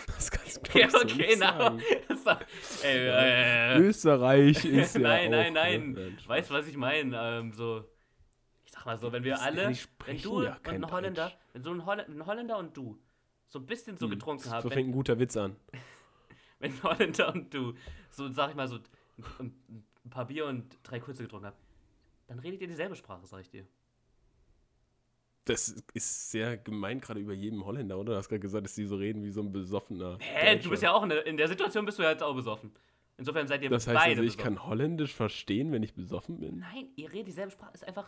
Speaker 2: Das kannst du glaub
Speaker 1: Ja,
Speaker 2: ich, so nicht
Speaker 1: okay, genau. na.
Speaker 2: sagen.
Speaker 1: Das war- Ey, äh, äh, äh.
Speaker 2: Österreich ist ja
Speaker 1: Nein,
Speaker 2: auch,
Speaker 1: nein,
Speaker 2: ne?
Speaker 1: nein.
Speaker 2: Spaß.
Speaker 1: Weißt du, was ich meine? Ähm, so. Ich sag mal so, wenn wir
Speaker 2: Das-
Speaker 1: alle.
Speaker 2: die
Speaker 1: Wenn
Speaker 2: sprechen
Speaker 1: du
Speaker 2: ja
Speaker 1: und
Speaker 2: kein
Speaker 1: ein Holländer,
Speaker 2: Deutsch. Hm,
Speaker 1: wenn so ein, Holl ein Holländer und du so ein bisschen so getrunken
Speaker 2: So
Speaker 1: haben,
Speaker 2: fängt
Speaker 1: wenn,
Speaker 2: ein guter Witz an.
Speaker 1: wenn ein Holländer und du so, sag ich mal, so ein, ein paar Bier und drei Kurze getrunken habt, dann redet ihr dieselbe Sprache, sag ich dir.
Speaker 2: Das ist sehr gemein, gerade über jedem Holländer, oder? Du hast gerade gesagt, dass die so reden wie so ein besoffener.
Speaker 1: Hä, du bist ja auch in der, in der Situation, bist du ja jetzt auch besoffen. Insofern seid ihr
Speaker 2: Das heißt,
Speaker 1: beide
Speaker 2: also, ich
Speaker 1: besoffen.
Speaker 2: kann Holländisch verstehen, wenn ich besoffen bin.
Speaker 1: Nein, ihr redet dieselbe Sprache. Ist einfach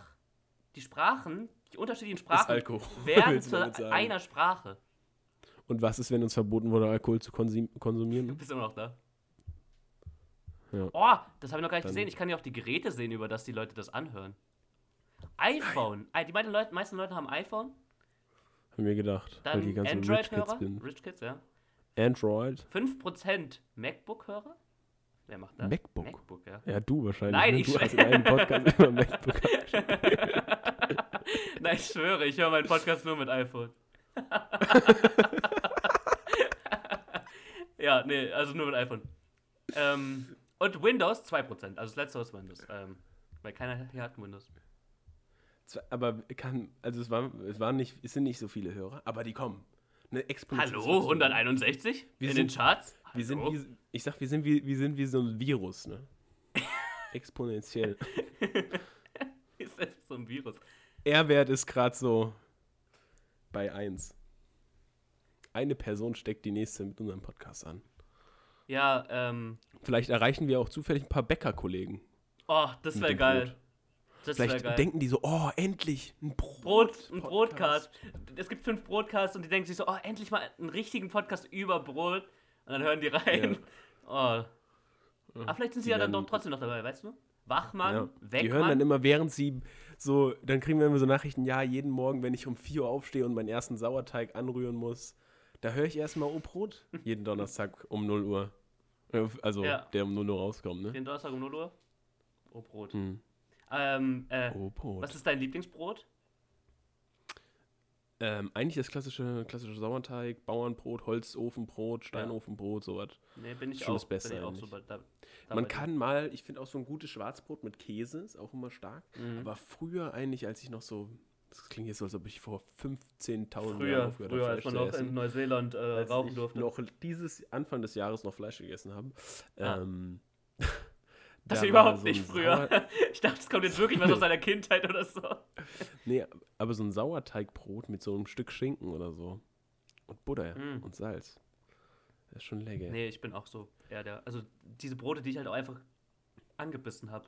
Speaker 1: die Sprachen, die unterschiedlichen
Speaker 2: Das
Speaker 1: Sprachen
Speaker 2: Alkohol.
Speaker 1: werden
Speaker 2: willst du damit
Speaker 1: zu
Speaker 2: sagen.
Speaker 1: einer Sprache.
Speaker 2: Und was ist, wenn uns verboten wurde, Alkohol zu konsum
Speaker 1: Du
Speaker 2: konsumieren?
Speaker 1: bist immer noch da.
Speaker 2: Hm? Ja.
Speaker 1: Oh, das habe ich noch gar nicht
Speaker 2: Dann-
Speaker 1: gesehen. Ich kann ja auch die Geräte sehen, über das die Leute das anhören. iPhone. Ah, Die meisten Leute, meisten Leute haben iPhone,
Speaker 2: Haben wir gedacht. weil die
Speaker 1: dann
Speaker 2: ganzen Rich Kids
Speaker 1: Android-Hörer.
Speaker 2: bin.
Speaker 1: Rich Kids, ja.
Speaker 2: Android?
Speaker 1: 5% MacBook-Hörer. Wer macht das?
Speaker 2: MacBook?
Speaker 1: MacBook, ja.
Speaker 2: Ja, du wahrscheinlich.
Speaker 1: Nein,
Speaker 2: ne?
Speaker 1: ich-
Speaker 2: Du hast in einem Podcast immer MacBook.
Speaker 1: Nein, ich schwöre, ich höre meinen Podcast nur mit iPhone. ja, nee, also nur mit iPhone. Ähm, und Windows 2%, also das letzte aus Windows. Ähm, weil keiner hier hat ein Windows.
Speaker 2: Zw- Aber kann, also es waren, es waren nicht, es sind nicht so viele Hörer, aber die kommen. Eine explosive
Speaker 1: Hallo, 161?
Speaker 2: Wir
Speaker 1: in
Speaker 2: sind-
Speaker 1: den Charts?
Speaker 2: Wir sind
Speaker 1: Hallo?
Speaker 2: wie, ich sag, wir sind wie, wir sind wie so ein Virus, ne? Exponentiell.
Speaker 1: Ist das so ein Virus?
Speaker 2: R-Wert ist gerade so bei 1. Eine Person steckt die nächste mit unserem Podcast an.
Speaker 1: Ja, ähm.
Speaker 2: Vielleicht erreichen wir auch zufällig ein paar Bäckerkollegen.
Speaker 1: Oh, das
Speaker 2: mit
Speaker 1: wäre
Speaker 2: dem
Speaker 1: geil.
Speaker 2: Brot.
Speaker 1: Das wäre
Speaker 2: Vielleicht
Speaker 1: geil.
Speaker 2: denken die so, oh, endlich ein Brot.
Speaker 1: Brot, ein
Speaker 2: Podcast.
Speaker 1: Brotcast. Es gibt fünf Brotcasts und die denken sich so, oh, endlich mal einen richtigen Podcast über Brot. Und dann hören die rein. Oh. Aber vielleicht sind sie
Speaker 2: die
Speaker 1: ja dann
Speaker 2: werden-
Speaker 1: doch trotzdem noch dabei, weißt du? Wachmann,
Speaker 2: Ja. Die hören dann
Speaker 1: Wegmann.
Speaker 2: immer, während sie so, dann kriegen wir immer so Nachrichten, ja, jeden Morgen, wenn ich um 4 Uhr aufstehe und meinen ersten Sauerteig anrühren muss, da höre ich erstmal O Brot jeden Donnerstag um 0 Uhr. Äh, Also,
Speaker 1: Ja.
Speaker 2: der um 0 Uhr rauskommt, ne?
Speaker 1: Den Donnerstag um 0 Uhr. Oh, Brot.
Speaker 2: Hm.
Speaker 1: Ähm, äh,
Speaker 2: O Brot.
Speaker 1: was ist dein Lieblingsbrot?
Speaker 2: Ähm, eigentlich das klassische, klassische Sauerteig, Bauernbrot, Holzofenbrot, Steinofenbrot, sowas.
Speaker 1: Nee, bin ich
Speaker 2: Schon
Speaker 1: auch.
Speaker 2: das Beste
Speaker 1: bin ich auch
Speaker 2: eigentlich.
Speaker 1: so bei, da, da
Speaker 2: Man
Speaker 1: bei dir.
Speaker 2: kann mal, ich finde auch so ein gutes Schwarzbrot mit Käse ist auch immer stark.
Speaker 1: Mhm.
Speaker 2: Aber früher eigentlich, als ich noch so, das klingt jetzt so, als ob ich vor 15.000 Jahren
Speaker 1: Früher,
Speaker 2: aufgehört
Speaker 1: früher
Speaker 2: habe,
Speaker 1: als
Speaker 2: Fleisch
Speaker 1: man
Speaker 2: zu
Speaker 1: noch in
Speaker 2: essen,
Speaker 1: Neuseeland äh,
Speaker 2: als
Speaker 1: rauchen
Speaker 2: ich
Speaker 1: durfte.
Speaker 2: noch dieses Anfang des Jahres noch Fleisch gegessen habe.
Speaker 1: Ah.
Speaker 2: Ähm, da
Speaker 1: das
Speaker 2: war
Speaker 1: ist überhaupt
Speaker 2: so ein
Speaker 1: nicht früher.
Speaker 2: Sauer,
Speaker 1: ich dachte, es kommt jetzt wirklich was aus seiner Kindheit oder so.
Speaker 2: nee, aber so ein Sauerteigbrot mit so einem Stück Schinken oder so. Und Butter
Speaker 1: Mm.
Speaker 2: und Salz. Das ist schon lecker.
Speaker 1: Nee, ich bin auch so eher der. Also diese Brote, die ich halt auch einfach angebissen habe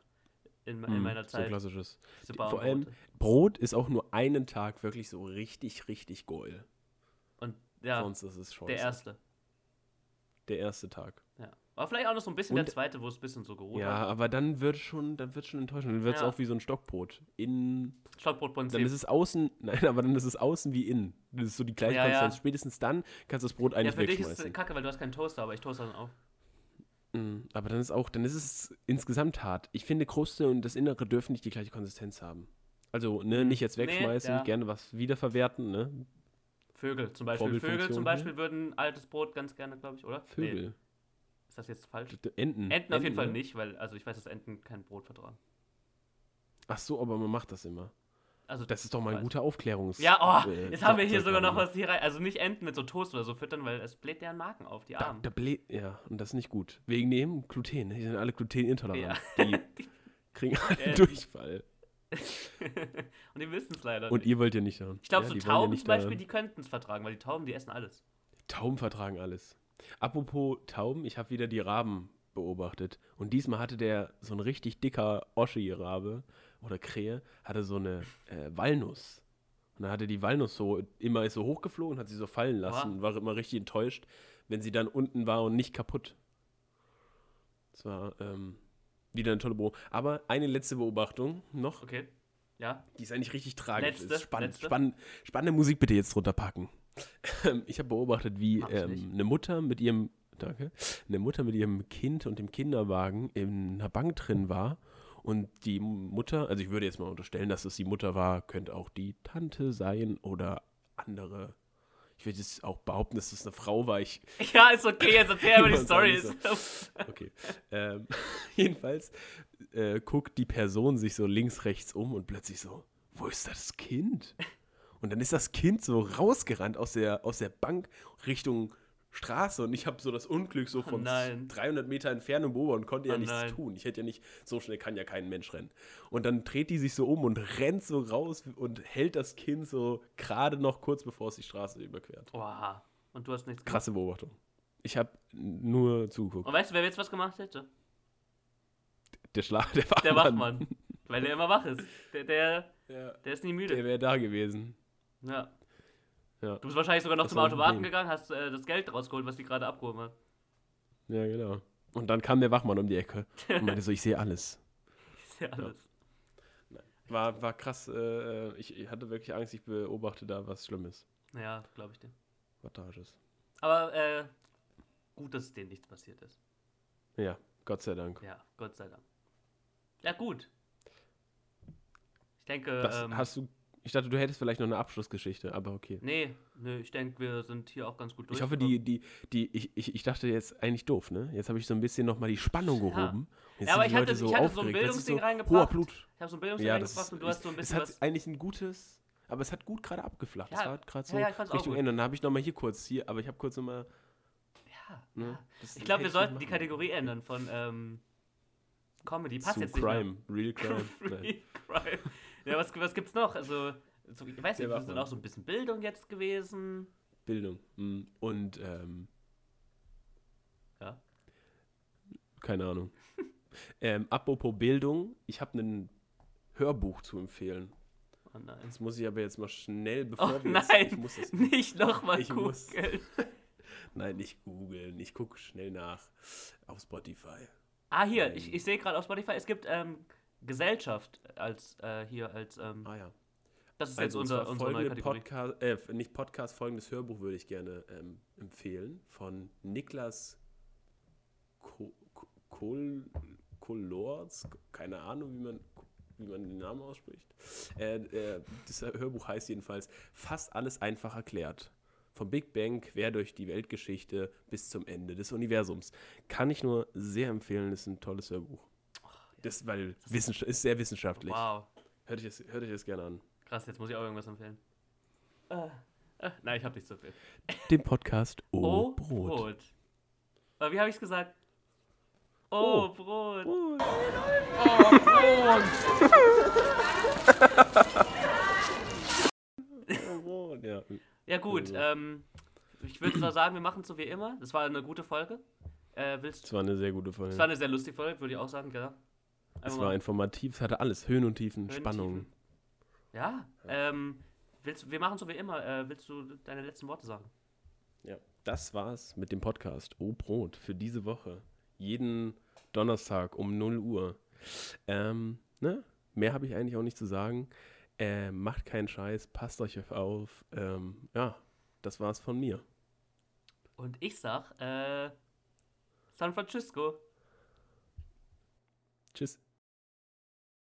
Speaker 1: in, in
Speaker 2: Mm,
Speaker 1: meiner
Speaker 2: So ein
Speaker 1: Zeit.
Speaker 2: klassisches.
Speaker 1: diese
Speaker 2: Vor allem
Speaker 1: Bauernbrote.
Speaker 2: Brot ist auch nur einen Tag wirklich so richtig, richtig goal.
Speaker 1: Und ja,
Speaker 2: Sonst ne? ist es scheiße.
Speaker 1: der erste.
Speaker 2: Der erste Tag.
Speaker 1: Ja. Aber vielleicht auch noch so ein bisschen
Speaker 2: Und-
Speaker 1: der zweite, wo es ein bisschen so geruht
Speaker 2: Ja,
Speaker 1: hat.
Speaker 2: aber dann wird schon, dann wird schon enttäuschend. Dann wird es
Speaker 1: Ja.
Speaker 2: auch wie so ein Stockbrot. Innen, dann ist
Speaker 1: Stockbrotprinzip.
Speaker 2: es außen, nein, aber dann ist es außen wie innen. Das ist so die gleiche
Speaker 1: Ja, ja.
Speaker 2: Konsistenz. Spätestens dann kannst du das Brot
Speaker 1: Ja,
Speaker 2: eigentlich
Speaker 1: für dich ist
Speaker 2: wegschmeißen.
Speaker 1: es kacke, weil du hast keinen Toaster, aber ich toaster dann auch.
Speaker 2: Mhm. aber dann ist auch, dann ist es insgesamt hart. Ich finde Kruste und das Innere dürfen nicht die gleiche Konsistenz haben. Also, ne, nicht jetzt
Speaker 1: Hm. Nee,
Speaker 2: wegschmeißen,
Speaker 1: ja.
Speaker 2: gerne was wiederverwerten, ne?
Speaker 1: Vögel zum Beispiel. Vögel
Speaker 2: Vorbildfunktion,
Speaker 1: zum Beispiel würden altes Brot ganz gerne, glaube ich, oder? Nee,
Speaker 2: hm. Vögel.
Speaker 1: ist das jetzt falsch?
Speaker 2: Enten.
Speaker 1: Enten auf jeden Fall
Speaker 2: ne?
Speaker 1: nicht, weil, also ich weiß, dass Enten kein Brot vertragen.
Speaker 2: Ach so, aber man macht das immer.
Speaker 1: Also
Speaker 2: Das ist doch mal ein
Speaker 1: Weiß.
Speaker 2: guter Aufklärungs.
Speaker 1: Ja, oh,
Speaker 2: äh,
Speaker 1: jetzt haben wir hier
Speaker 2: Werkzeug
Speaker 1: sogar noch
Speaker 2: gerade.
Speaker 1: was hier rein. Also nicht Enten mit so Toast oder so füttern, weil es bläht deren Marken auf, die
Speaker 2: Da,
Speaker 1: Armen.
Speaker 2: da ble ja, und das ist nicht gut. Wegen dem Gluten. ne? Die sind alle glutenintolerant. Die kriegen alle
Speaker 1: Äh.
Speaker 2: Durchfall.
Speaker 1: und die wissen es leider
Speaker 2: Und
Speaker 1: nicht.
Speaker 2: ihr wollt ja nicht daran.
Speaker 1: Ich glaube,
Speaker 2: ja,
Speaker 1: so
Speaker 2: die wollen ja
Speaker 1: Tauben
Speaker 2: nicht
Speaker 1: zum Beispiel,
Speaker 2: daran.
Speaker 1: die könnten es vertragen, weil die Tauben, die essen alles.
Speaker 2: Tauben vertragen alles. Apropos Tauben, ich habe wieder die Raben beobachtet. Und diesmal hatte der so ein richtig dicker Oschi-Rabe oder Krähe, hatte so eine äh, Walnuss. Und dann hatte die Walnuss so, immer ist so hochgeflogen, hat sie so fallen lassen
Speaker 1: Oha.
Speaker 2: und war immer richtig enttäuscht, wenn sie dann unten war und nicht kaputt. Das war ähm, wieder eine tolle Beobachtung. Aber eine letzte Beobachtung noch,
Speaker 1: Okay. Ja.
Speaker 2: die ist eigentlich richtig tragisch.
Speaker 1: Letzte,
Speaker 2: ist spannend,
Speaker 1: letzte.
Speaker 2: spannend. Spannende Musik bitte jetzt runterpacken. Ähm, ich habe beobachtet, wie
Speaker 1: Mach ich nicht.
Speaker 2: ähm, eine Mutter mit ihrem danke, eine Mutter mit ihrem Kind und dem Kinderwagen in einer Bank drin war und die Mutter, also ich würde jetzt mal unterstellen, dass es die Mutter war, könnte auch die Tante sein oder andere. Ich würde jetzt auch behaupten, dass es eine Frau war. Ich
Speaker 1: Ja, ist okay, jetzt erzähl aber die
Speaker 2: Muss auch
Speaker 1: Story.
Speaker 2: nicht Okay. Ähm, jedenfalls äh, guckt die Person sich so links, rechts um und plötzlich so, wo ist das Kind? Und dann ist das Kind so rausgerannt aus der, aus der Bank Richtung Straße und ich habe so das Unglück so von
Speaker 1: Oh nein.
Speaker 2: 300 Meter Entfernung beobachtet und konnte ja
Speaker 1: Oh
Speaker 2: nichts
Speaker 1: nein.
Speaker 2: tun. Ich hätte ja nicht, so schnell kann ja kein Mensch rennen. Und dann dreht die sich so um und rennt so raus und hält das Kind so gerade noch kurz bevor es die Straße überquert.
Speaker 1: Oha. Und du hast nichts gemacht.
Speaker 2: Krasse Beobachtung. Ich habe nur zugeguckt.
Speaker 1: Und weißt du, wer jetzt was gemacht hätte?
Speaker 2: Der Schlag, der Wachmann.
Speaker 1: Der Wachmann. weil der immer wach ist. Der, der,
Speaker 2: Ja,
Speaker 1: der ist nie
Speaker 2: der
Speaker 1: müde.
Speaker 2: wäre da gewesen.
Speaker 1: Ja.
Speaker 2: Ja.
Speaker 1: Du bist wahrscheinlich sogar noch
Speaker 2: Das
Speaker 1: zum
Speaker 2: war ein
Speaker 1: Automaten
Speaker 2: Problem.
Speaker 1: gegangen, hast äh, das Geld rausgeholt, was die gerade abgehoben hat.
Speaker 2: Ja, genau. Und dann kam der Wachmann um die Ecke und meinte so, ich sehe alles.
Speaker 1: Ist ja alles.
Speaker 2: War, war krass. Äh, ich, ich hatte wirklich Angst, ich beobachte da was Schlimmes.
Speaker 1: Ja, ja glaube ich dir.
Speaker 2: Was Tragisches.
Speaker 1: Aber äh, gut, dass denen nichts passiert ist.
Speaker 2: Ja, Gott sei Dank.
Speaker 1: Ja, Gott sei Dank. Ja, gut. Ich denke,
Speaker 2: Was
Speaker 1: ähm,
Speaker 2: hast du, Ich dachte, du hättest vielleicht noch eine Abschlussgeschichte, aber okay.
Speaker 1: Nee, nee, ich denke, wir sind hier auch ganz gut durch.
Speaker 2: Ich hoffe, die, die, die, ich, ich, ich dachte jetzt eigentlich doof, ne? Jetzt habe ich so ein bisschen nochmal die Spannung gehoben. Jetzt
Speaker 1: Ja,
Speaker 2: sind
Speaker 1: aber
Speaker 2: die
Speaker 1: ich hatte, ich
Speaker 2: Leute
Speaker 1: hatte so ein
Speaker 2: aufgeregt. Das ist
Speaker 1: Bildungsding reingebracht.
Speaker 2: Hoher Blut.
Speaker 1: Ich habe so ein Bildungsding
Speaker 2: Ja, das
Speaker 1: reingebracht
Speaker 2: ist,
Speaker 1: und du hast so ein
Speaker 2: es
Speaker 1: bisschen
Speaker 2: hat
Speaker 1: was.
Speaker 2: eigentlich ein gutes, aber es hat gut gerade abgeflacht.
Speaker 1: Ja,
Speaker 2: es war gerade
Speaker 1: ja,
Speaker 2: so
Speaker 1: ja, ich fand's auch
Speaker 2: Richtung
Speaker 1: gut.
Speaker 2: Ende. Und dann habe ich nochmal hier kurz, hier, aber ich habe kurz nochmal,
Speaker 1: Ja,
Speaker 2: ne?
Speaker 1: ja.
Speaker 2: das
Speaker 1: Ich glaube,
Speaker 2: hätte
Speaker 1: wir sollten
Speaker 2: nicht
Speaker 1: die
Speaker 2: machen sollen.
Speaker 1: Kategorie ändern von ähm, Comedy. Passt
Speaker 2: Zu
Speaker 1: jetzt nicht.
Speaker 2: Crime, Real Crime.
Speaker 1: Mehr.
Speaker 2: Nein.
Speaker 1: Free Crime. Ja, was, was gibt's noch? Also, so, ich weiß
Speaker 2: Der
Speaker 1: nicht,
Speaker 2: war
Speaker 1: das ist
Speaker 2: mal.
Speaker 1: dann auch so ein bisschen Bildung jetzt gewesen.
Speaker 2: Bildung. mm. Und, ähm,
Speaker 1: Ja.
Speaker 2: keine Ahnung. ähm, apropos Bildung, ich habe ein Hörbuch zu empfehlen.
Speaker 1: Oh nein.
Speaker 2: Das muss ich aber jetzt mal schnell,
Speaker 1: Oh
Speaker 2: bevor wir
Speaker 1: nein.
Speaker 2: Jetzt, ich muss das,
Speaker 1: Nicht nochmal
Speaker 2: Ich muss.
Speaker 1: googeln.
Speaker 2: Nein, nicht googeln. Ich gucke schnell nach auf Spotify.
Speaker 1: Ah, hier,
Speaker 2: Ähm.
Speaker 1: ich, ich sehe gerade auf Spotify, es gibt ähm, Gesellschaft als äh, hier, als ähm,
Speaker 2: Ah ja.
Speaker 1: das ist
Speaker 2: Also
Speaker 1: jetzt unser,
Speaker 2: unser,
Speaker 1: unsere neue
Speaker 2: folgende
Speaker 1: Kategorie.
Speaker 2: Podcast, äh, nicht Podcast, folgendes Hörbuch würde ich gerne ähm, empfehlen von Niklas Ko- Ko- Kol Kolorz, keine Ahnung, wie man, wie man den Namen ausspricht. Äh, äh, das Hörbuch heißt jedenfalls Fast alles einfach erklärt. Vom Big Bang quer durch die Weltgeschichte bis zum Ende des Universums. Kann ich nur sehr empfehlen, ist ein tolles Hörbuch. Das, weil Wissenschaft, ist sehr wissenschaftlich.
Speaker 1: Wow.
Speaker 2: Hört, euch das, hört euch das gerne an.
Speaker 1: Krass, jetzt muss ich auch irgendwas empfehlen. Äh, äh, nein, ich habe nicht so viel.
Speaker 2: dem Podcast
Speaker 1: Oh,
Speaker 2: Oh,
Speaker 1: Brot.
Speaker 2: Brot.
Speaker 1: Aber wie habe ich es gesagt? Oh,
Speaker 2: Oh.
Speaker 1: Brot.
Speaker 2: Brot. Oh, Brot, ja.
Speaker 1: Ja, gut.
Speaker 2: Also.
Speaker 1: Ähm, ich würde zwar sagen, wir machen es so wie immer. Das war eine gute Folge. Äh, willst
Speaker 2: Das war eine sehr gute Folge.
Speaker 1: Das war eine sehr lustige Folge, würde ich auch sagen, ja.
Speaker 2: es war informativ, es hatte alles, Höhen und Tiefen,
Speaker 1: Höhen,
Speaker 2: Spannung.
Speaker 1: Tiefen. Ja, ähm, willst, wir machen so wie immer. Äh, willst du deine letzten Worte sagen?
Speaker 2: Ja. Das war's mit dem Podcast Oh Brot für diese Woche. Jeden Donnerstag um 0 Uhr. Ähm, ne? Mehr habe ich eigentlich auch nicht zu sagen. Ähm, macht keinen Scheiß, passt euch auf. Ähm, ja, das war's von mir.
Speaker 1: Und ich sag, äh, San Francisco.
Speaker 2: Tschüss.